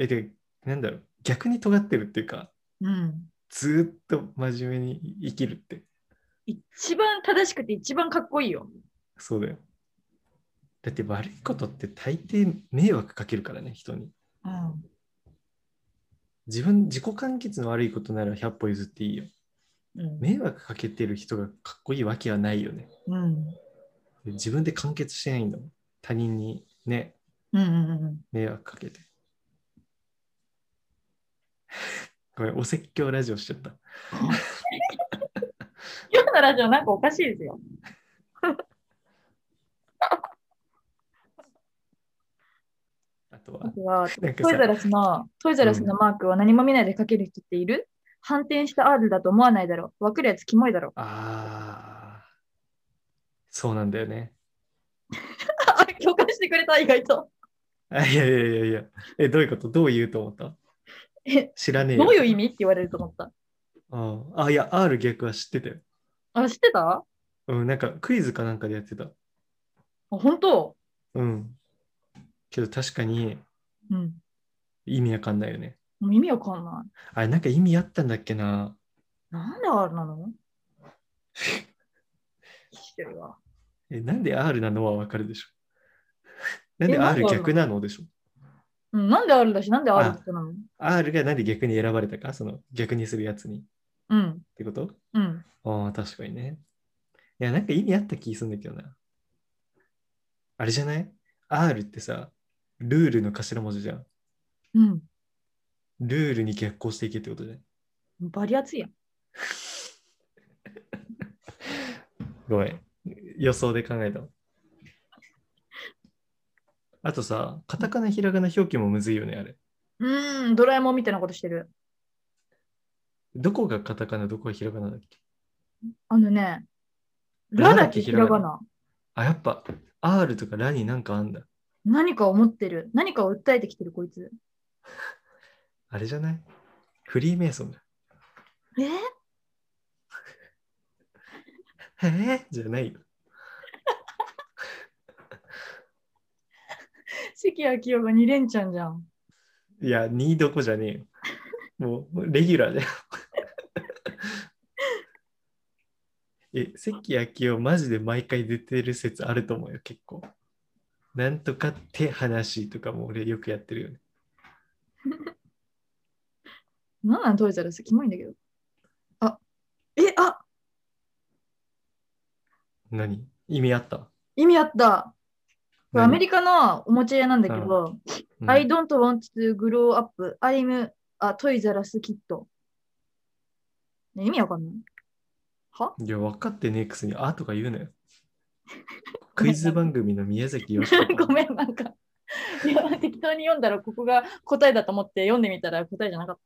[SPEAKER 1] え。てかなんだろう。逆に尖ってるっていうか、
[SPEAKER 2] うん。
[SPEAKER 1] ずーっと真面目に生きるって。
[SPEAKER 2] 一番正しくて一番かっこいいよ。
[SPEAKER 1] そうだよ。だって悪いことって大抵迷惑かけるからね、人に。
[SPEAKER 2] うん。
[SPEAKER 1] 自分、自己完結の悪いことなら100歩譲っていいよ。
[SPEAKER 2] うん。
[SPEAKER 1] 迷惑かけてる人がかっこいいわけはないよね。
[SPEAKER 2] うん。
[SPEAKER 1] 自分で完結してないんだもん。他人にね、
[SPEAKER 2] うんうんうん
[SPEAKER 1] 迷惑かけて。 [LAUGHS] ごめん、お説教ラジオしちゃった。
[SPEAKER 2] 今日のラジオなんかおかしいですよ。
[SPEAKER 1] あと
[SPEAKER 2] あ
[SPEAKER 1] は、
[SPEAKER 2] とは
[SPEAKER 1] なんか
[SPEAKER 2] トイザ
[SPEAKER 1] さ、。
[SPEAKER 2] ラスの、トイザラスのマークを何も見ないで書ける人っている、反転した R だと思わないだろう。わかるやつキモいだろ [LAUGHS]
[SPEAKER 1] あー、そうなんだよね。
[SPEAKER 2] 共感してくれた、意外と。
[SPEAKER 1] あいやいやいやいや、え、どういうことどう言うと思った
[SPEAKER 2] え、
[SPEAKER 1] 知らねえよ。
[SPEAKER 2] どういう意味って言われると思った。
[SPEAKER 1] うんあ、いや、R 逆は知ってたよ。
[SPEAKER 2] あ、知ってたあ、
[SPEAKER 1] うん、なんかクイズかなんかでやってた。
[SPEAKER 2] 本当
[SPEAKER 1] うん。けど確かに
[SPEAKER 2] うん。
[SPEAKER 1] 意味わかんないよね。
[SPEAKER 2] もう意味わかんない。
[SPEAKER 1] あれ、なんか意味あったんだっけな。
[SPEAKER 2] なんで R な [LAUGHS] の知ってるわ。
[SPEAKER 1] え、なんで R なのはわかるでしょ。 [LAUGHS] なん
[SPEAKER 2] え
[SPEAKER 1] で
[SPEAKER 2] なんで
[SPEAKER 1] R
[SPEAKER 2] あるの
[SPEAKER 1] 逆なのでしょ。
[SPEAKER 2] うん、なんで R だし、なんで R ってなの
[SPEAKER 1] R がなんで逆に選ばれたかその逆にするやつに。っ
[SPEAKER 2] うん、
[SPEAKER 1] てこと
[SPEAKER 2] うん。
[SPEAKER 1] ああ、確かにね。いや、なんか意味あった気するんだけどな。あれじゃない ?R ってさ、ルールの頭文字じゃん。
[SPEAKER 2] うん。
[SPEAKER 1] ルールに逆行していけってことじゃん。
[SPEAKER 2] バリ熱いやん。
[SPEAKER 1] ごめん。予想で考えた。あとさ、カタカナ、ひらがな表記もむずいよね、あれ。
[SPEAKER 2] うーん、ドラえもんみたいなことしてる。
[SPEAKER 1] どこがカタカナ、どこがひらがなだっけ
[SPEAKER 2] あのね、ラだけひらがな。
[SPEAKER 1] あ、やっぱ R とかラになんかあんだ。
[SPEAKER 2] 何かを持ってる。何かを訴えてきてる、こいつ。
[SPEAKER 1] あれじゃないフリーメイソンだ。
[SPEAKER 2] えー
[SPEAKER 1] へえじゃないよ。
[SPEAKER 2] 関明夫が2連ちゃんじゃん。
[SPEAKER 1] いや、2どこじゃねえよ。もう、レギュラーだよ。え、関明夫、マジで毎回出てる説あると思うよ、結構。なんとかって話とかも俺よくやってるよね。
[SPEAKER 2] なんなん取れたらキモいんだけど。あ、え、あ、
[SPEAKER 1] 何意味あった、
[SPEAKER 2] 意味あった。これアメ
[SPEAKER 1] リ
[SPEAKER 2] リカのおもちゃ屋なんだけど、
[SPEAKER 1] カ
[SPEAKER 2] I don't want to grow up. I'm a toy t h r s kid. ね、意味わかんない。はい
[SPEAKER 1] や、分かってねえくせに、あとか言う
[SPEAKER 2] [LAUGHS]
[SPEAKER 1] なよ。クイズ番組の宮崎よし
[SPEAKER 2] ごめん、なんか。いや適当に読んだらここが答えだと思って読んでみたら答えじゃなかっ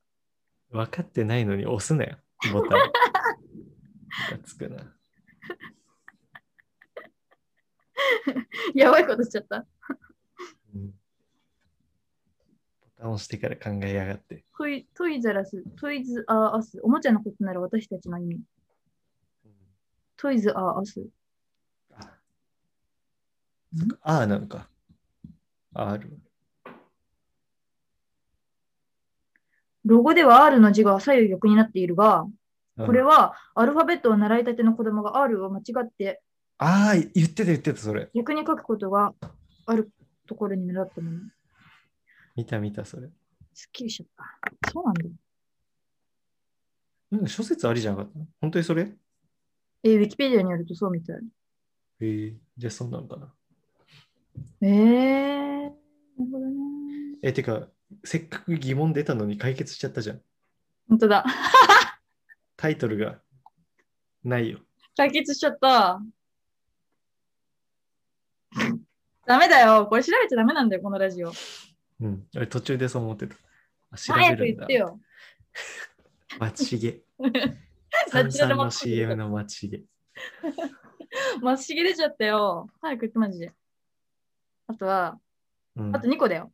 [SPEAKER 1] 分かってないのに押すなよ、ボタン。ムカつくな。
[SPEAKER 2] た。やばいことしちゃった。
[SPEAKER 1] うんボタン押してから考えやがって。
[SPEAKER 2] トイトイザラス、トイズアーアス、おもちゃのことなら私たちの意味。トイズアーアス。
[SPEAKER 1] あそっかあーなのか。R。
[SPEAKER 2] ロゴでは R の字が左右横になっているが、これ
[SPEAKER 1] は
[SPEAKER 2] はアルファベットを習いたての子供が R を間違って
[SPEAKER 1] ああ、言ってた言ってた、それ。
[SPEAKER 2] 逆に書くことがあるところに狙ったもの。
[SPEAKER 1] 見た見た、それ。
[SPEAKER 2] すっきりしちゃった。そうなんだ。
[SPEAKER 1] なんか諸説ありじゃなかった本当にそれ
[SPEAKER 2] えーウィキペディアによるとそうみたい。
[SPEAKER 1] えー、じゃあそうなのかな。
[SPEAKER 2] えー、なるほどね。
[SPEAKER 1] え、てか、せっかく疑問出たのに解決しちゃったじゃん。
[SPEAKER 2] 本当だ。
[SPEAKER 1] タイトルがないよ。
[SPEAKER 2] 解決しちゃった。ダメだよ。これ調べちゃダメなんだよ、このラジオ。
[SPEAKER 1] うん。あれ途中でそう思ってた。あ調べ
[SPEAKER 2] 早く
[SPEAKER 1] るん
[SPEAKER 2] 言
[SPEAKER 1] だ
[SPEAKER 2] って。よ。
[SPEAKER 1] 間
[SPEAKER 2] [LAUGHS]
[SPEAKER 1] 違え。
[SPEAKER 2] ナ
[SPEAKER 1] 三
[SPEAKER 2] チュラ
[SPEAKER 1] 三
[SPEAKER 2] ルマッ
[SPEAKER 1] の
[SPEAKER 2] チゲ
[SPEAKER 1] CM
[SPEAKER 2] ー
[SPEAKER 1] の間違え。
[SPEAKER 2] まっしげ出ちゃったよ。早く言って、マジで。あとは、
[SPEAKER 1] うん
[SPEAKER 2] あと。2個だよ。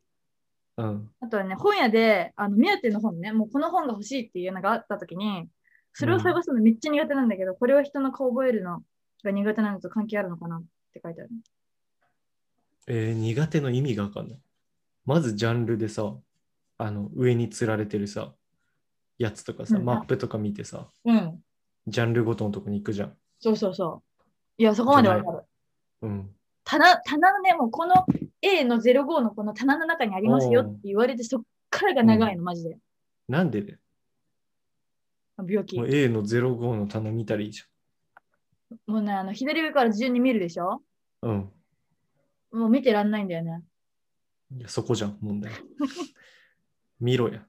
[SPEAKER 1] うん。
[SPEAKER 2] あとはね、本屋で、あの、目当ての本ね、もうこの本が欲しいっていうのがあったときに、それを探すのめっちゃ苦手なんだけど、これは人の顔覚えるのが苦手なのと関係あるのかなって書いてある。
[SPEAKER 1] えー苦手の意味がわかんない。まずジャンルでさ、あの、上に釣られてるさ、やつとかさ、
[SPEAKER 2] うん
[SPEAKER 1] マップとか見てさ、
[SPEAKER 2] うん。
[SPEAKER 1] ジャンルごとのとこに行くじゃん。
[SPEAKER 2] そうそうそう。いや、そこまでわかる。
[SPEAKER 1] うん。
[SPEAKER 2] 棚、棚のね、もうこの A の05のこの棚の中にありますよって言われて、そっからが長いの、マジで。
[SPEAKER 1] なんでだよ。
[SPEAKER 2] 病気。
[SPEAKER 1] も
[SPEAKER 2] も
[SPEAKER 1] う A の05の棚見たらいいじ
[SPEAKER 2] うね、あの、左上から順に見るでしょ
[SPEAKER 1] ゃん。うん。
[SPEAKER 2] もう見てらんないんだよね。
[SPEAKER 1] いや、そこじゃん、問
[SPEAKER 2] [LAUGHS]
[SPEAKER 1] 題。見ろや。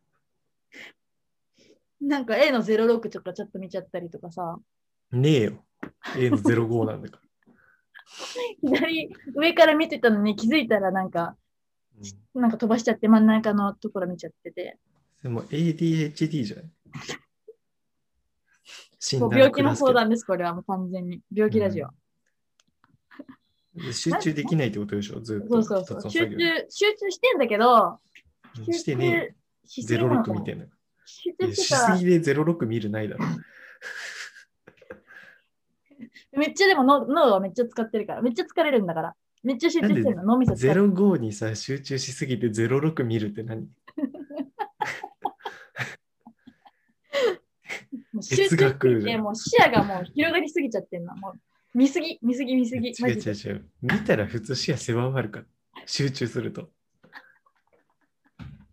[SPEAKER 2] なんか A の06とかちょっと見ちゃったりとかさ、
[SPEAKER 1] ねえよ。A の05なんだから。
[SPEAKER 2] 左上から見てたのに気づいたらなんか、
[SPEAKER 1] うん
[SPEAKER 2] なんか飛ばしちゃって真ん中のところ見ちゃってて、
[SPEAKER 1] でも ADHD じゃない診
[SPEAKER 2] もう病気の相談です、これはもう完全に。病気ラジオ。
[SPEAKER 1] 集中できないってことでしょず
[SPEAKER 2] そ
[SPEAKER 1] っと
[SPEAKER 2] うそうそう。
[SPEAKER 1] 一つの
[SPEAKER 2] 集
[SPEAKER 1] 作
[SPEAKER 2] 中
[SPEAKER 1] 業に、
[SPEAKER 2] 集中してんだけど、
[SPEAKER 1] うんしてね
[SPEAKER 2] 集中し
[SPEAKER 1] え
[SPEAKER 2] すぎ
[SPEAKER 1] よ
[SPEAKER 2] なのか
[SPEAKER 1] 06
[SPEAKER 2] な
[SPEAKER 1] みたいな。
[SPEAKER 2] 集
[SPEAKER 1] い
[SPEAKER 2] 中
[SPEAKER 1] や
[SPEAKER 2] し
[SPEAKER 1] して
[SPEAKER 2] た
[SPEAKER 1] す
[SPEAKER 2] ら
[SPEAKER 1] ぎ、で06見るないだろ。
[SPEAKER 2] めっちゃでも脳脳はめっちゃ使ってるから、めっちゃ疲れるんだから。めっちゃ集中してるの、脳みそ疲れる。
[SPEAKER 1] 05にさ、集中しすぎて06見るって何
[SPEAKER 2] もう集中し
[SPEAKER 1] 哲学
[SPEAKER 2] てて、もう視野がもう広がりすぎちゃってんの。もう見すぎ、見すぎ、見すぎ。
[SPEAKER 1] 違う違う違う。見たら普通視野狭まるから。集中す
[SPEAKER 2] [LAUGHS]
[SPEAKER 1] ると。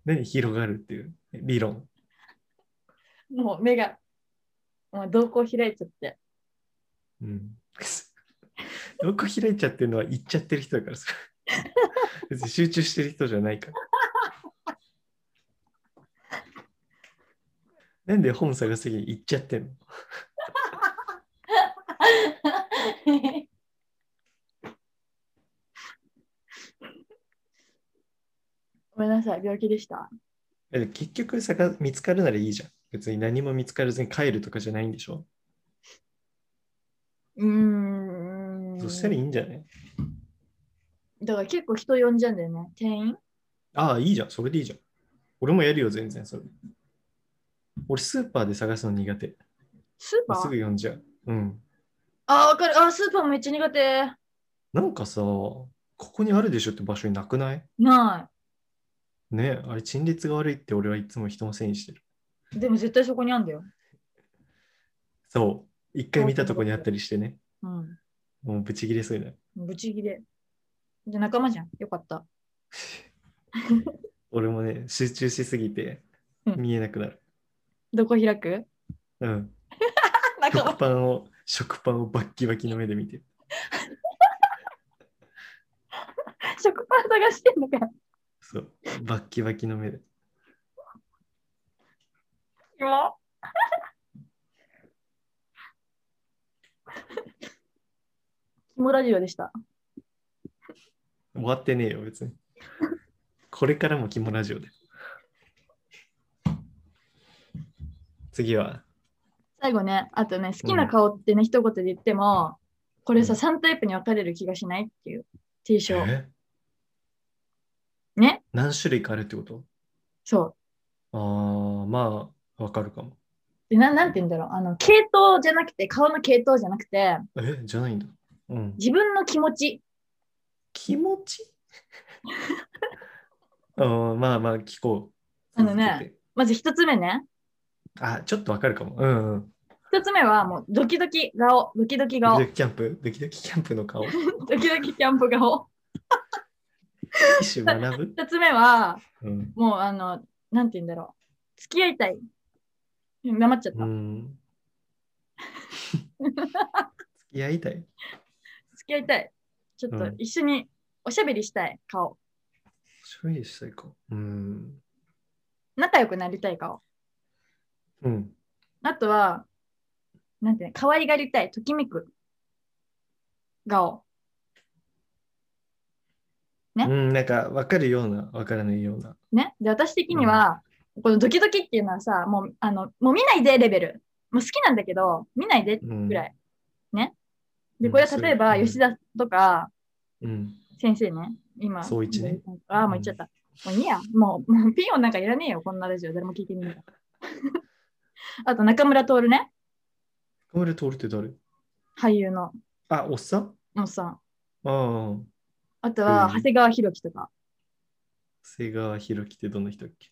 [SPEAKER 1] 何広がるっていう理論。
[SPEAKER 2] もう目が、もう瞳孔開いちゃって。 [LAUGHS]
[SPEAKER 1] うん。 [LAUGHS] 横開いちゃってるのは行っちゃってる人だか
[SPEAKER 2] [LAUGHS]
[SPEAKER 1] らさ。別に集中してる人じゃないから。なんで本探す時に行っちゃってんの
[SPEAKER 2] ごめんなさい、病気でした。
[SPEAKER 1] えでも結局探見つかるならいいじゃん。別に何も見つからずに帰るとかじゃないんでしょ、
[SPEAKER 2] うーん。
[SPEAKER 1] そしたらいいんじゃない
[SPEAKER 2] だから結構人呼んじゃうんだよね。店員
[SPEAKER 1] ああ、いいじゃん。それでいいじゃん。俺もやるよ、全然それ。俺、スーパーで探すの苦手。
[SPEAKER 2] スーパ
[SPEAKER 1] す
[SPEAKER 2] ー
[SPEAKER 1] ぐ呼んじゃう。うん。
[SPEAKER 2] あ、わかる。あ、スーパーめっちゃ苦手。
[SPEAKER 1] なんかさ、ここにあるでしょって場所になくない
[SPEAKER 2] な
[SPEAKER 1] ねえあれ、陳列が悪いって俺はいつも人のせいにしてる。
[SPEAKER 2] い。でも絶対そこにあんだよ。
[SPEAKER 1] そう。一回見たとこにあったりしてね。
[SPEAKER 2] うん。
[SPEAKER 1] もうブチ切れそうになる。
[SPEAKER 2] ブチギレ。じゃ仲間じゃん。よかった。
[SPEAKER 1] 俺もね、集中しすぎて
[SPEAKER 2] うん
[SPEAKER 1] 見えなくなる。
[SPEAKER 2] どこ開
[SPEAKER 1] [LAUGHS]
[SPEAKER 2] く
[SPEAKER 1] うん。
[SPEAKER 2] [LAUGHS] 仲 [LAUGHS] 間
[SPEAKER 1] 食パンを、食パンをバッキバキの目で見てる。
[SPEAKER 2] 食パン探してんのかよ。
[SPEAKER 1] そう。バッキバキの目で。
[SPEAKER 2] キモキモラジオでした。
[SPEAKER 1] 終わってねえよ、別に。これからも肝ラジオで。次は、
[SPEAKER 2] 最後ね、あとね、好きな顔ってね、一言で言っても、これさ、3タイプに分かれる気がしないっていう T ショー。
[SPEAKER 1] え
[SPEAKER 2] ね
[SPEAKER 1] 何種類かあるってこと
[SPEAKER 2] そう。
[SPEAKER 1] ああ、まあ、わかるかも。
[SPEAKER 2] でな、なんて言うんだろう。あの、系統じゃなくて、顔の系統じゃなくて、
[SPEAKER 1] え、じゃないんだ。うん。
[SPEAKER 2] 自分の気持ち。
[SPEAKER 1] 気持ち [LAUGHS] うん、まあまあ、聞こう。
[SPEAKER 2] あのね
[SPEAKER 1] 続けて。
[SPEAKER 2] まず一つ目ね。
[SPEAKER 1] あ、ちょっとわかるかも。うんうん。
[SPEAKER 2] 一つ目は、もう、ドキドキ顔。ドキドキ
[SPEAKER 1] ド
[SPEAKER 2] 顔。ド
[SPEAKER 1] キドキキャンプ、ドキドキキャンプの顔。
[SPEAKER 2] キドキキャンプ顔。
[SPEAKER 1] 一種学
[SPEAKER 2] [LAUGHS]
[SPEAKER 1] ぶ。
[SPEAKER 2] 二つ目は、
[SPEAKER 1] うん。
[SPEAKER 2] もう、あの、なんて言うんだろう。付き合いたい。黙っちゃっ
[SPEAKER 1] う
[SPEAKER 2] た。
[SPEAKER 1] ん。付き合いたい。
[SPEAKER 2] 付き合いたい。ちょっ
[SPEAKER 1] う
[SPEAKER 2] と
[SPEAKER 1] ん
[SPEAKER 2] 一緒におしゃべりしたい顔。
[SPEAKER 1] 処理したいか。うん。
[SPEAKER 2] 仲良くなりたい顔。
[SPEAKER 1] うん。
[SPEAKER 2] あとは、なんていうの、可愛がりたい、ときめく顔。ね
[SPEAKER 1] うん、なんか分かるような、分からないような。
[SPEAKER 2] ね。で、私的には、このドキドキっていうのはさ、もう、あの、もう見ないでレベル。もう好きなんだけど、見ないで
[SPEAKER 1] うん、
[SPEAKER 2] ぐら
[SPEAKER 1] い。
[SPEAKER 2] い。ね。で、
[SPEAKER 1] うん
[SPEAKER 2] これは例えば、
[SPEAKER 1] そういう
[SPEAKER 2] 吉田とか
[SPEAKER 1] うん。
[SPEAKER 2] 先生ね、今。
[SPEAKER 1] そういちね。
[SPEAKER 2] ああ、もう言っちゃった。もういいや。もう、も [LAUGHS] うピン音なんかいらねえよ、こんなラジオ。誰も聞いてねえから。 [LAUGHS] あと、中村徹ね、
[SPEAKER 1] カメラ通るって誰
[SPEAKER 2] 俳優の
[SPEAKER 1] あ、おっさん
[SPEAKER 2] おっさん。
[SPEAKER 1] ああ、
[SPEAKER 2] あとは、
[SPEAKER 1] うん
[SPEAKER 2] 長谷川博己とか。
[SPEAKER 1] 瀬川博樹ってどんな人だっけ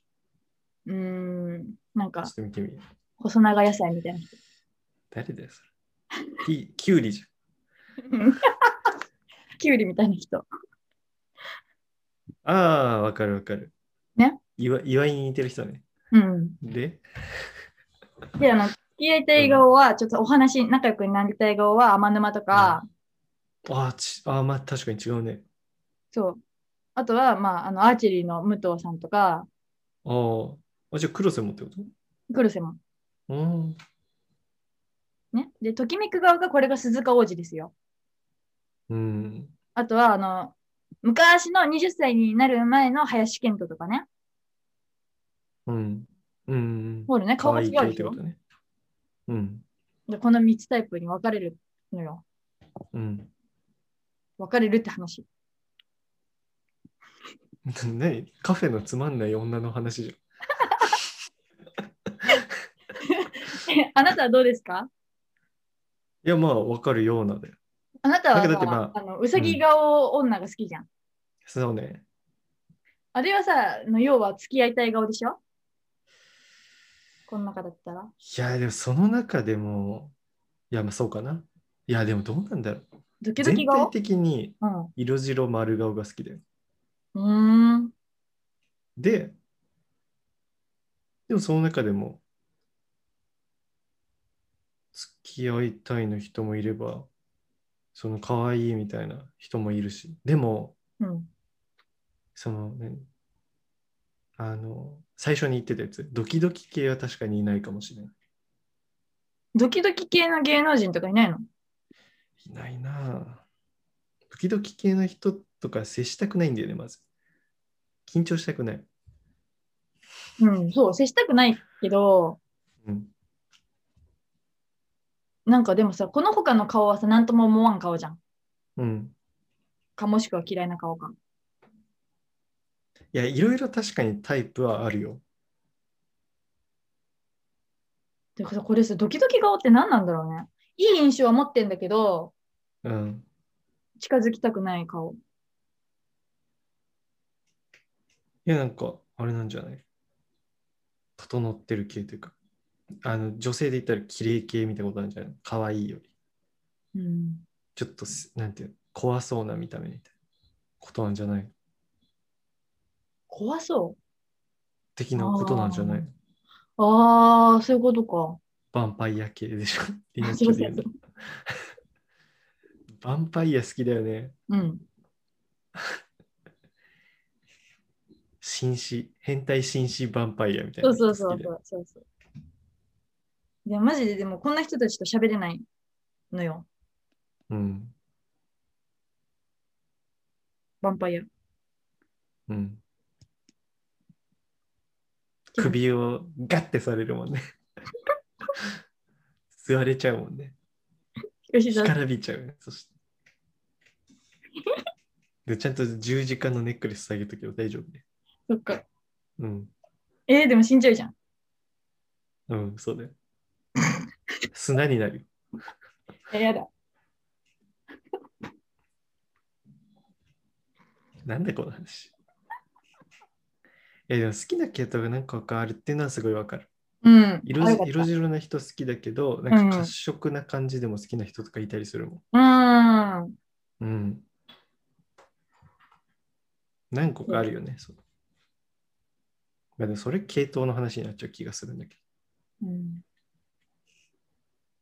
[SPEAKER 2] うーん、なん
[SPEAKER 1] ちょ
[SPEAKER 2] か
[SPEAKER 1] っと見てみよう。
[SPEAKER 2] 細長野菜みたいな [LAUGHS] 人。
[SPEAKER 1] 誰だよ、それ。ききゅうりじ
[SPEAKER 2] キュウリみたいな人。
[SPEAKER 1] ゃん。ああ、分かる分かる。
[SPEAKER 2] ね
[SPEAKER 1] 岩岩井に似てる人ね。
[SPEAKER 2] うん。
[SPEAKER 1] で、
[SPEAKER 2] で、あの、付き合いたい顔は、ちょっとお話、仲良くなりたい顔は、天沼とか、
[SPEAKER 1] ああ、ちあーまあ確かに違うね。
[SPEAKER 2] そう。あとは、まあ、あの、アーチェリーの武藤さんとか、
[SPEAKER 1] あーあ、じゃあ黒瀬もってこと
[SPEAKER 2] 黒瀬も。
[SPEAKER 1] うん。
[SPEAKER 2] ね。で、ときめく顔が、これが鈴鹿王子ですよ。
[SPEAKER 1] うん。
[SPEAKER 2] あとは、あの、昔の20歳になる前の林健人とかね。
[SPEAKER 1] うん。うん。
[SPEAKER 2] ほらね、顔が違
[SPEAKER 1] 可愛
[SPEAKER 2] う
[SPEAKER 1] い
[SPEAKER 2] でし
[SPEAKER 1] 系っ
[SPEAKER 2] ょ
[SPEAKER 1] てこ。とね。うん。
[SPEAKER 2] で、この3つタイプに分かれるのよ。
[SPEAKER 1] うん。 [LAUGHS]
[SPEAKER 2] 分かれるって話。 [LAUGHS]
[SPEAKER 1] 何カフェのつまんない女の話じ
[SPEAKER 2] あなたはどうですか
[SPEAKER 1] ゃん。いや、まあ、わかるようなで。
[SPEAKER 2] あなたはさ
[SPEAKER 1] だけどだってま
[SPEAKER 2] あのうさぎ顔女が好きじゃん。
[SPEAKER 1] そうね。
[SPEAKER 2] あれはさ、あの要は付き合いたい顔でしょこんな方だったら。
[SPEAKER 1] いや、でもその中でも、いや、まあそうかな。いや、でもどうなんだろう。
[SPEAKER 2] ドキド
[SPEAKER 1] 全
[SPEAKER 2] キ
[SPEAKER 1] 体
[SPEAKER 2] 顔
[SPEAKER 1] 的に
[SPEAKER 2] うん。う
[SPEAKER 1] 色白丸顔が好きだよ。
[SPEAKER 2] ーん。
[SPEAKER 1] で、でもその中でも、付き合いたいの人もいれば、その可愛いみたいな人もいるし、でも、
[SPEAKER 2] うん。
[SPEAKER 1] そのね、あの、最初に言ってたやつ、ドキドキ系は確かにいないかもしれない。
[SPEAKER 2] ドキドキ系の芸能人とかいないの
[SPEAKER 1] いないなぁドキドキ系の人とか接したくないんだよね、まず。緊張したくない。
[SPEAKER 2] うん、そう、接したくないけど、
[SPEAKER 1] うん。
[SPEAKER 2] なんかでもさ、この他の顔はさ、なんとも思わん顔じゃん。
[SPEAKER 1] うん。
[SPEAKER 2] かもしくは嫌いな顔か。
[SPEAKER 1] いや、いろいろ確かにタイプはあるよ。
[SPEAKER 2] でさ、これさ、ドキドキ顔って何なんだろうね。いい印象は持ってんだけど、
[SPEAKER 1] うん。
[SPEAKER 2] 近づきたくない顔。
[SPEAKER 1] いや、なんか、あれなんじゃない整ってる系というか、あの、女性で言ったら綺麗系みたいなことなんじゃないの可愛いより。
[SPEAKER 2] うん。
[SPEAKER 1] ちょっとす、なんていうの怖そうな見た目みたいなことなんじゃない
[SPEAKER 2] 怖そ
[SPEAKER 1] 的なことなんじゃないの
[SPEAKER 2] う。ああ、そういうことか。
[SPEAKER 1] ヴァンパイア系で
[SPEAKER 2] [LAUGHS]
[SPEAKER 1] しょリナ
[SPEAKER 2] あ
[SPEAKER 1] チ
[SPEAKER 2] そう
[SPEAKER 1] ョ
[SPEAKER 2] そう
[SPEAKER 1] で
[SPEAKER 2] そう
[SPEAKER 1] 言うの [LAUGHS] ヴァンパイア好きだよね。
[SPEAKER 2] うん。
[SPEAKER 1] 紳士、変態紳士ヴァンパイアみたい
[SPEAKER 2] そ
[SPEAKER 1] な
[SPEAKER 2] う
[SPEAKER 1] 人
[SPEAKER 2] そ
[SPEAKER 1] 好
[SPEAKER 2] う
[SPEAKER 1] きだ
[SPEAKER 2] そうそ
[SPEAKER 1] よね。
[SPEAKER 2] うそうそう。いや、マジででもこんな人たちと喋れないのよ。
[SPEAKER 1] うん。
[SPEAKER 2] ヴァンパイア。
[SPEAKER 1] うん。首をガッてされるもんね。 [LAUGHS] 吸われちゃうもんね。
[SPEAKER 2] 吉
[SPEAKER 1] 干
[SPEAKER 2] 沢
[SPEAKER 1] からびちゃうね。そして。で、ちゃんと十字架のネックレス下げとけば大丈夫ね。
[SPEAKER 2] そっか。
[SPEAKER 1] うん。
[SPEAKER 2] えー、でも死んじゃうじゃん。
[SPEAKER 1] うん、そうだよ。砂になるよ。
[SPEAKER 2] えーやだ。
[SPEAKER 1] なんでこの話。いやでも好きな系統が何個かあるっていうのはすごいわかる。
[SPEAKER 2] うん。
[SPEAKER 1] 色
[SPEAKER 2] あよ
[SPEAKER 1] じ
[SPEAKER 2] かった
[SPEAKER 1] 色白な人好きだけど、なんか褐色な感じでも好きな人とかいたりするも
[SPEAKER 2] うーん。
[SPEAKER 1] ん。うん。何個かあるよね。そうまあ、でもそれ系統の話になっちゃう気がするんだけ
[SPEAKER 2] うん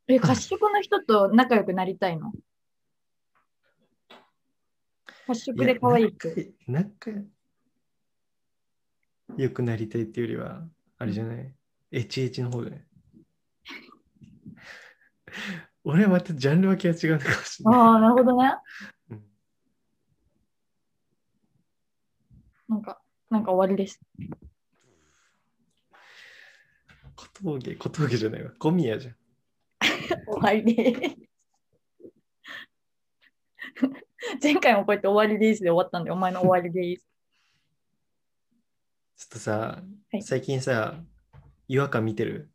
[SPEAKER 2] え、褐色の人と仲良くなりたいの褐
[SPEAKER 1] ど。
[SPEAKER 2] 色で可愛いく。
[SPEAKER 1] いや仲仲良くなりたいっていうよりは、あれじゃない。エチエチの方じゃない。 [LAUGHS] 俺はまたジャンル分けは違うのかもしれない。
[SPEAKER 2] ああ、なるほどね。
[SPEAKER 1] うん
[SPEAKER 2] なんか、なんか終わりです。
[SPEAKER 1] 小峠、小峠じゃないわ。小宮じゃん。
[SPEAKER 2] 終わりです。前回もこうやって終わりですで終わったんで、お前の終わりです。
[SPEAKER 1] ちょっとさ、
[SPEAKER 2] はい
[SPEAKER 1] 最近さ、違和感見てる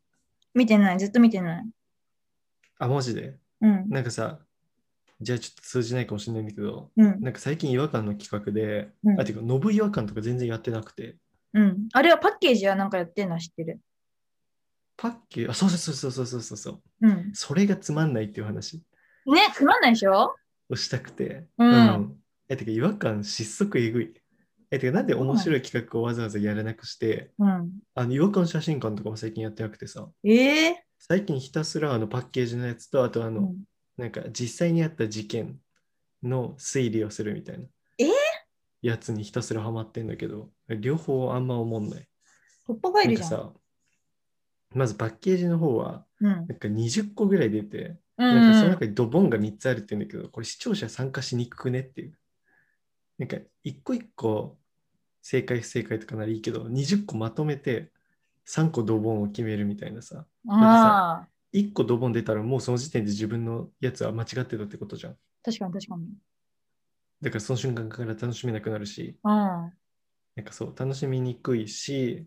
[SPEAKER 2] 見てない、ずっと見てない。
[SPEAKER 1] あ、文字で。
[SPEAKER 2] うん。
[SPEAKER 1] なんかさ、じゃあちょっと通じないかもしれないんだけど、
[SPEAKER 2] うん。
[SPEAKER 1] なんか最近違和感の企画で、
[SPEAKER 2] うん
[SPEAKER 1] あ、てか、ノブ違和感とか全然やってなくて、
[SPEAKER 2] うん。あれはパッケージはなんかやってんのは知ってる。
[SPEAKER 1] パッケージ、あ、そうそうそうそうそうそうそう、
[SPEAKER 2] うん。
[SPEAKER 1] それがつまんないっていう話
[SPEAKER 2] ね、つまんないでしょ
[SPEAKER 1] をしたくて、
[SPEAKER 2] うん
[SPEAKER 1] え、てか、違和感失速えぐい。え、てか、なんで面白い企画をわざわざやらなくして、
[SPEAKER 2] うん。
[SPEAKER 1] あの違和感写真館とかも最近やってなくてさ、
[SPEAKER 2] ええ
[SPEAKER 1] 最近ひたすらあのパッケージのやつと、あとあの、
[SPEAKER 2] うん
[SPEAKER 1] なんか実際にあった事件の推理をするみたいな
[SPEAKER 2] えー
[SPEAKER 1] やつにひたすらハマってんだけど、両方あんま思んない。
[SPEAKER 2] 突破ファイ
[SPEAKER 1] なん
[SPEAKER 2] ル
[SPEAKER 1] か
[SPEAKER 2] じゃん。
[SPEAKER 1] さ、まずパッケージの方は、
[SPEAKER 2] うん。
[SPEAKER 1] なんか20個ぐらい出て、
[SPEAKER 2] う
[SPEAKER 1] なんかそ
[SPEAKER 2] ん。
[SPEAKER 1] の中にドボンが3つあるって言うんだけど、これ視聴者参加しにくくねっていう。なんか一個一個正解不正解とかならいいけど、20個まとめて3個ドボンを決めるみたいなさ、
[SPEAKER 2] ああ。
[SPEAKER 1] 1個ドボン出たらもうその時点で自分のやつは間違ってたってことじゃん。
[SPEAKER 2] 確かに確かに。
[SPEAKER 1] だからその瞬間から楽しめなくなるし、
[SPEAKER 2] うん。
[SPEAKER 1] なんかそう、楽しみにくいし、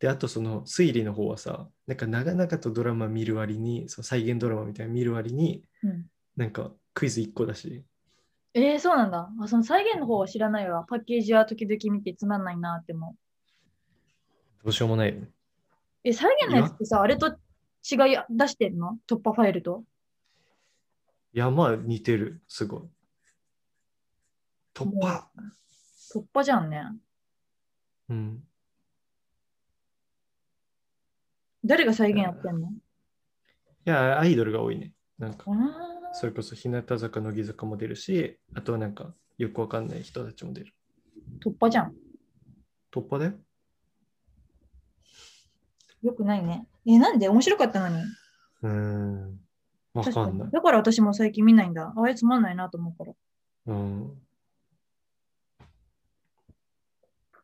[SPEAKER 1] で、あとその推理の方はさ、なんか長々とドラマ見る割に、そう再現ドラマみたいな見る割に、
[SPEAKER 2] うん
[SPEAKER 1] なんかクイズ1個だし、
[SPEAKER 2] えー、そうなんだあ。その再現の方は知らないわ。パッケージは時々見てつまんないなって思う。
[SPEAKER 1] どうしようもないよね。
[SPEAKER 2] え、再現のやつってさ、あれと違い出してんの突破ファイルと。
[SPEAKER 1] いや、まあ似てる、すごい。突破
[SPEAKER 2] 突破じゃんね。
[SPEAKER 1] うん。
[SPEAKER 2] 誰が再現やってんの
[SPEAKER 1] いや、アイドルが多いね。なんか
[SPEAKER 2] あー
[SPEAKER 1] それこそ日向坂乃木坂も出るしあとはなんかよくわかんない人たちも出る
[SPEAKER 2] 突破じゃん。
[SPEAKER 1] 突破だよ
[SPEAKER 2] よくないね。え、なんで面白かったのに。
[SPEAKER 1] うーんわかんない
[SPEAKER 2] だから私も最近見ないんだ。あれつまんないなと思うから。
[SPEAKER 1] うん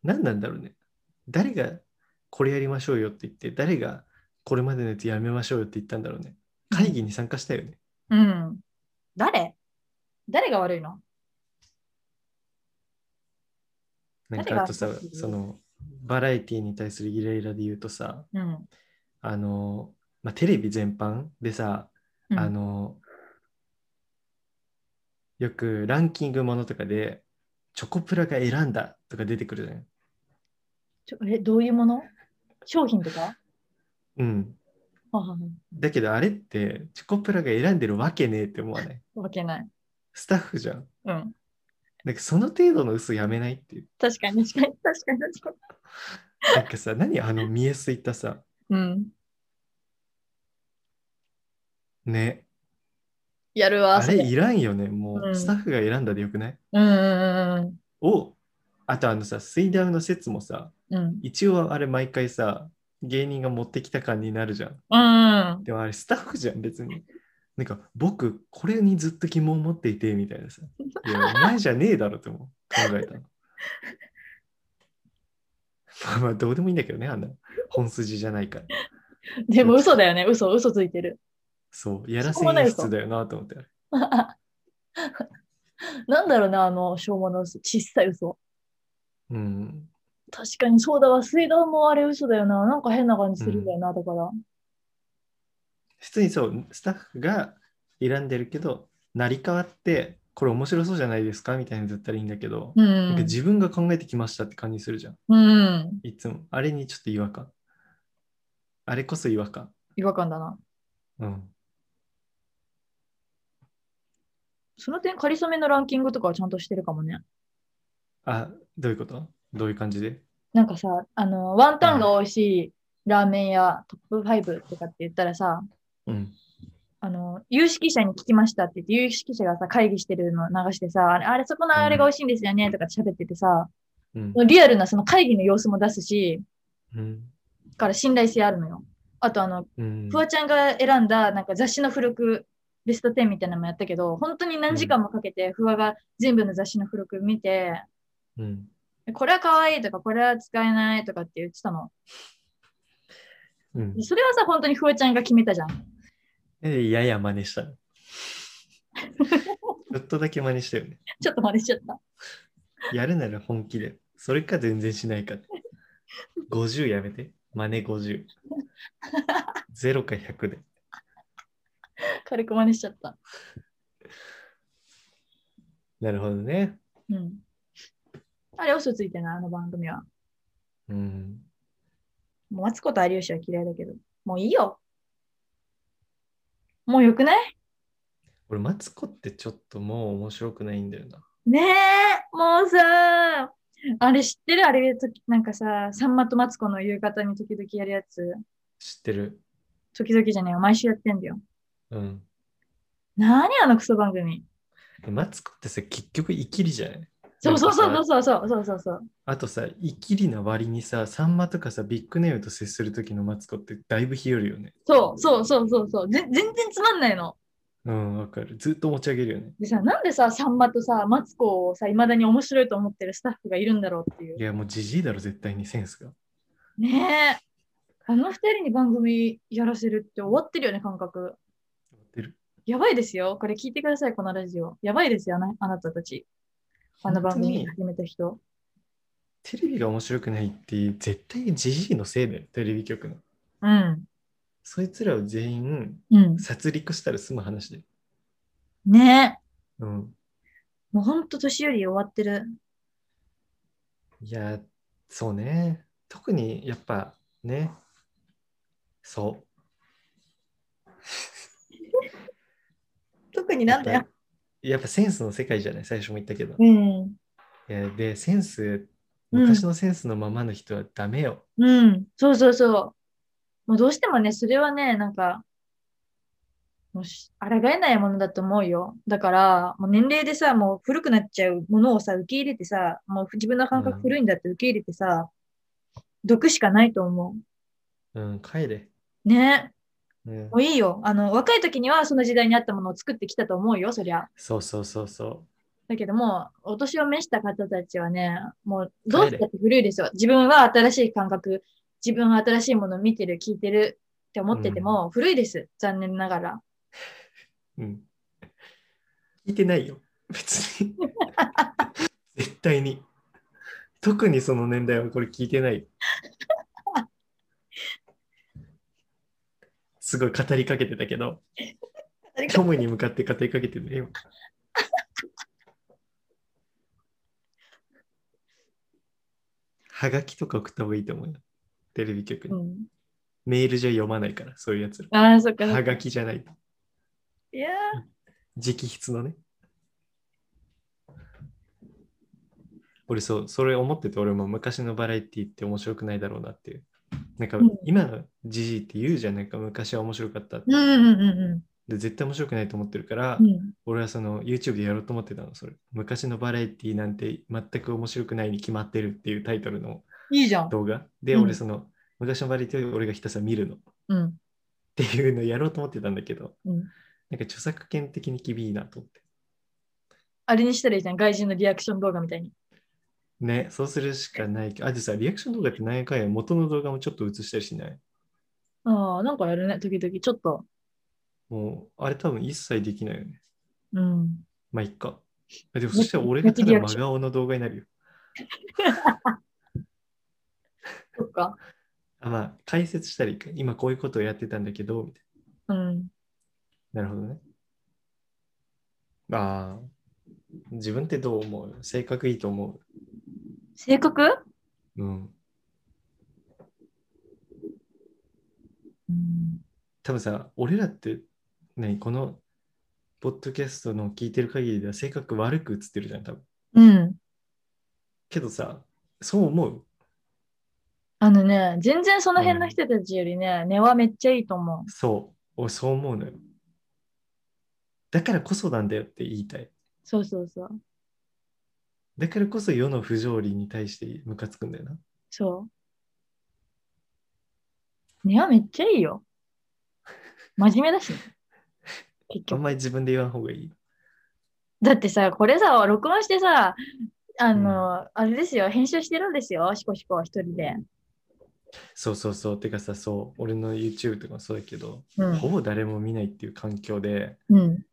[SPEAKER 1] 何なんだろうね誰がこれやりましょうよって言って誰がこれまでのやつやめましょうよって言ったんだろうね会議に参加したよね
[SPEAKER 2] うん。誰誰が悪いの
[SPEAKER 1] なんかあとさ
[SPEAKER 2] 誰が参加する
[SPEAKER 1] そのバラエティに対するイライラで言うとさ
[SPEAKER 2] うん。
[SPEAKER 1] あの、まあ、テレビ全般でさ、
[SPEAKER 2] うん
[SPEAKER 1] あのよくランキングものとかでチョコプラが選んだとか出てくるじゃん
[SPEAKER 2] ちょえ、どういうもの商品とか
[SPEAKER 1] うん
[SPEAKER 2] ああ、
[SPEAKER 1] だけどあれってチョコプラが選んでるわけねえって思わない
[SPEAKER 2] わけない。
[SPEAKER 1] スタッフじゃん。
[SPEAKER 2] うん。
[SPEAKER 1] なんかその程度の嘘やめないっていう。
[SPEAKER 2] 確かに、確かに、確かに、確か
[SPEAKER 1] なんかさ、何あの見えすいたさ、
[SPEAKER 2] に。うん。
[SPEAKER 1] ね。
[SPEAKER 2] やるわ。
[SPEAKER 1] あ
[SPEAKER 2] それ
[SPEAKER 1] れいらんよね。も
[SPEAKER 2] う
[SPEAKER 1] う、
[SPEAKER 2] ん
[SPEAKER 1] スタッフが選んだでよくない、
[SPEAKER 2] うんうん
[SPEAKER 1] を、あとあのさ、水ダウの説もさ、
[SPEAKER 2] うんうん。うん。
[SPEAKER 1] 一応あれ毎回さ、芸人が持ってきた感になるじゃん。
[SPEAKER 2] うん。
[SPEAKER 1] でもあれスタッフじゃん、別に。なんか僕、これにずっと疑問を持っていて、みたいなさ。いや、お前じゃねえだろって思う。考えたの。 [LAUGHS] まあまあ、どうでもいいんだけどね、あんな。本筋じゃないから。
[SPEAKER 2] でも嘘だよね。嘘、嘘ついてる。
[SPEAKER 1] そう、やら
[SPEAKER 2] そ
[SPEAKER 1] せ
[SPEAKER 2] こまで
[SPEAKER 1] 演
[SPEAKER 2] ですか
[SPEAKER 1] 出だよなと思って。
[SPEAKER 2] なんだろうな、あの、しょうもの嘘。小さい嘘。
[SPEAKER 1] うん。
[SPEAKER 2] 確かにそうだわ。水道もあれ嘘だよな。なんか変な感じするんだよな、だから。
[SPEAKER 1] 普通にそう、スタッフが選んでるけど、成り代わって、これ面白そうじゃないですかみたいなのだったらいいんだけど、
[SPEAKER 2] うん
[SPEAKER 1] なんか自分が考えてきましたって感じするじゃん。
[SPEAKER 2] うん。
[SPEAKER 1] いつも。あれにちょっと違和感。あれこそ違和感。
[SPEAKER 2] 違和感だな。
[SPEAKER 1] うん。
[SPEAKER 2] その点、かりそめのランキングとかはちゃんとしてるかもね。
[SPEAKER 1] あ、どういうことどういう感じで
[SPEAKER 2] なんかさ、あの、ワンタンが美味しいラーメン屋トップ5とかって言ったらさ、
[SPEAKER 1] うん。
[SPEAKER 2] あの、有識者に聞きましたって言って、有識者がさ、会議してるの流してさ、あれ、あれそこのあれが美味しいんですよねとかって喋っててさ、
[SPEAKER 1] うん。
[SPEAKER 2] リアルなその会議の様子も出すし、
[SPEAKER 1] うん。
[SPEAKER 2] から信頼性あるのよ。あと、あの、
[SPEAKER 1] うん
[SPEAKER 2] フワちゃんが選んだなんか雑誌の付録ベスト10みたいなのもやったけど、本当に何時間もかけて、フワが全部の雑誌の付録見て、
[SPEAKER 1] うん。
[SPEAKER 2] これは可愛いとか、これは使えないとかって言ってたの。
[SPEAKER 1] うん
[SPEAKER 2] それはさ、本当にフワちゃんが決めたじゃん。
[SPEAKER 1] え、やや真似したの。ちょっとだけ真似したよね。
[SPEAKER 2] ちょっと真似しちゃった。
[SPEAKER 1] やるなら本気で。それか全然しないかで。50やめて。真似50。0か100で。
[SPEAKER 2] 軽く真似しちゃった。
[SPEAKER 1] なるほどね。
[SPEAKER 2] うん。あれ、嘘ついてない、あの番組は。
[SPEAKER 1] うん。
[SPEAKER 2] もう、マツコと有吉は嫌いだけど。もういいよ。もうよくない
[SPEAKER 1] 俺、マツコってちょっともう面白くないんだよな。
[SPEAKER 2] ねえ、もうさ、あれ知ってるあれ、ときなんかさ、さんまとマツコの夕方に時々やるやつ。
[SPEAKER 1] 知ってる。
[SPEAKER 2] 時々じゃねえよ、毎週やってんだよ。
[SPEAKER 1] うん。
[SPEAKER 2] 何あのクソ番組。
[SPEAKER 1] マツコってさ、結局生きりじゃない
[SPEAKER 2] そうそうそう
[SPEAKER 1] なんかさ
[SPEAKER 2] そうそうそうそうそう。
[SPEAKER 1] あとさ、生きりな割にさ、サンマとかさ、ビッグネームと接する時のマツコってだいぶ日和よね。
[SPEAKER 2] そうそうそうそうそう。ぜ全然つまんないの。
[SPEAKER 1] うん、わかる。ずっと持ち上げるよね。
[SPEAKER 2] でさ、なんでさ、さんまとさ、マツコをさ、いまだに面白いと思ってるスタッフがいるんだろうっていう
[SPEAKER 1] い。や、もうじじいだろ、絶対にセンスが。
[SPEAKER 2] ねえ。あの二人に番組やらせるって終わってるよね、感覚。
[SPEAKER 1] 持ってる。
[SPEAKER 2] やばいですよ。これ聞いてください、このラジオ。やばいですよ、あなあなたたち。あの番組
[SPEAKER 1] 本
[SPEAKER 2] 始めた人。
[SPEAKER 1] テレビが面白くないって、絶対にじじいのせいだよ、テレビ局の。
[SPEAKER 2] うん。
[SPEAKER 1] そいつらを全員
[SPEAKER 2] うん。
[SPEAKER 1] 殺戮したら済む話で。
[SPEAKER 2] ねえ。
[SPEAKER 1] うん。
[SPEAKER 2] もうほんと年寄り終わってる。
[SPEAKER 1] いや、そうね。特にやっぱね、そう。
[SPEAKER 2] 特になんだ
[SPEAKER 1] やっ
[SPEAKER 2] よ。
[SPEAKER 1] ぱやっぱセンスの世界じゃない、最初も言ったけど。
[SPEAKER 2] うん。
[SPEAKER 1] いやで、センス、
[SPEAKER 2] うん
[SPEAKER 1] 昔のセンスのままの人はダメよ。
[SPEAKER 2] うん。そうそうそう。もうどうしてもね、それはね、なんか、もうし抗えないものだと思うよ。だから、もう年齢でさ、もう古くなっちゃうものをさ、受け入れてさ、もう自分の感覚古いんだって受け入れてさ、毒しかないと思
[SPEAKER 1] うん、帰れ。
[SPEAKER 2] う。ね
[SPEAKER 1] うん
[SPEAKER 2] もういいよ。あの、若い時にはその時代にあったものを作ってきたと思うよ、そりゃ。
[SPEAKER 1] そうそうそうそ
[SPEAKER 2] だけども、お年を召した方たちはね、もうどうしたって古いですよ。自分は新しい感覚、自分は新しいものを見てる、聞いてるって思ってても、古いです。残念ながら。
[SPEAKER 1] う。うん。聞いてないよ。別 [LAUGHS] に。絶対に。特にその年代はこれ聞いてない。すごい語りかけてたけど、虚無に向かって語りかけてるよ。はがきとか送った方がいいと思うよ。テレビ局に。
[SPEAKER 2] うん。
[SPEAKER 1] メールじゃ読まないから、そういうやつら。
[SPEAKER 2] ああ、そっか。
[SPEAKER 1] はがきじゃない。
[SPEAKER 2] いやー
[SPEAKER 1] 直筆のね。俺そう、それ思ってて、俺も昔のバラエティって面白くないだろうなっていう。なんか
[SPEAKER 2] うん
[SPEAKER 1] 今のじじいって言うじゃん、なんか昔は面白かったって。
[SPEAKER 2] うんうんうん
[SPEAKER 1] で、絶対面白くないと思ってるから
[SPEAKER 2] うん。う、ん
[SPEAKER 1] 俺はその YouTube でやろうと思ってたの、それ。昔のバラエティなんて全く面白くないに決まってるっていうタイトルの
[SPEAKER 2] いいじゃん。
[SPEAKER 1] 動画。で、
[SPEAKER 2] うん
[SPEAKER 1] 俺その昔のバラエティを俺がひたすら見るのっ
[SPEAKER 2] うん。
[SPEAKER 1] ていうのをやろうと思ってたんだけど、
[SPEAKER 2] うん
[SPEAKER 1] なんか著作権的に厳いなと思って。
[SPEAKER 2] あれにしたらいいじゃん。外人のリアクション動画みたいに。
[SPEAKER 1] ね、そうするしかないけど。あ、でさ、リアクション動画って何回も元の動画もちょっと映したりしない
[SPEAKER 2] ああ、なんかやるね。時々。ちょっと。
[SPEAKER 1] もう、あれ多分一切できないよね。
[SPEAKER 2] うん。
[SPEAKER 1] まあ、いっか。あでも、そしたら俺がただ真顔の動画になるよ。
[SPEAKER 2] そっか。
[SPEAKER 1] あまあ、解説したり、今こういうことをやってたんだけど、みたい
[SPEAKER 2] うん。
[SPEAKER 1] な。なるほどね。ああ、自分ってどう思う性格いいと思
[SPEAKER 2] 性格
[SPEAKER 1] う。うん。
[SPEAKER 2] うん。
[SPEAKER 1] 多分さ、俺らって、ね、この、ポッドキャストの聞いてる限りでは性格悪く映ってるじゃん、多分。
[SPEAKER 2] うん。
[SPEAKER 1] けどさ、そう思う
[SPEAKER 2] あのね、全然その辺の人たちよりね、根はめっちゃいいと思う。
[SPEAKER 1] そう、俺そう思うのよ。だからこそなんだよって言いたい。
[SPEAKER 2] そうそうそう。
[SPEAKER 1] だからこそ世の不条理に対してムカつくんだよな。
[SPEAKER 2] そう。根はめっちゃいいよ。真面目だしね、結
[SPEAKER 1] あん
[SPEAKER 2] 局。
[SPEAKER 1] まり自分で言わん方がいい。
[SPEAKER 2] だってさ、これさ、録音してさ、あの、あれですよ、編集してるんですよ、シコシコ一人で。
[SPEAKER 1] そうそうそう。てかさ、そう、俺の YouTube とかもそうだけど、
[SPEAKER 2] うん
[SPEAKER 1] ほぼ誰も見ないっていう環境で、
[SPEAKER 2] うん、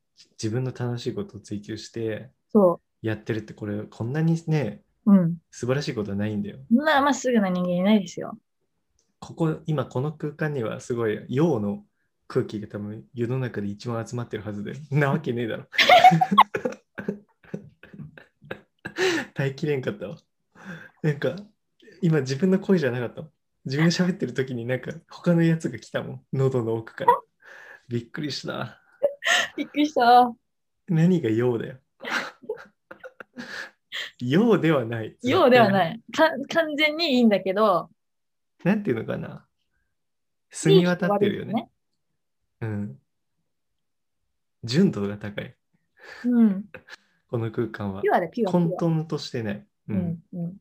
[SPEAKER 1] 自分の楽しいことを追求して
[SPEAKER 2] そ
[SPEAKER 1] やってるって、これ、こんなにね、
[SPEAKER 2] う。うん。
[SPEAKER 1] 素晴らしいことはないんだよ。
[SPEAKER 2] そんなまっすぐな人間いないですよ。
[SPEAKER 1] ここ、今この空間にはすごい、陽の空気が多分世の中で一番集まってるはずで、なわけねえだろ。 [LAUGHS] 耐えきれんかったわ。なんか、今自分の声じゃなかったもん。自分が喋ってる時になんか他のやつが来たもん。喉の奥から。びっくりした。
[SPEAKER 2] びっくりした。
[SPEAKER 1] 何が陽だよ。 [LAUGHS] 陽ではない。。
[SPEAKER 2] ようではないい。か完全にいいんだけど、
[SPEAKER 1] なんていうのかな。澄み渡ってるよね。
[SPEAKER 2] ね。
[SPEAKER 1] うん。純度が高い。
[SPEAKER 2] うん。
[SPEAKER 1] この空間は
[SPEAKER 2] ピ。ュアでピュア。ピュア
[SPEAKER 1] 混沌としてない。う。
[SPEAKER 2] うんんうん。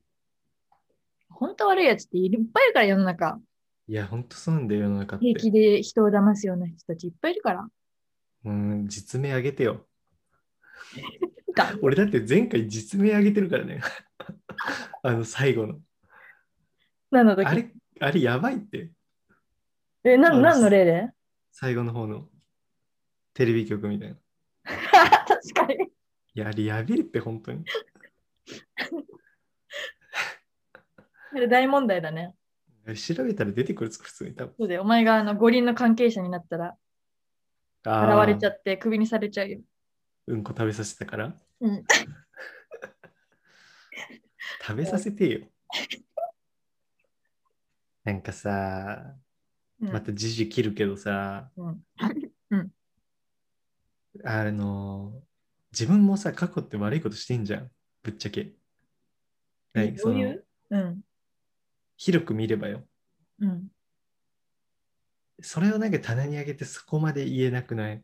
[SPEAKER 2] 本当悪いやつっていっぱいいるから世の中。
[SPEAKER 1] いや、ほんとそうなんだよ、世の中って。
[SPEAKER 2] 平気で人を騙すような人たちいっぱいいるから。
[SPEAKER 1] うん、実名あげ
[SPEAKER 2] [LAUGHS]
[SPEAKER 1] てよ。
[SPEAKER 2] だ
[SPEAKER 1] 俺だって前回実名あげてる
[SPEAKER 2] [LAUGHS]
[SPEAKER 1] からね。あの、最後の。
[SPEAKER 2] 何の時
[SPEAKER 1] あれ、あれやばいって。
[SPEAKER 2] え、
[SPEAKER 1] あの
[SPEAKER 2] 何何の例で
[SPEAKER 1] 最後の方のテレビ局みたいな。い
[SPEAKER 2] [LAUGHS] 確かに。
[SPEAKER 1] や、あれやべえって、本当に。
[SPEAKER 2] あれ大問題だね。
[SPEAKER 1] 調べたら出てくるぞ、普通に多分。
[SPEAKER 2] そうだよ。お前があの五輪の関係者になったら、
[SPEAKER 1] あ
[SPEAKER 2] 現れ
[SPEAKER 1] ー
[SPEAKER 2] ちゃって、クビにされちゃうよ。
[SPEAKER 1] うんこ食べさせたから。
[SPEAKER 2] うん。
[SPEAKER 1] 食べさせてよ。なんかさ、
[SPEAKER 2] うん
[SPEAKER 1] また時事切るけどさ、
[SPEAKER 2] うん
[SPEAKER 1] あの、自分もさ、過去って悪いことしてんじゃん、ぶっちゃけ。
[SPEAKER 2] え
[SPEAKER 1] ね
[SPEAKER 2] どうい
[SPEAKER 1] その
[SPEAKER 2] ううん。
[SPEAKER 1] 広く見ればよ。
[SPEAKER 2] うん。
[SPEAKER 1] それをなんか棚に上げてそこまで言えなくない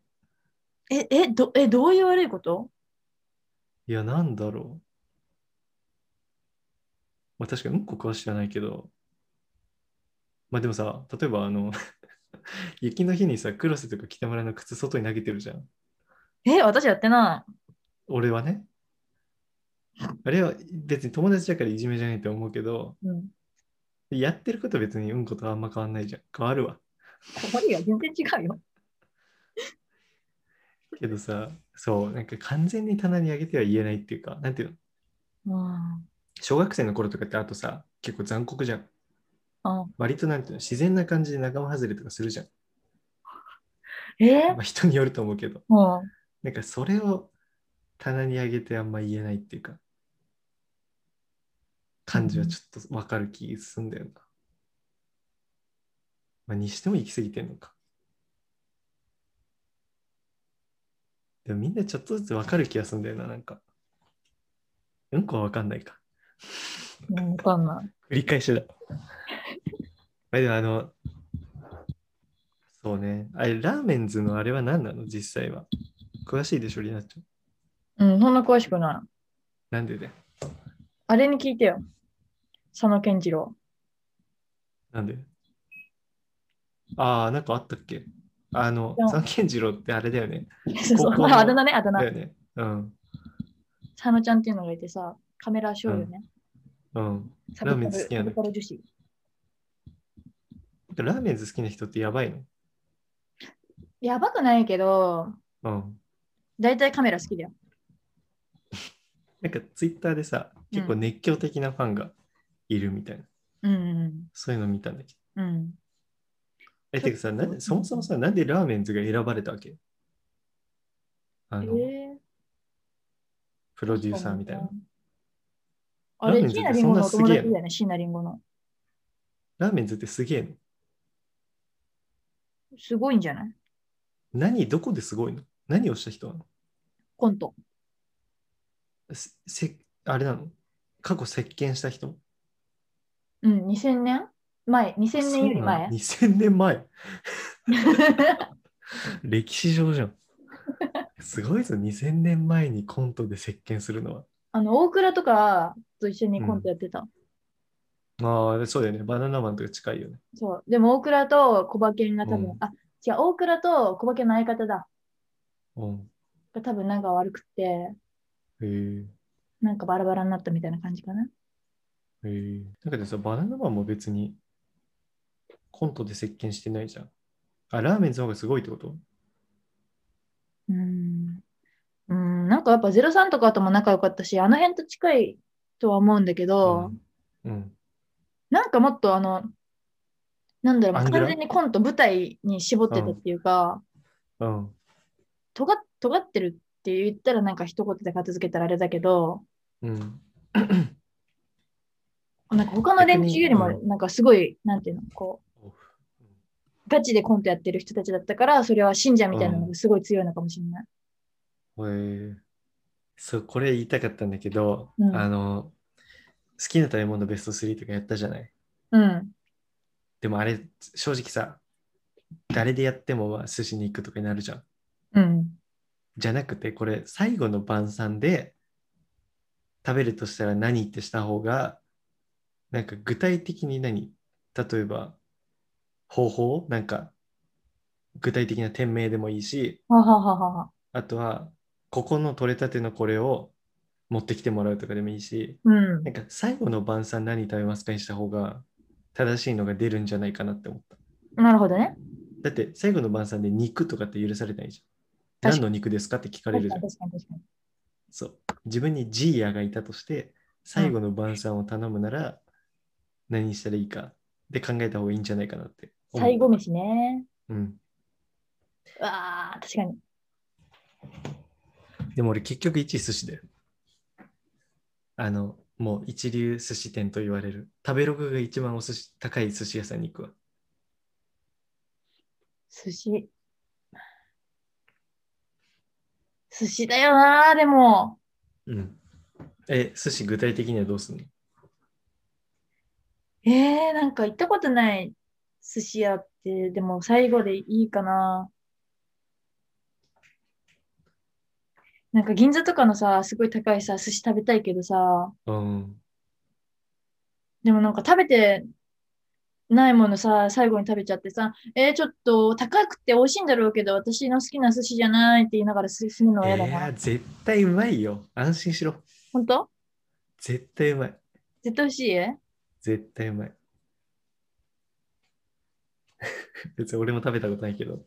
[SPEAKER 2] え、え、ど、え、どういう悪いこと
[SPEAKER 1] いや、なんだろう。まあ確かにうんこ詳しくはないけど、まあでもさ、例えばあの、 [LAUGHS] 雪の日にさ、黒瀬とか北村の靴外に投げてるじゃん。
[SPEAKER 2] え、私やってな
[SPEAKER 1] 俺はね。あれは別に友達だからいじめじゃないと思うけど、
[SPEAKER 2] い。うん。
[SPEAKER 1] やってることは別にうんことあんま変わんないじゃん。変わるわ。
[SPEAKER 2] 困りが全然違うよ。
[SPEAKER 1] けどさ、そう、なんか完全に棚に上げては言えないっていうか、なんていうの、
[SPEAKER 2] うん。
[SPEAKER 1] 小学生の頃とかってあとさ、結構残酷じゃん。
[SPEAKER 2] あ
[SPEAKER 1] 割となんていうの、自然な感じで仲間外れとかするじゃん。
[SPEAKER 2] え
[SPEAKER 1] まあ、人によると思うけど、
[SPEAKER 2] もう、
[SPEAKER 1] なんかそれを棚に上げてあんま言えないっていうか、感じはちょっとわかる気すんだよな。まあ、にしても行き過ぎてんのか。でもみんなちょっとずつわかる気がすんだよな、なんか。うんこはわかんないか。
[SPEAKER 2] うん、わかんない。
[SPEAKER 1] 繰り返しだ。 [LAUGHS] まあでもあの、そうね。あれ、ラーメンズのあれは何なの実際は。詳しいでしょ、りなちゃん。
[SPEAKER 2] うん、そんな詳しくない。
[SPEAKER 1] なんでで
[SPEAKER 2] あれに聞いてよ。佐野健次郎。
[SPEAKER 1] なんでああ、なんかあったっけあの
[SPEAKER 2] いや、
[SPEAKER 1] 三健次郎ってあれだよね。
[SPEAKER 2] そうそう、
[SPEAKER 1] [LAUGHS] 高校の
[SPEAKER 2] まああだ名ね、あだ
[SPEAKER 1] だ
[SPEAKER 2] 名
[SPEAKER 1] よ。ね。うん。
[SPEAKER 2] 佐野ちゃんっていうのがいてさ、カメラ少女ね。
[SPEAKER 1] うん。
[SPEAKER 2] サブカル
[SPEAKER 1] ラーメン好き
[SPEAKER 2] サ
[SPEAKER 1] やね
[SPEAKER 2] ブカル女子。
[SPEAKER 1] ラーメンズ好きな人ってやばいの
[SPEAKER 2] やばくないけど、
[SPEAKER 1] うん。
[SPEAKER 2] だいたいカメラ好きだよ。
[SPEAKER 1] なんかツイッターでさ、結構熱狂的なファンがいるみたいな。
[SPEAKER 2] うん
[SPEAKER 1] そういうの見たんだけ
[SPEAKER 2] う
[SPEAKER 1] ど。
[SPEAKER 2] ん。うん。
[SPEAKER 1] え、てかさ、なんでそもそもさ、なんでラーメンズが選ばれたわけあ
[SPEAKER 2] え
[SPEAKER 1] の、
[SPEAKER 2] ー
[SPEAKER 1] プロデューサーみたいな。。
[SPEAKER 2] あれ、
[SPEAKER 1] ラーメンズ
[SPEAKER 2] シ
[SPEAKER 1] っ
[SPEAKER 2] ナ
[SPEAKER 1] て
[SPEAKER 2] リンゴのお
[SPEAKER 1] そんな
[SPEAKER 2] 友
[SPEAKER 1] すげえ
[SPEAKER 2] 達だよね、シナリンゴの。
[SPEAKER 1] ラーメンズってすげえの
[SPEAKER 2] すごいんじゃない
[SPEAKER 1] 何、どこですごいの何をした人なの
[SPEAKER 2] コント。
[SPEAKER 1] せせあれなの過去席巻した人
[SPEAKER 2] うん、2000年前、2000年より前。
[SPEAKER 1] そうなの ?2000 年前。歴史上じゃん。 [LAUGHS] すごいぞ、2000年前にコントで席巻するのは。
[SPEAKER 2] [LAUGHS] あの、大倉とかと一緒にコントやってた。
[SPEAKER 1] まあ、そうだよね。バナナマンとか近いよね。
[SPEAKER 2] そう。でも、大倉と小馬犬が多分、
[SPEAKER 1] うん
[SPEAKER 2] あ、違う、大倉と小馬犬の相方だ。
[SPEAKER 1] うん。
[SPEAKER 2] が多分、なんか悪くって、
[SPEAKER 1] へ
[SPEAKER 2] なんかバラバラになったみたいな感じかな。
[SPEAKER 1] え。へえ。だけどさ、バナナマンも別にコントで席巻してないじゃん。あ、ラーメンズの方がすごいってこと
[SPEAKER 2] うーん。うーん、なんかやっぱ03とかとも仲良かったし、あの辺と近いとは思うんだけど、
[SPEAKER 1] うん。うん。
[SPEAKER 2] なんかもっとあの、なんだろう、
[SPEAKER 1] アングラ
[SPEAKER 2] 完全にコント舞台に絞ってたっていうか、
[SPEAKER 1] うん。
[SPEAKER 2] 尖っ尖ってるって言ったらなんか一言で片付けたらあれだけど、
[SPEAKER 1] うん。
[SPEAKER 2] なんか他の連中よりも
[SPEAKER 1] 逆に
[SPEAKER 2] なんかすごい、なんていうの、こう
[SPEAKER 1] オフ、
[SPEAKER 2] ガチでコントやってる人たちだったから、それは信者みたいなのがすごい強いのかもしれない。
[SPEAKER 1] へえ。そう、これ言いたかったんだけど、
[SPEAKER 2] うん
[SPEAKER 1] あの、好きな食べ物ベスト3とかやったじゃない。
[SPEAKER 2] うん。
[SPEAKER 1] でもあれ、正直さ、誰でやってもまあ寿司に行くとかになるじゃん。
[SPEAKER 2] うん。
[SPEAKER 1] じゃなくて、これ、最後の晩餐で食べるとしたら何ってした方が、なんか具体的に何例えば、方法なんか、具体的な店名でもいいし、
[SPEAKER 2] ははははは。
[SPEAKER 1] あとは、ここの取れたてのこれを持ってきてもらうとかでもいいし、
[SPEAKER 2] うん
[SPEAKER 1] な。んか最後の晩餐何食べますかにした方が正しいのが出るんじゃないかなって思った。
[SPEAKER 2] なるほどね。
[SPEAKER 1] だって最後の晩餐で肉とかって許されないじゃん。
[SPEAKER 2] 確かに
[SPEAKER 1] 何の肉ですかって聞かれ
[SPEAKER 2] 確
[SPEAKER 1] るじ
[SPEAKER 2] か
[SPEAKER 1] ゃ
[SPEAKER 2] に。確か
[SPEAKER 1] ん
[SPEAKER 2] に確かに。
[SPEAKER 1] そう。自分にジーヤがいたとして、最後の晩餐を頼むなら何したらいいかで考えた方がいいんじゃないかなって思う。
[SPEAKER 2] 最後飯ね。
[SPEAKER 1] うん。
[SPEAKER 2] うわあ、確かに。
[SPEAKER 1] でも俺結局1位寿司だよ。あの、もう一流寿司店と言われる。食べログが一番お寿司高い寿司屋さんに行くわ。
[SPEAKER 2] 寿司。寿司だよなー、でも。
[SPEAKER 1] うん。え、寿司具体的にはどうすんの
[SPEAKER 2] えー、なんか行ったことない寿司屋って、でも最後でいいかな。なんか銀座とかのさ、すごい高いさ、寿司食べたいけどさ、
[SPEAKER 1] うん。
[SPEAKER 2] でもなんか食べてないものさ、最後に食べちゃってさ、えー、ちょっと高くて美味しいんだろうけど、私の好きな寿司じゃないって言いながらすするのは嫌だ
[SPEAKER 1] い
[SPEAKER 2] な。
[SPEAKER 1] や、絶対うまいよ。安心しろ。
[SPEAKER 2] 本当
[SPEAKER 1] 絶対うまい。
[SPEAKER 2] 絶対美味しい
[SPEAKER 1] 絶対うまい。 [LAUGHS] 別に俺も食べたことないけど、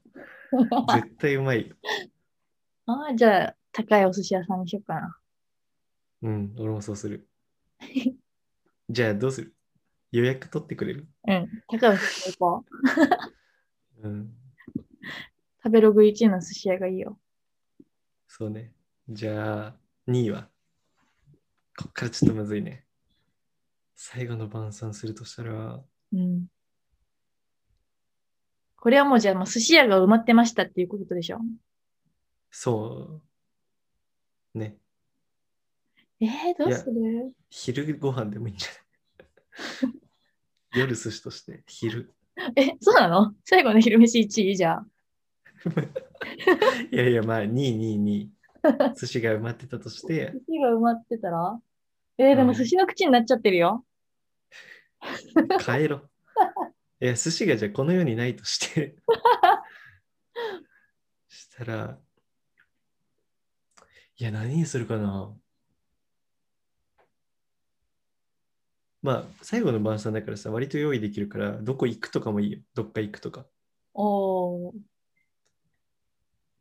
[SPEAKER 1] 絶対うまいよ。
[SPEAKER 2] ああ、じゃあ、高いお寿司屋さんにしようかな。
[SPEAKER 1] うん、俺もそうする。じゃあどうする予約取ってくれる
[SPEAKER 2] うん、高いお寿司屋行こう。
[SPEAKER 1] うん、
[SPEAKER 2] 食べログ1位の寿司屋がいいよ。
[SPEAKER 1] そうね。じゃあ2位はこっからちょっとむずいね。最後の晩餐するとしたら、
[SPEAKER 2] うん。これはもうじゃあ、もう寿司屋が埋まってましたっていうことでしょ。
[SPEAKER 1] そう。ね。
[SPEAKER 2] えー、どうする
[SPEAKER 1] 昼ご飯でもいいんじゃない夜寿司として昼。
[SPEAKER 2] え、そうなの最後の昼飯1位じゃあ。
[SPEAKER 1] いやいや、まあ、222。寿司が埋まってたとして
[SPEAKER 2] 寿、司が埋まってたらえー、でも寿司の口になっちゃってるよ。
[SPEAKER 1] 帰ろ。いや、寿司がじゃあこの世にないとして。したら、いや、何にするかな。まあ、最後の晩餐だからさ、割と用意できるから、どこ行くとかもいいよ。どっか行くとか。
[SPEAKER 2] おー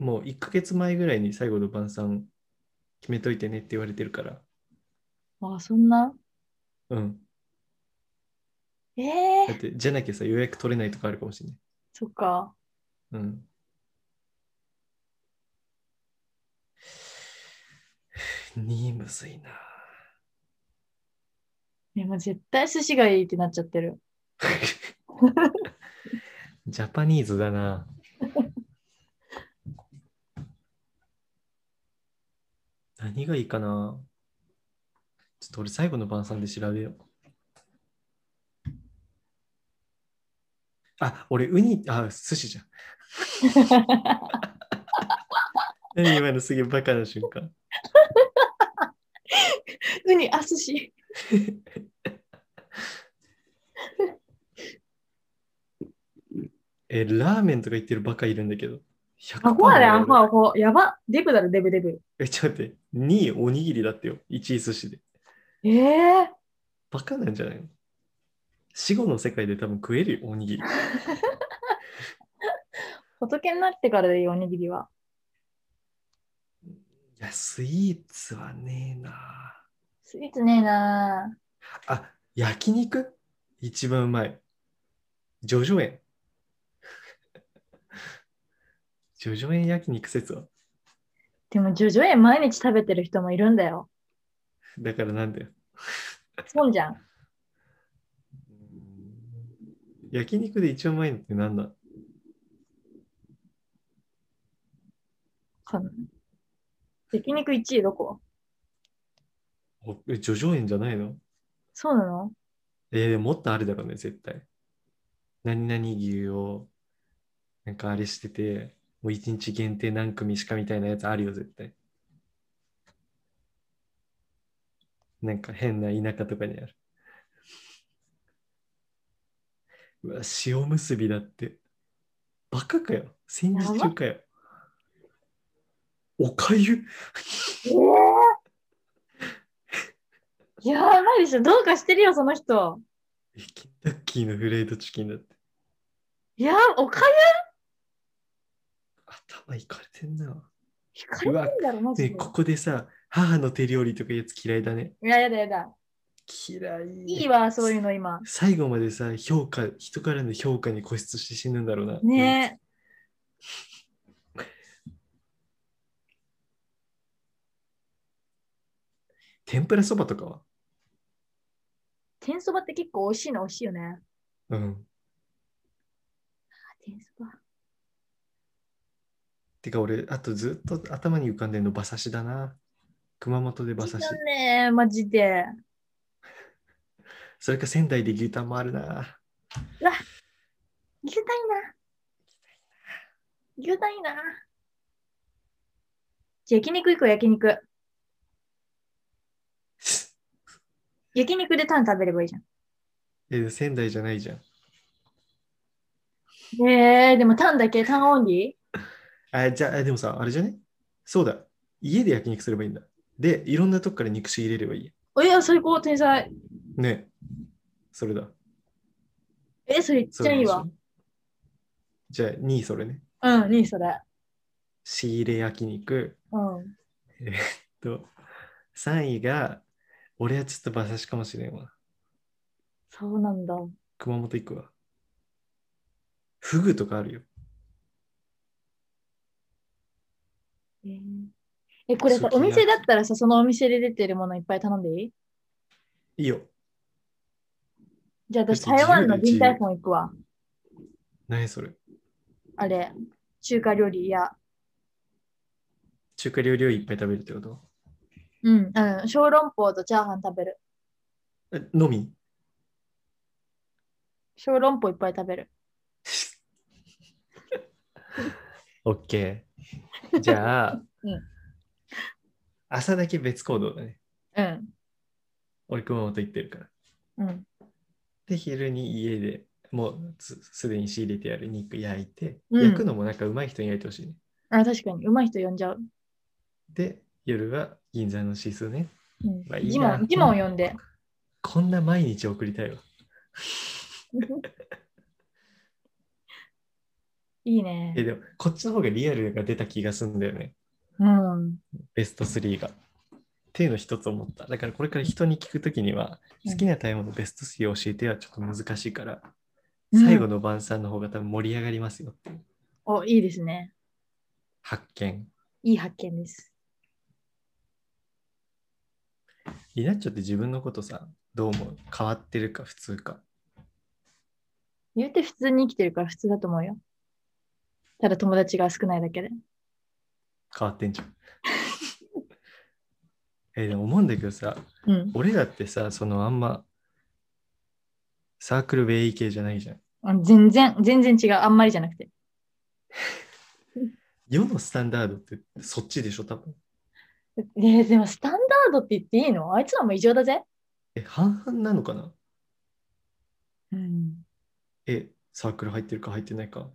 [SPEAKER 1] もう1ヶ月前ぐらいに最後の晩餐決めといてねって言われてるから。
[SPEAKER 2] あ、そんな
[SPEAKER 1] うん。
[SPEAKER 2] え
[SPEAKER 1] だ
[SPEAKER 2] ー
[SPEAKER 1] っ、て、じゃなきゃさ、予約取れないとかあるかもしれない。
[SPEAKER 2] そっか。
[SPEAKER 1] うん。にむずいな。
[SPEAKER 2] でもう絶対寿司がいいってなっちゃってる。
[SPEAKER 1] ジャパニーズだな。何がいいかなちょっと俺最後の晩餐で調べよう。あ、俺ウニ、あ、寿司じゃん。何今のすげえバカな瞬間。
[SPEAKER 2] ウニ、あ、寿司。
[SPEAKER 1] え、ラーメンとか言ってるバカいるんだけど。100%
[SPEAKER 2] アホやで、
[SPEAKER 1] だよ
[SPEAKER 2] アホ、アホ。やば。デブだろ、デブ、デブ。
[SPEAKER 1] え、ちょっと待って。2位おにぎりだってよ。1位寿司で。
[SPEAKER 2] えー、
[SPEAKER 1] バカなんじゃないの死後の世界で多分食えるよ、おにぎり。
[SPEAKER 2] 仏になってからでいいおにぎりは。
[SPEAKER 1] いや、スイーツはねえな。
[SPEAKER 2] スイーツねえな
[SPEAKER 1] あ、焼肉一番うまい。ジョジョ園。 [LAUGHS] ジョジョ園焼肉説は。
[SPEAKER 2] でも、ジョジョ園毎日食べてる人もいるんだよ。
[SPEAKER 1] だからなんだよ。
[SPEAKER 2] そうじゃん。
[SPEAKER 1] 焼肉で一番うまいのってなんだ
[SPEAKER 2] かんない焼肉1位どこ
[SPEAKER 1] おえジョジョ園じゃないの
[SPEAKER 2] そうなの
[SPEAKER 1] えー、もっとあるだろうね、絶対。何々牛を、なんかあれしてて、もう一日限定何組しかみたいなやつあるよ、絶対。なんか変な田舎とかにある。うわ、塩結びだって。バカかよ。戦時中かよ。おかゆ
[SPEAKER 2] いやばいでしょ。どうかしてるよ、その人。
[SPEAKER 1] えキンタッキーのフライドチキンだって。
[SPEAKER 2] いやおか
[SPEAKER 1] 頭いかれてんな。
[SPEAKER 2] ゆかれてんだろ、マジ
[SPEAKER 1] で、
[SPEAKER 2] で。
[SPEAKER 1] ここでさ、母の手料理とかやつ嫌いだね。
[SPEAKER 2] いや、やだやだ。
[SPEAKER 1] 嫌い。
[SPEAKER 2] いいわ、そういうの今。
[SPEAKER 1] 最後までさ、評価、人からの評価に固執して死ぬんだろうな。
[SPEAKER 2] ね
[SPEAKER 1] 天ぷらそばとかは
[SPEAKER 2] え。天そばって結構美味しいの美味しいよね。
[SPEAKER 1] うん。
[SPEAKER 2] 天そば。
[SPEAKER 1] てか俺、あとずっと頭に浮かんでるの馬刺しだな。熊本で馬刺し。
[SPEAKER 2] だねマジで。
[SPEAKER 1] それか仙台で牛タンもあるな。 [LAUGHS]
[SPEAKER 2] 牛タンいいな。牛タンいいな。じゃあ焼肉行こう、焼肉。焼肉でタン食べればいいじゃ
[SPEAKER 1] え、仙台じゃないじゃん。
[SPEAKER 2] ん。えー、でもタンだけ、タンオンリー
[SPEAKER 1] あ、じゃあ、でもさ、あれじゃねそうだ。家で焼肉すればいいんだ。で、いろんなとこから肉仕入れればいい。
[SPEAKER 2] おいや、最高、天才。
[SPEAKER 1] ねそれだ。
[SPEAKER 2] え、それ言っ
[SPEAKER 1] そ
[SPEAKER 2] ち
[SPEAKER 1] れ
[SPEAKER 2] ゃ
[SPEAKER 1] なん
[SPEAKER 2] い
[SPEAKER 1] で
[SPEAKER 2] い
[SPEAKER 1] しょ
[SPEAKER 2] わ。。
[SPEAKER 1] じゃあ、2位それね。
[SPEAKER 2] うん、いい、それ。
[SPEAKER 1] 仕入れ焼肉。
[SPEAKER 2] うん。
[SPEAKER 1] と、3位が、俺はちょっと馬刺しかもしれんわ。
[SPEAKER 2] そうなんだ。
[SPEAKER 1] 熊本行くわ。フグとかあるよ。
[SPEAKER 2] えーえ、これさ
[SPEAKER 1] 好、き
[SPEAKER 2] お
[SPEAKER 1] 焼き
[SPEAKER 2] 店だったらさ、そのお店で出てるものいっぱい頼んでいい
[SPEAKER 1] いいよ。
[SPEAKER 2] じゃあ私、
[SPEAKER 1] 別に自
[SPEAKER 2] 台
[SPEAKER 1] 由
[SPEAKER 2] 湾の
[SPEAKER 1] 自由
[SPEAKER 2] 人体フォン行くわ。
[SPEAKER 1] 何それ。
[SPEAKER 2] あれ、中華料理や、
[SPEAKER 1] 中華料理をいっぱい食べるってこと
[SPEAKER 2] うん、うん、小籠包とチャーハン食べる。
[SPEAKER 1] えの
[SPEAKER 2] [LAUGHS]
[SPEAKER 1] み
[SPEAKER 2] 小籠包いっぱい食べる。
[SPEAKER 1] オッケー。じゃあ、
[SPEAKER 2] うん
[SPEAKER 1] 朝だけ別行動だね。
[SPEAKER 2] うん、
[SPEAKER 1] 俺熊本行ってるから。
[SPEAKER 2] うん、
[SPEAKER 1] で、昼に家でもうすすでに仕入れてある肉焼いて、
[SPEAKER 2] うん
[SPEAKER 1] 焼くのもなんかうまい人に焼いてほしいね。
[SPEAKER 2] あ、確かに、うまい人呼んじゃう。
[SPEAKER 1] で、夜は銀座の指数ね。
[SPEAKER 2] うん
[SPEAKER 1] まあいい
[SPEAKER 2] ジモ
[SPEAKER 1] な
[SPEAKER 2] ン、ジモン呼んで。
[SPEAKER 1] こんな毎日送りたいわ。
[SPEAKER 2] いいね
[SPEAKER 1] え、。でも、こっちの方がリアルが出た気がするんだよね。
[SPEAKER 2] うん。
[SPEAKER 1] ベスト3が。っていうの一つ思った。だからこれから人に聞くときには、好きな食べ物ベスト3を教えてはちょっと難しいから、
[SPEAKER 2] うん
[SPEAKER 1] 最後の晩餐の方が多分盛り上がりますよっていう
[SPEAKER 2] お、いいですね。
[SPEAKER 1] 発見。
[SPEAKER 2] いい発見です。
[SPEAKER 1] リナッチョって自分のことさ、どう思う変わってるか普通か。
[SPEAKER 2] 言うて普通に生きてるから普通だと思うよ。ただ友達が少ないだけで。
[SPEAKER 1] 変わってんじゃ [LAUGHS] ん。えでも思うんだけどさ、
[SPEAKER 2] うん。
[SPEAKER 1] 俺らってさ、そのあんまサークルベイ系じゃないじゃん。
[SPEAKER 2] あ全然、全然違う。あんまりじゃなくて。
[SPEAKER 1] 世のスタンダードってそっちでしょ、多分。
[SPEAKER 2] えーでもスタンダードって言っていいのあいつらも異常だぜ。
[SPEAKER 1] え、半々なのかな
[SPEAKER 2] うん。
[SPEAKER 1] え、サークル入ってるか入ってないか。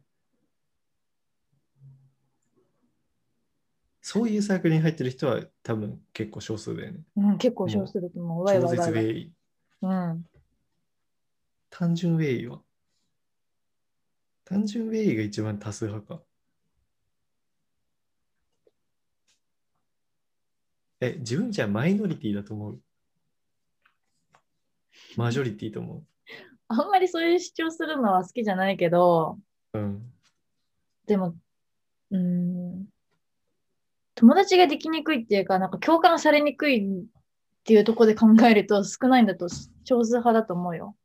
[SPEAKER 1] そういうサークルに入ってる人は多分結構少数だよね。
[SPEAKER 2] うん、結構少数だと思う。わい
[SPEAKER 1] 超
[SPEAKER 2] わいわ
[SPEAKER 1] 絶
[SPEAKER 2] い
[SPEAKER 1] ウ
[SPEAKER 2] わい。う
[SPEAKER 1] ェイ。
[SPEAKER 2] ん。
[SPEAKER 1] 単純ウェイは。単純ウェイが一番多数派か。え、自分じゃマイノリティだと思う。マジョリティと思
[SPEAKER 2] あんまりそういう主張するのは好きじゃないけど、
[SPEAKER 1] う。うん。
[SPEAKER 2] でも、うん。友達ができにくいっていうか、なんか共感されにくいっていうところで考えると少ないんだと少数派だと思うよ。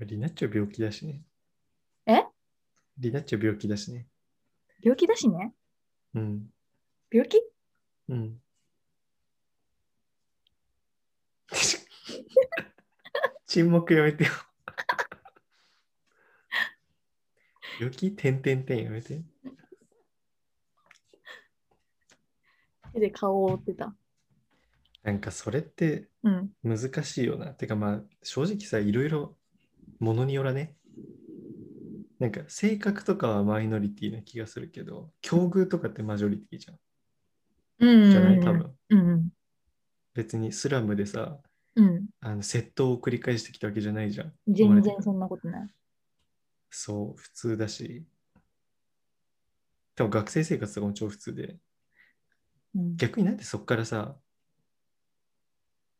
[SPEAKER 1] リナッチョ病気だしね。
[SPEAKER 2] え
[SPEAKER 1] リナッチョ病気だしね。
[SPEAKER 2] 病気だしね。
[SPEAKER 1] うん。
[SPEAKER 2] 病気
[SPEAKER 1] うん。
[SPEAKER 2] [LAUGHS]
[SPEAKER 1] 沈黙やめてよ。病気てんてんてんやめて。
[SPEAKER 2] 手で顔を覆ってた。
[SPEAKER 1] なんかそれって
[SPEAKER 2] うん。
[SPEAKER 1] 難しいよな。てかまあ正直さ、いろいろものによらね。なんか性格とかはマイノリティな気がするけど、境遇とかってマジョリティじゃん。
[SPEAKER 2] うん。
[SPEAKER 1] じゃない多分。
[SPEAKER 2] うん。
[SPEAKER 1] 別にスラムでさ、
[SPEAKER 2] うん。
[SPEAKER 1] あの窃盗を繰り返してきたわけじゃないじゃん。
[SPEAKER 2] 全然そんなことない。
[SPEAKER 1] そう、普通だし。多分学生生活とかも超普通で。
[SPEAKER 2] うん。
[SPEAKER 1] 逆になんでそっからさ、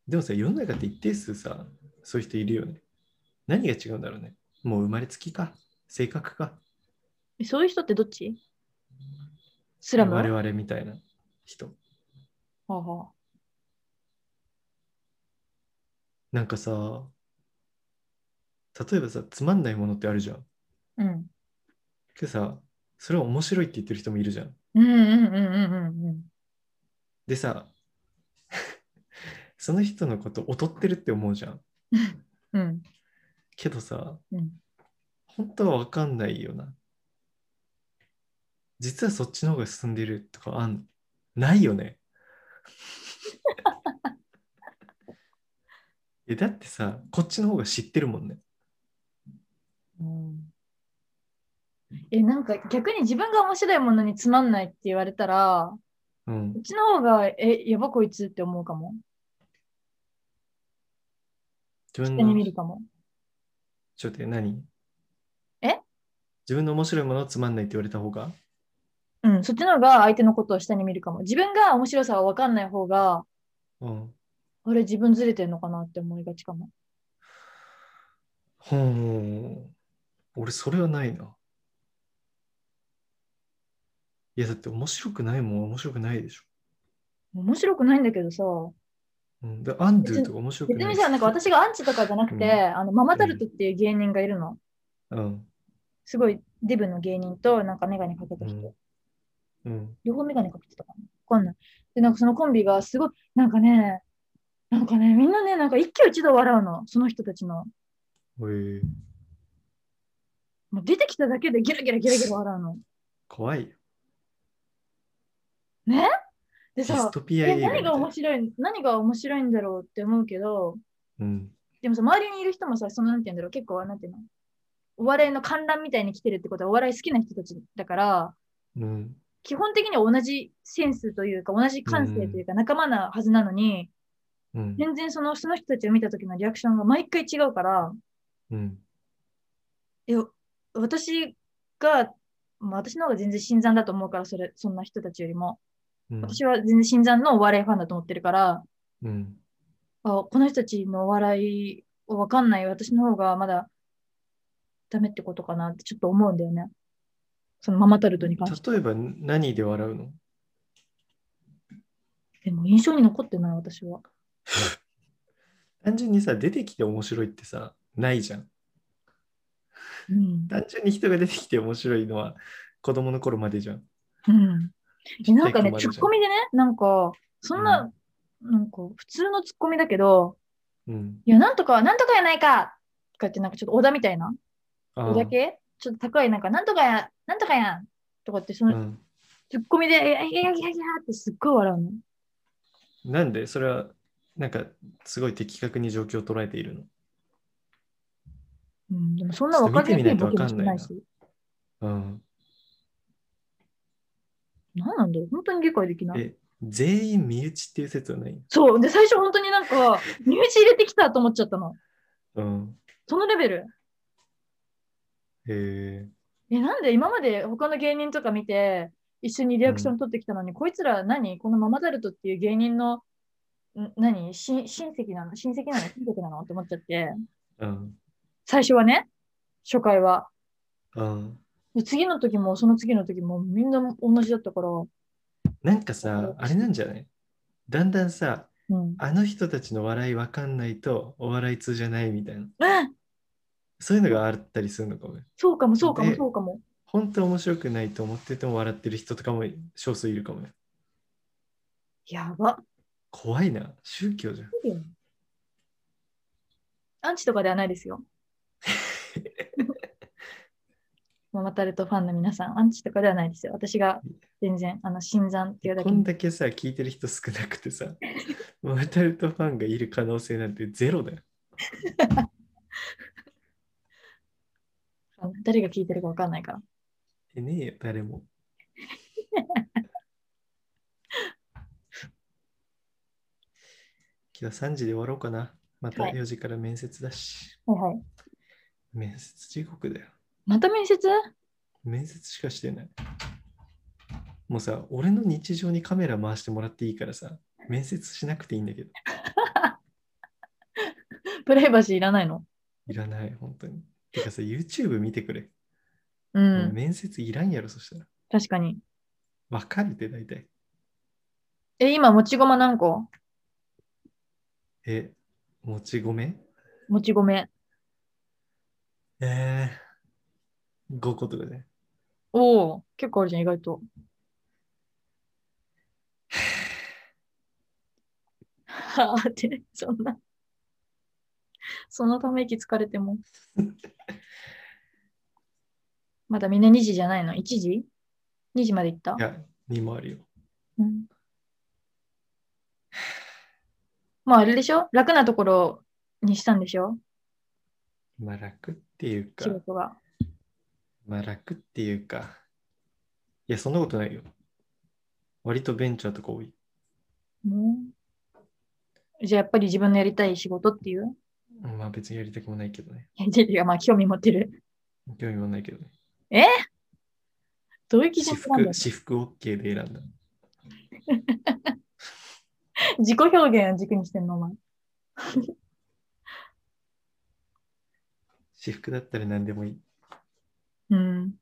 [SPEAKER 1] でもさ、世の中って一定数さ、そういう人いるよね。何が違うんだろうね。もう生まれつきか、性格か、
[SPEAKER 2] えそういう人ってどっちスラム
[SPEAKER 1] 我々みたいな人。
[SPEAKER 2] はあはあ
[SPEAKER 1] なんかさ、例えばさ、つまんないものってあるじゃん。
[SPEAKER 2] うん。
[SPEAKER 1] けどさ、それを面白いって言ってる人もいるじゃん。
[SPEAKER 2] うんうんうんうんうんうん。
[SPEAKER 1] でさ、 [LAUGHS] その人のこと劣ってるって思うじゃん。
[SPEAKER 2] うん
[SPEAKER 1] けどさ、
[SPEAKER 2] うん
[SPEAKER 1] 本当は分かんないよな。
[SPEAKER 2] [LAUGHS]
[SPEAKER 1] 実はそっちの方が進んでるとかあんないよね。え、だってさ、こっちの方が知ってるもんね。
[SPEAKER 2] うんえ、なんか逆に自分が面白いものにつまんないって言われたら、
[SPEAKER 1] うん
[SPEAKER 2] う。ちの方が、え、やばこいつって思うかも。
[SPEAKER 1] 自分
[SPEAKER 2] 下に見
[SPEAKER 1] の
[SPEAKER 2] る、かも。
[SPEAKER 1] ちょっと待って何
[SPEAKER 2] え
[SPEAKER 1] 自分の面白いものをつまんないって言われた方が
[SPEAKER 2] うん、そっちの方が相手のことを下に見るかも。自分が面白さが分かんない方が、
[SPEAKER 1] うん。
[SPEAKER 2] あれ自分ずれてんのかなって思いがちかも。
[SPEAKER 1] ほん。俺、それはないな。いや、だって面白くないもん、面白くないでしょ。
[SPEAKER 2] 面白くないんだけどさ、
[SPEAKER 1] うん、だアンドゥとか面白く
[SPEAKER 2] 別
[SPEAKER 1] ない
[SPEAKER 2] に
[SPEAKER 1] し
[SPEAKER 2] さ、なんか私がアンチとかじゃなくて、
[SPEAKER 1] うん
[SPEAKER 2] あのママタルトっていう芸人がいるの。
[SPEAKER 1] うん。
[SPEAKER 2] すごいデブの芸人となんかメガネかけた
[SPEAKER 1] う
[SPEAKER 2] 人。
[SPEAKER 1] ん。うん。
[SPEAKER 2] 両方メガネかけてたかなわかんない。で、なんかそのコンビがすごい、なんかね、なんかね、みんなね、なんか一挙一動笑うの、その人たちの。
[SPEAKER 1] へえ
[SPEAKER 2] もう出てきただけでギラギラギラギラ笑うの。
[SPEAKER 1] 怖いよ。
[SPEAKER 2] で
[SPEAKER 1] ディ
[SPEAKER 2] さ
[SPEAKER 1] ス、トピア
[SPEAKER 2] え
[SPEAKER 1] 映画
[SPEAKER 2] 何
[SPEAKER 1] みたいな
[SPEAKER 2] が面白い、何が面白いんだろうって思うけど、
[SPEAKER 1] うん。
[SPEAKER 2] でもさ、周りにいる人もさ、そのなんて言うんだろう、結構、なんていうの、お笑いの観覧みたいに来てるってことは、お笑い好きな人たちだから、
[SPEAKER 1] うん。
[SPEAKER 2] 基本的には同じセンスというか、同じ感性というか、仲間なはずなのに、
[SPEAKER 1] うん。
[SPEAKER 2] 全然そのその人たちを見た時のリアクションが毎回違うから、
[SPEAKER 1] うん。
[SPEAKER 2] え、私が、まあ、私の方が全然新参だと思うから、それ、そんな人たちよりも。
[SPEAKER 1] うん。
[SPEAKER 2] 私は全然新参のお笑いファンだと思ってるから、
[SPEAKER 1] うん。
[SPEAKER 2] あ、この人たちのお笑いをわかんない私の方がまだダメってことかなってちょっと思うんだよね。そのママタルトに関して。
[SPEAKER 1] 例えば何で笑うの
[SPEAKER 2] でも印象に残ってない私は。
[SPEAKER 1] 単純にさ、出てきて面白いってさ、ないじゃん。
[SPEAKER 2] うん。
[SPEAKER 1] 単純に人が出てきて面白いのは子供の頃までじゃん。
[SPEAKER 2] うん。えなんかね、ツ
[SPEAKER 1] ちっちゃい子もあるじゃん
[SPEAKER 2] ッコミでね、なんか、そんな、なんか普通のツッコミだけど、
[SPEAKER 1] うん。
[SPEAKER 2] いや、なんとか、なんとかやないかとかってなんかちょっと小田みたいな。
[SPEAKER 1] あ
[SPEAKER 2] 小田系ちょっと高い、なんか、なんとかや、なんとかやんとかって、そ
[SPEAKER 1] あう
[SPEAKER 2] の、
[SPEAKER 1] ん。
[SPEAKER 2] ツッコミで、いやいやいやいやってすっごい笑うの。
[SPEAKER 1] なんでそれは、なんかすごい的確に状況を捉えているの。
[SPEAKER 2] うん、でもそんな分かりやすいボケもしてないし。
[SPEAKER 1] うん。
[SPEAKER 2] 何なんだろう本当に理解できない。
[SPEAKER 1] え、全員身内っていう説はない
[SPEAKER 2] そう。で、最初本当になんか、身内入れてきたと思っちゃったの。
[SPEAKER 1] うん。
[SPEAKER 2] そのレベル。
[SPEAKER 1] へえ。
[SPEAKER 2] え、なんで今まで他の芸人とか見て、一緒にリアクション取ってきたのに、こいつら何このママタルトっていう芸人の、ん何し親戚なの親戚なの親族なのって思っちゃって、
[SPEAKER 1] うん。
[SPEAKER 2] 最初はね、初回は。
[SPEAKER 1] うん。
[SPEAKER 2] で次の時も、その次の時も、みんな同じだったから、う
[SPEAKER 1] なんかさ、あれなんじゃないだんだんさ、
[SPEAKER 2] ん。
[SPEAKER 1] あの人たちの笑いわかんないとお笑い通じゃないみたいな。
[SPEAKER 2] うん
[SPEAKER 1] そういうのがあったりするのかもね。
[SPEAKER 2] そうかも、そうかも、
[SPEAKER 1] で
[SPEAKER 2] そうかも。
[SPEAKER 1] 本当面白くないと思ってても笑ってる人とかも少数いるかもね。
[SPEAKER 2] やば。
[SPEAKER 1] 怖いな。宗教じゃん。
[SPEAKER 2] アンチとかではないです [LAUGHS] よ。ママタルトファンの皆さん、アンチとかではないですよ。私が全然、あの、新参っていうだけ
[SPEAKER 1] こんだけさ、聞いてる人少なくて [LAUGHS] さ、ママタルトファンがいる可能性なんてゼロだよ。
[SPEAKER 2] あの誰が聞いてるか分かんないから。
[SPEAKER 1] いねえよ、
[SPEAKER 2] [LAUGHS]
[SPEAKER 1] 誰も。今日3時で終わろうかな。また
[SPEAKER 2] はい
[SPEAKER 1] 4時から面接だし。
[SPEAKER 2] はいはい。
[SPEAKER 1] 面接地獄だよ。
[SPEAKER 2] また面接
[SPEAKER 1] 面接しかしてない。もうさ、俺の日常にカメラ回してもらっていいからさ、面接しなくていいんだけど、
[SPEAKER 2] [LAUGHS] プライバシーいらないの
[SPEAKER 1] いらない、本当に。てかさ、YouTube 見てくれ。
[SPEAKER 2] う、
[SPEAKER 1] もうん面接いらんやろ、そしたら。
[SPEAKER 2] 確かに。
[SPEAKER 1] わかるって大体。
[SPEAKER 2] え、今、もちごま何個
[SPEAKER 1] え、もち米
[SPEAKER 2] もち米。
[SPEAKER 1] えー、5個とかね。
[SPEAKER 2] おお、結構あるじゃん、意外と。はあって、そんな。そのため息疲れても。まだみんな2時じゃないの ?1 時 ?2 時まで行った
[SPEAKER 1] いや、2もあるよ。
[SPEAKER 2] うん。まああれでしょ楽なところにしたんでしょ
[SPEAKER 1] まあ楽っていうか
[SPEAKER 2] 仕、事が。
[SPEAKER 1] まあ楽っていうか、いや、そんなことないよ。割とベンチャーとか多い。
[SPEAKER 2] うんじゃあやっぱり自分のやりたい仕事っていう [LAUGHS]
[SPEAKER 1] まあ別にやりたくもないけどね。
[SPEAKER 2] いやジェリーがまあ興味持ってる。
[SPEAKER 1] 興味もないけどね。
[SPEAKER 2] どういう基
[SPEAKER 1] 私
[SPEAKER 2] 準なんだ
[SPEAKER 1] 服、私服 OK で選んだ。
[SPEAKER 2] 自己表現を軸にしてんのお前。
[SPEAKER 1] 私服だったら何でもいい。
[SPEAKER 2] うん。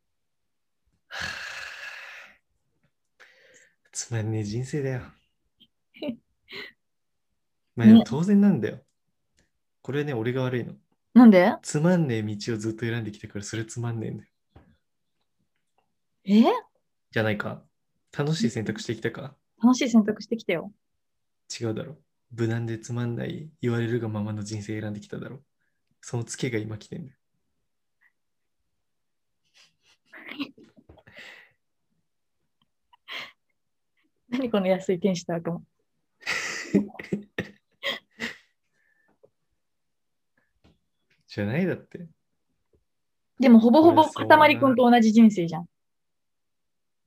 [SPEAKER 1] つまんねえ人生
[SPEAKER 2] [LAUGHS]
[SPEAKER 1] だよ。まあでも当然なんだよ。これね、俺が悪いの。
[SPEAKER 2] なんで
[SPEAKER 1] つまんねえ道をずっと選んできたから、それつまんねえんだよ。
[SPEAKER 2] え
[SPEAKER 1] じゃないか。楽しい選択してきたか。
[SPEAKER 2] 楽しい選択してきてよ。
[SPEAKER 1] 違うだろ。無難でつまんない、言われるがままの人生選んできただろ。そのツケが今来てんだよ。
[SPEAKER 2] 何この安い天使と悪魔。
[SPEAKER 1] じゃないだって。
[SPEAKER 2] でもほぼほぼ
[SPEAKER 1] これそ
[SPEAKER 2] 塊
[SPEAKER 1] うだな
[SPEAKER 2] くんと同じ人生じゃん。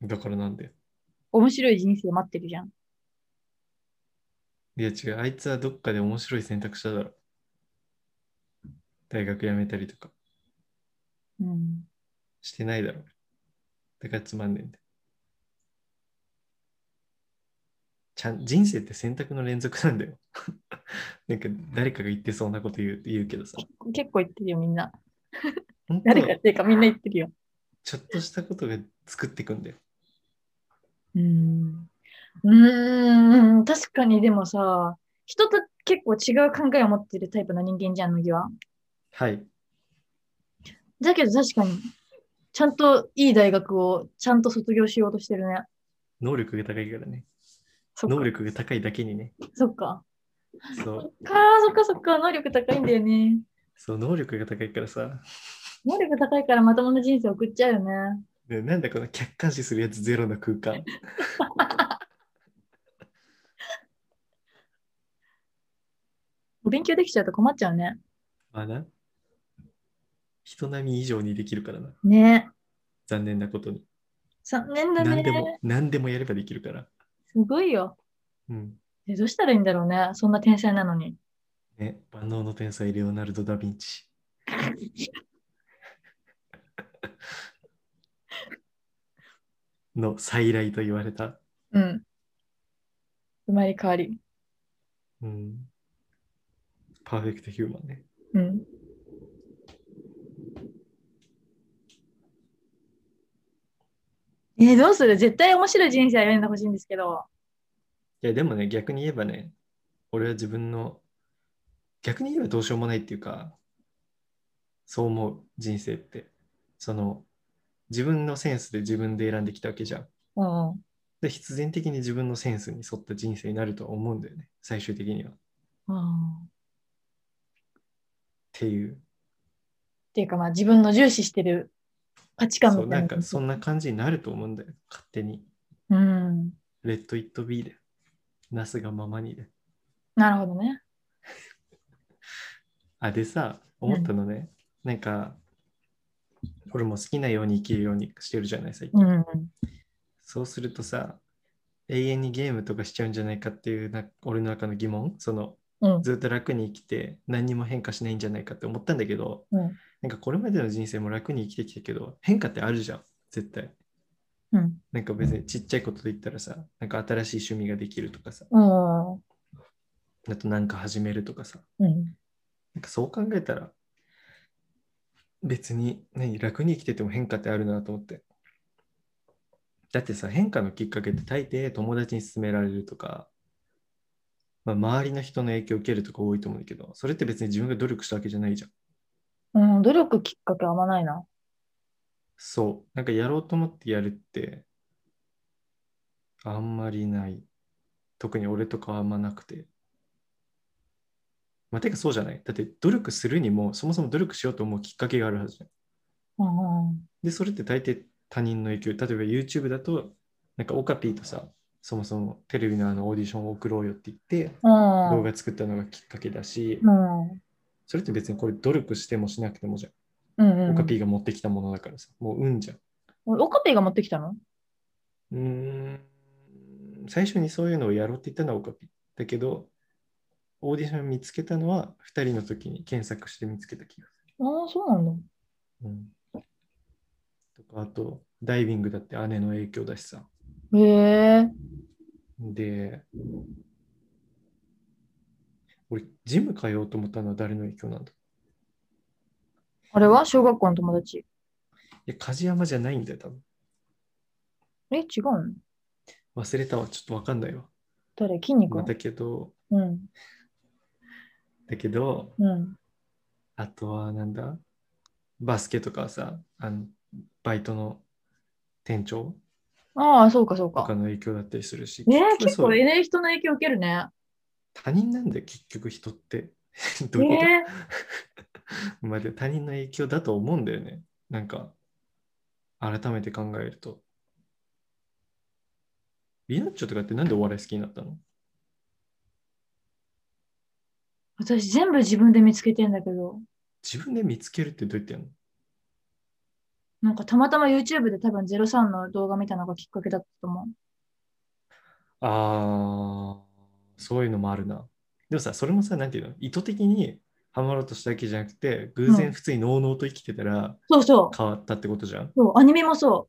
[SPEAKER 1] だからなんだよ。
[SPEAKER 2] 面白い人生待ってるじゃん。
[SPEAKER 1] いや違う、あいつはどっかで面白い選択しただろ。大学辞めたりとか
[SPEAKER 2] うん。
[SPEAKER 1] してないだろ。だからつまんねえんだよ。ちゃん人生って選択の連続なんだよ。 [LAUGHS] なんか誰かが言ってそうなこと言う言うけどさ。
[SPEAKER 2] 結構言ってるよみんな。
[SPEAKER 1] 本当
[SPEAKER 2] 誰か
[SPEAKER 1] は
[SPEAKER 2] っていうかみんな言ってるよ。
[SPEAKER 1] ちょっとしたことが作ってくんだよ。
[SPEAKER 2] うん。うーん。確かにでもさ、人と結構違う考えを持ってるタイプの人間じゃん、麦は。
[SPEAKER 1] はい。
[SPEAKER 2] だけど確かに、ちゃんといい大学をちゃんと卒業しようとしてるね。
[SPEAKER 1] 能力が高いからね。
[SPEAKER 2] そっか
[SPEAKER 1] 能力が高いだけにね。
[SPEAKER 2] そっか。
[SPEAKER 1] そ
[SPEAKER 2] そっ [LAUGHS]
[SPEAKER 1] う。
[SPEAKER 2] か、そっか、そっか。能力高いんだよね。
[SPEAKER 1] そう、能力が高いからさ。
[SPEAKER 2] 能力高いからまともな人生送っちゃうよね。
[SPEAKER 1] ねなんだこの客観視するやつゼロの空間。
[SPEAKER 2] お勉強できちゃうと困っちゃうね。
[SPEAKER 1] まあな。人並み以上にできるからな。
[SPEAKER 2] ね
[SPEAKER 1] 残念なことに。
[SPEAKER 2] 残念だ
[SPEAKER 1] 何でも
[SPEAKER 2] ね。、
[SPEAKER 1] 何でもやればできるから。
[SPEAKER 2] すごいよ。
[SPEAKER 1] うん。
[SPEAKER 2] えどうしたらいいんだろうね。そんな天才なのに。
[SPEAKER 1] ね、万能の天才、レオナルド・ダ・ヴィ
[SPEAKER 2] [LAUGHS]
[SPEAKER 1] ンチ。の再来と言われた。
[SPEAKER 2] うん。生まれ変わり。
[SPEAKER 1] うん。パーフェクト・ヒューマンね。
[SPEAKER 2] うん。えーどうする絶対面白い人生歩んでほしいんですけど。
[SPEAKER 1] いや、でもね、逆に言えばね、俺は自分の、逆に言えばどうしようもないっていうか、そう思う、人生って。その、自分のセンスで自分で選んできたわけじゃん。
[SPEAKER 2] うんうん。
[SPEAKER 1] で、必然的に自分のセンスに沿った人生になるとは思うんだよね、最終的には。っ
[SPEAKER 2] うん
[SPEAKER 1] ていう、
[SPEAKER 2] っていうかまあ自分の重視してる価値観
[SPEAKER 1] そう、
[SPEAKER 2] みた
[SPEAKER 1] ないん
[SPEAKER 2] な。
[SPEAKER 1] かそんな感じになると思うんだよ、勝手に。
[SPEAKER 2] うん。
[SPEAKER 1] レッド・イット・ビーで、なすがままにで。
[SPEAKER 2] なるほどね。
[SPEAKER 1] あ、でさ、思ったのね、なんか、俺も好きなように生きるようにしてるじゃない、最近。
[SPEAKER 2] うん。
[SPEAKER 1] そうするとさ、永遠にゲームとかしちゃうんじゃないかっていうな俺の中の疑問、その
[SPEAKER 2] うん。
[SPEAKER 1] ずっと楽に生きて何にも変化しないんじゃないかって思ったんだけど、
[SPEAKER 2] うん
[SPEAKER 1] なんかこれまでの人生も楽に生きてきたけど、変化ってあるじゃん、絶対。
[SPEAKER 2] うん。
[SPEAKER 1] なんか別にちっちゃいことで言ったらさ、なんか新しい趣味ができるとかさ、
[SPEAKER 2] うん。
[SPEAKER 1] あとなんか始めるとかさ、
[SPEAKER 2] うん。
[SPEAKER 1] なんかそう考えたら、別に何楽に生きてても変化ってあるなと思って。だってさ、変化のきっかけって大抵友達に勧められるとか、まあ、周りの人の影響を受けるとか多いと思うんだけど、それって別に自分が努力したわけじゃないじゃん。
[SPEAKER 2] うん、努力きっかけあんまないな。
[SPEAKER 1] そう。なんかやろうと思ってやるって、あんまりない。特に俺とかはあんまなくて。まあ、てかそうじゃない。だって努力するにも、そもそも努力しようと思うきっかけがあるはずじゃん。
[SPEAKER 2] うん。
[SPEAKER 1] で、それって大抵他人の影響。例えば YouTube だと、なんかオカピーとさ、そもそもテレビのあのオーディションを送ろうよって言って、
[SPEAKER 2] うん。
[SPEAKER 1] 動画作ったのがきっかけだし、
[SPEAKER 2] うん。
[SPEAKER 1] それって別にこれ努力してもしなくてもじゃん。
[SPEAKER 2] うんう
[SPEAKER 1] オ
[SPEAKER 2] ん。
[SPEAKER 1] カピーが持ってきたものだからさ、もう運じゃん。
[SPEAKER 2] オカピーが持ってきたの
[SPEAKER 1] うーん最初にそういうのをやろうって言ったのはオカピだけど、オーディション見つけたのは2人の時に検索して見つけた気がす
[SPEAKER 2] ああ、そうなんだ。
[SPEAKER 1] る。うん、とかあと、ダイビングだって姉の影響だしさ。
[SPEAKER 2] へえ。
[SPEAKER 1] で、俺、ジム通おうと思ったのは誰の影響なんだ
[SPEAKER 2] あれは小学校の友達。
[SPEAKER 1] いや、梶山じゃないんだよ、多分。
[SPEAKER 2] え、違うの
[SPEAKER 1] 忘れたわ、ちょっとわかんないわ。
[SPEAKER 2] 誰筋肉、
[SPEAKER 1] まあだけど、
[SPEAKER 2] うん。
[SPEAKER 1] だけど、
[SPEAKER 2] うん。
[SPEAKER 1] あとはなんだバスケとかさ、あのバイトの店長
[SPEAKER 2] ああ、そうかそう
[SPEAKER 1] と
[SPEAKER 2] か。
[SPEAKER 1] かの影響だったりするし、
[SPEAKER 2] ねえ、
[SPEAKER 1] 結局
[SPEAKER 2] 結
[SPEAKER 1] そう
[SPEAKER 2] 構 N 人の影響受けるね。
[SPEAKER 1] 他人なんだよ、結局人って。 [LAUGHS] どういうこと、
[SPEAKER 2] ね
[SPEAKER 1] まあでも他人の影響だと思うんだよね。なんか、改めて考えると。リナッチョとかってなんでお笑い好きになったの
[SPEAKER 2] 私全部自分で見つけてんだけど、
[SPEAKER 1] 自分で見つけるってどうやってやるの
[SPEAKER 2] なんかたまたま YouTube で多分03の動画見たのがきっかけだったと思う。
[SPEAKER 1] あー、そういうのもあるな。でもさ、それもさ、なんていうの、意図的にハマろうとしたわけじゃなくて、偶
[SPEAKER 2] うん
[SPEAKER 1] 然普通にのうのうと生きてたら
[SPEAKER 2] そうそう。
[SPEAKER 1] 変わったってことじゃん。
[SPEAKER 2] そう、アニメもそう。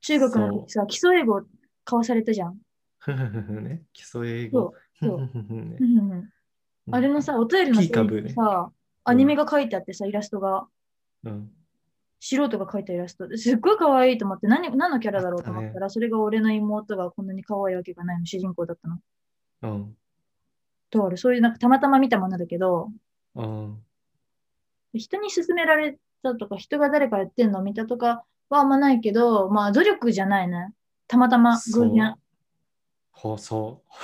[SPEAKER 2] 中学の時さ、基礎英語交わされたじゃん。
[SPEAKER 1] ふふふふね、基礎英語。
[SPEAKER 2] そうそう
[SPEAKER 1] ふふふふね
[SPEAKER 2] うんうんうん
[SPEAKER 1] うん
[SPEAKER 2] あれのさ、お便りの
[SPEAKER 1] ピーカブーね
[SPEAKER 2] ページにさ、アニメが書いてあってさ、イラストが、
[SPEAKER 1] うん、
[SPEAKER 2] 素人が書いたイラストですっごい可愛いと思って何、何のキャラだろうと思
[SPEAKER 1] あ
[SPEAKER 2] っ
[SPEAKER 1] ったた
[SPEAKER 2] ら、それが俺の妹がこんなに可愛いわけがないの、主人公だったの。
[SPEAKER 1] うん、
[SPEAKER 2] とある、そういうなんかたまたま見たものだけど、
[SPEAKER 1] うん、
[SPEAKER 2] 人に勧められたとか、人が誰かやってんのを見たとかはあんまないけど、まあ努力じゃないね。たまたま
[SPEAKER 1] そう
[SPEAKER 2] 偶然。
[SPEAKER 1] ほそう [LAUGHS]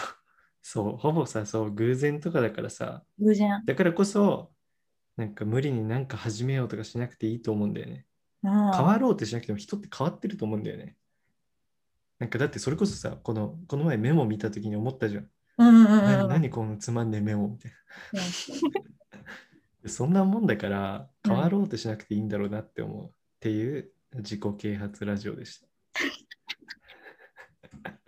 [SPEAKER 1] そう、ほぼさ、そう、偶然とかだからさ、
[SPEAKER 2] 偶然。
[SPEAKER 1] だからこそ、なんか無理になんか始めようとかしなくていいと思うんだよね。
[SPEAKER 2] うん、
[SPEAKER 1] 変わろうってしなくても人って変わってると思うんだよね。なんかだってそれこそさ、このこの前メモ見た時に思ったじゃん。
[SPEAKER 2] うんうんうん
[SPEAKER 1] 何
[SPEAKER 2] うん
[SPEAKER 1] 何このつまんねえメモみたい [LAUGHS] な。そんなもんだから
[SPEAKER 2] うん
[SPEAKER 1] 変わろうってしなくていいんだろうなって思うっていう自己啓発ラジオでした。 [LAUGHS]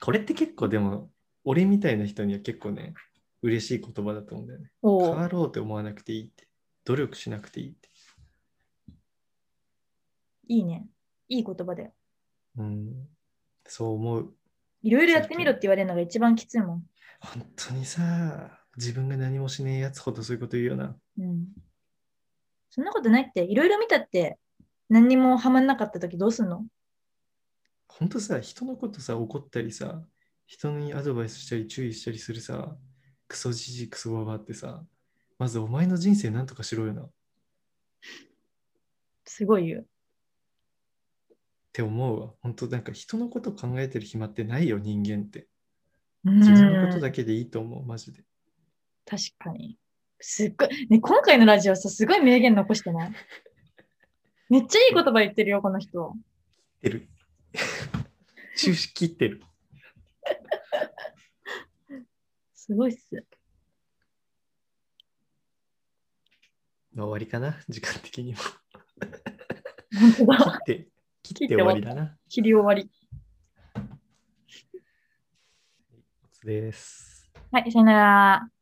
[SPEAKER 1] これって結構でも俺みたいな人には結構ね嬉しい言葉だと思うんだよね。
[SPEAKER 2] お
[SPEAKER 1] 変
[SPEAKER 2] う
[SPEAKER 1] わろうって思わなくていいって。努力しなくていいって。
[SPEAKER 2] いいね。いい言葉だよ。
[SPEAKER 1] うん、そう思う。
[SPEAKER 2] いろいろやってみろって言われるのが一番きついもん。
[SPEAKER 1] 本当にさ、自分が何もしねえやつほどそういうこと言うよな。
[SPEAKER 2] うん。そんなことないって、いろいろ見たって、何にもハマんなかった時どうすんの
[SPEAKER 1] 本当さ、人のことさ、怒ったりさ、人にアドバイスしたり注意したりするさ、クソじじいクソババアってさ、まずお前の人生なんとかしろよなっ
[SPEAKER 2] すごいよ。
[SPEAKER 1] て思うわ。本当なんか人のこと考えてる暇ってないよ、人間って。
[SPEAKER 2] うん
[SPEAKER 1] 自分のことだけでいいと思う、マジで。
[SPEAKER 2] 確かに。すっごい。ね、今回のラジオさ、すごい名言残してないめっちゃいい言葉言ってるよ、この人。
[SPEAKER 1] 切ってる。 [LAUGHS] 終始切ってる。
[SPEAKER 2] すごいっす。
[SPEAKER 1] まあ終わりかな、時間的にも。
[SPEAKER 2] 本当
[SPEAKER 1] 切 [LAUGHS]
[SPEAKER 2] だ。
[SPEAKER 1] って、切って終わりだな。
[SPEAKER 2] 切り終わり。
[SPEAKER 1] です。
[SPEAKER 2] はい、さよなら。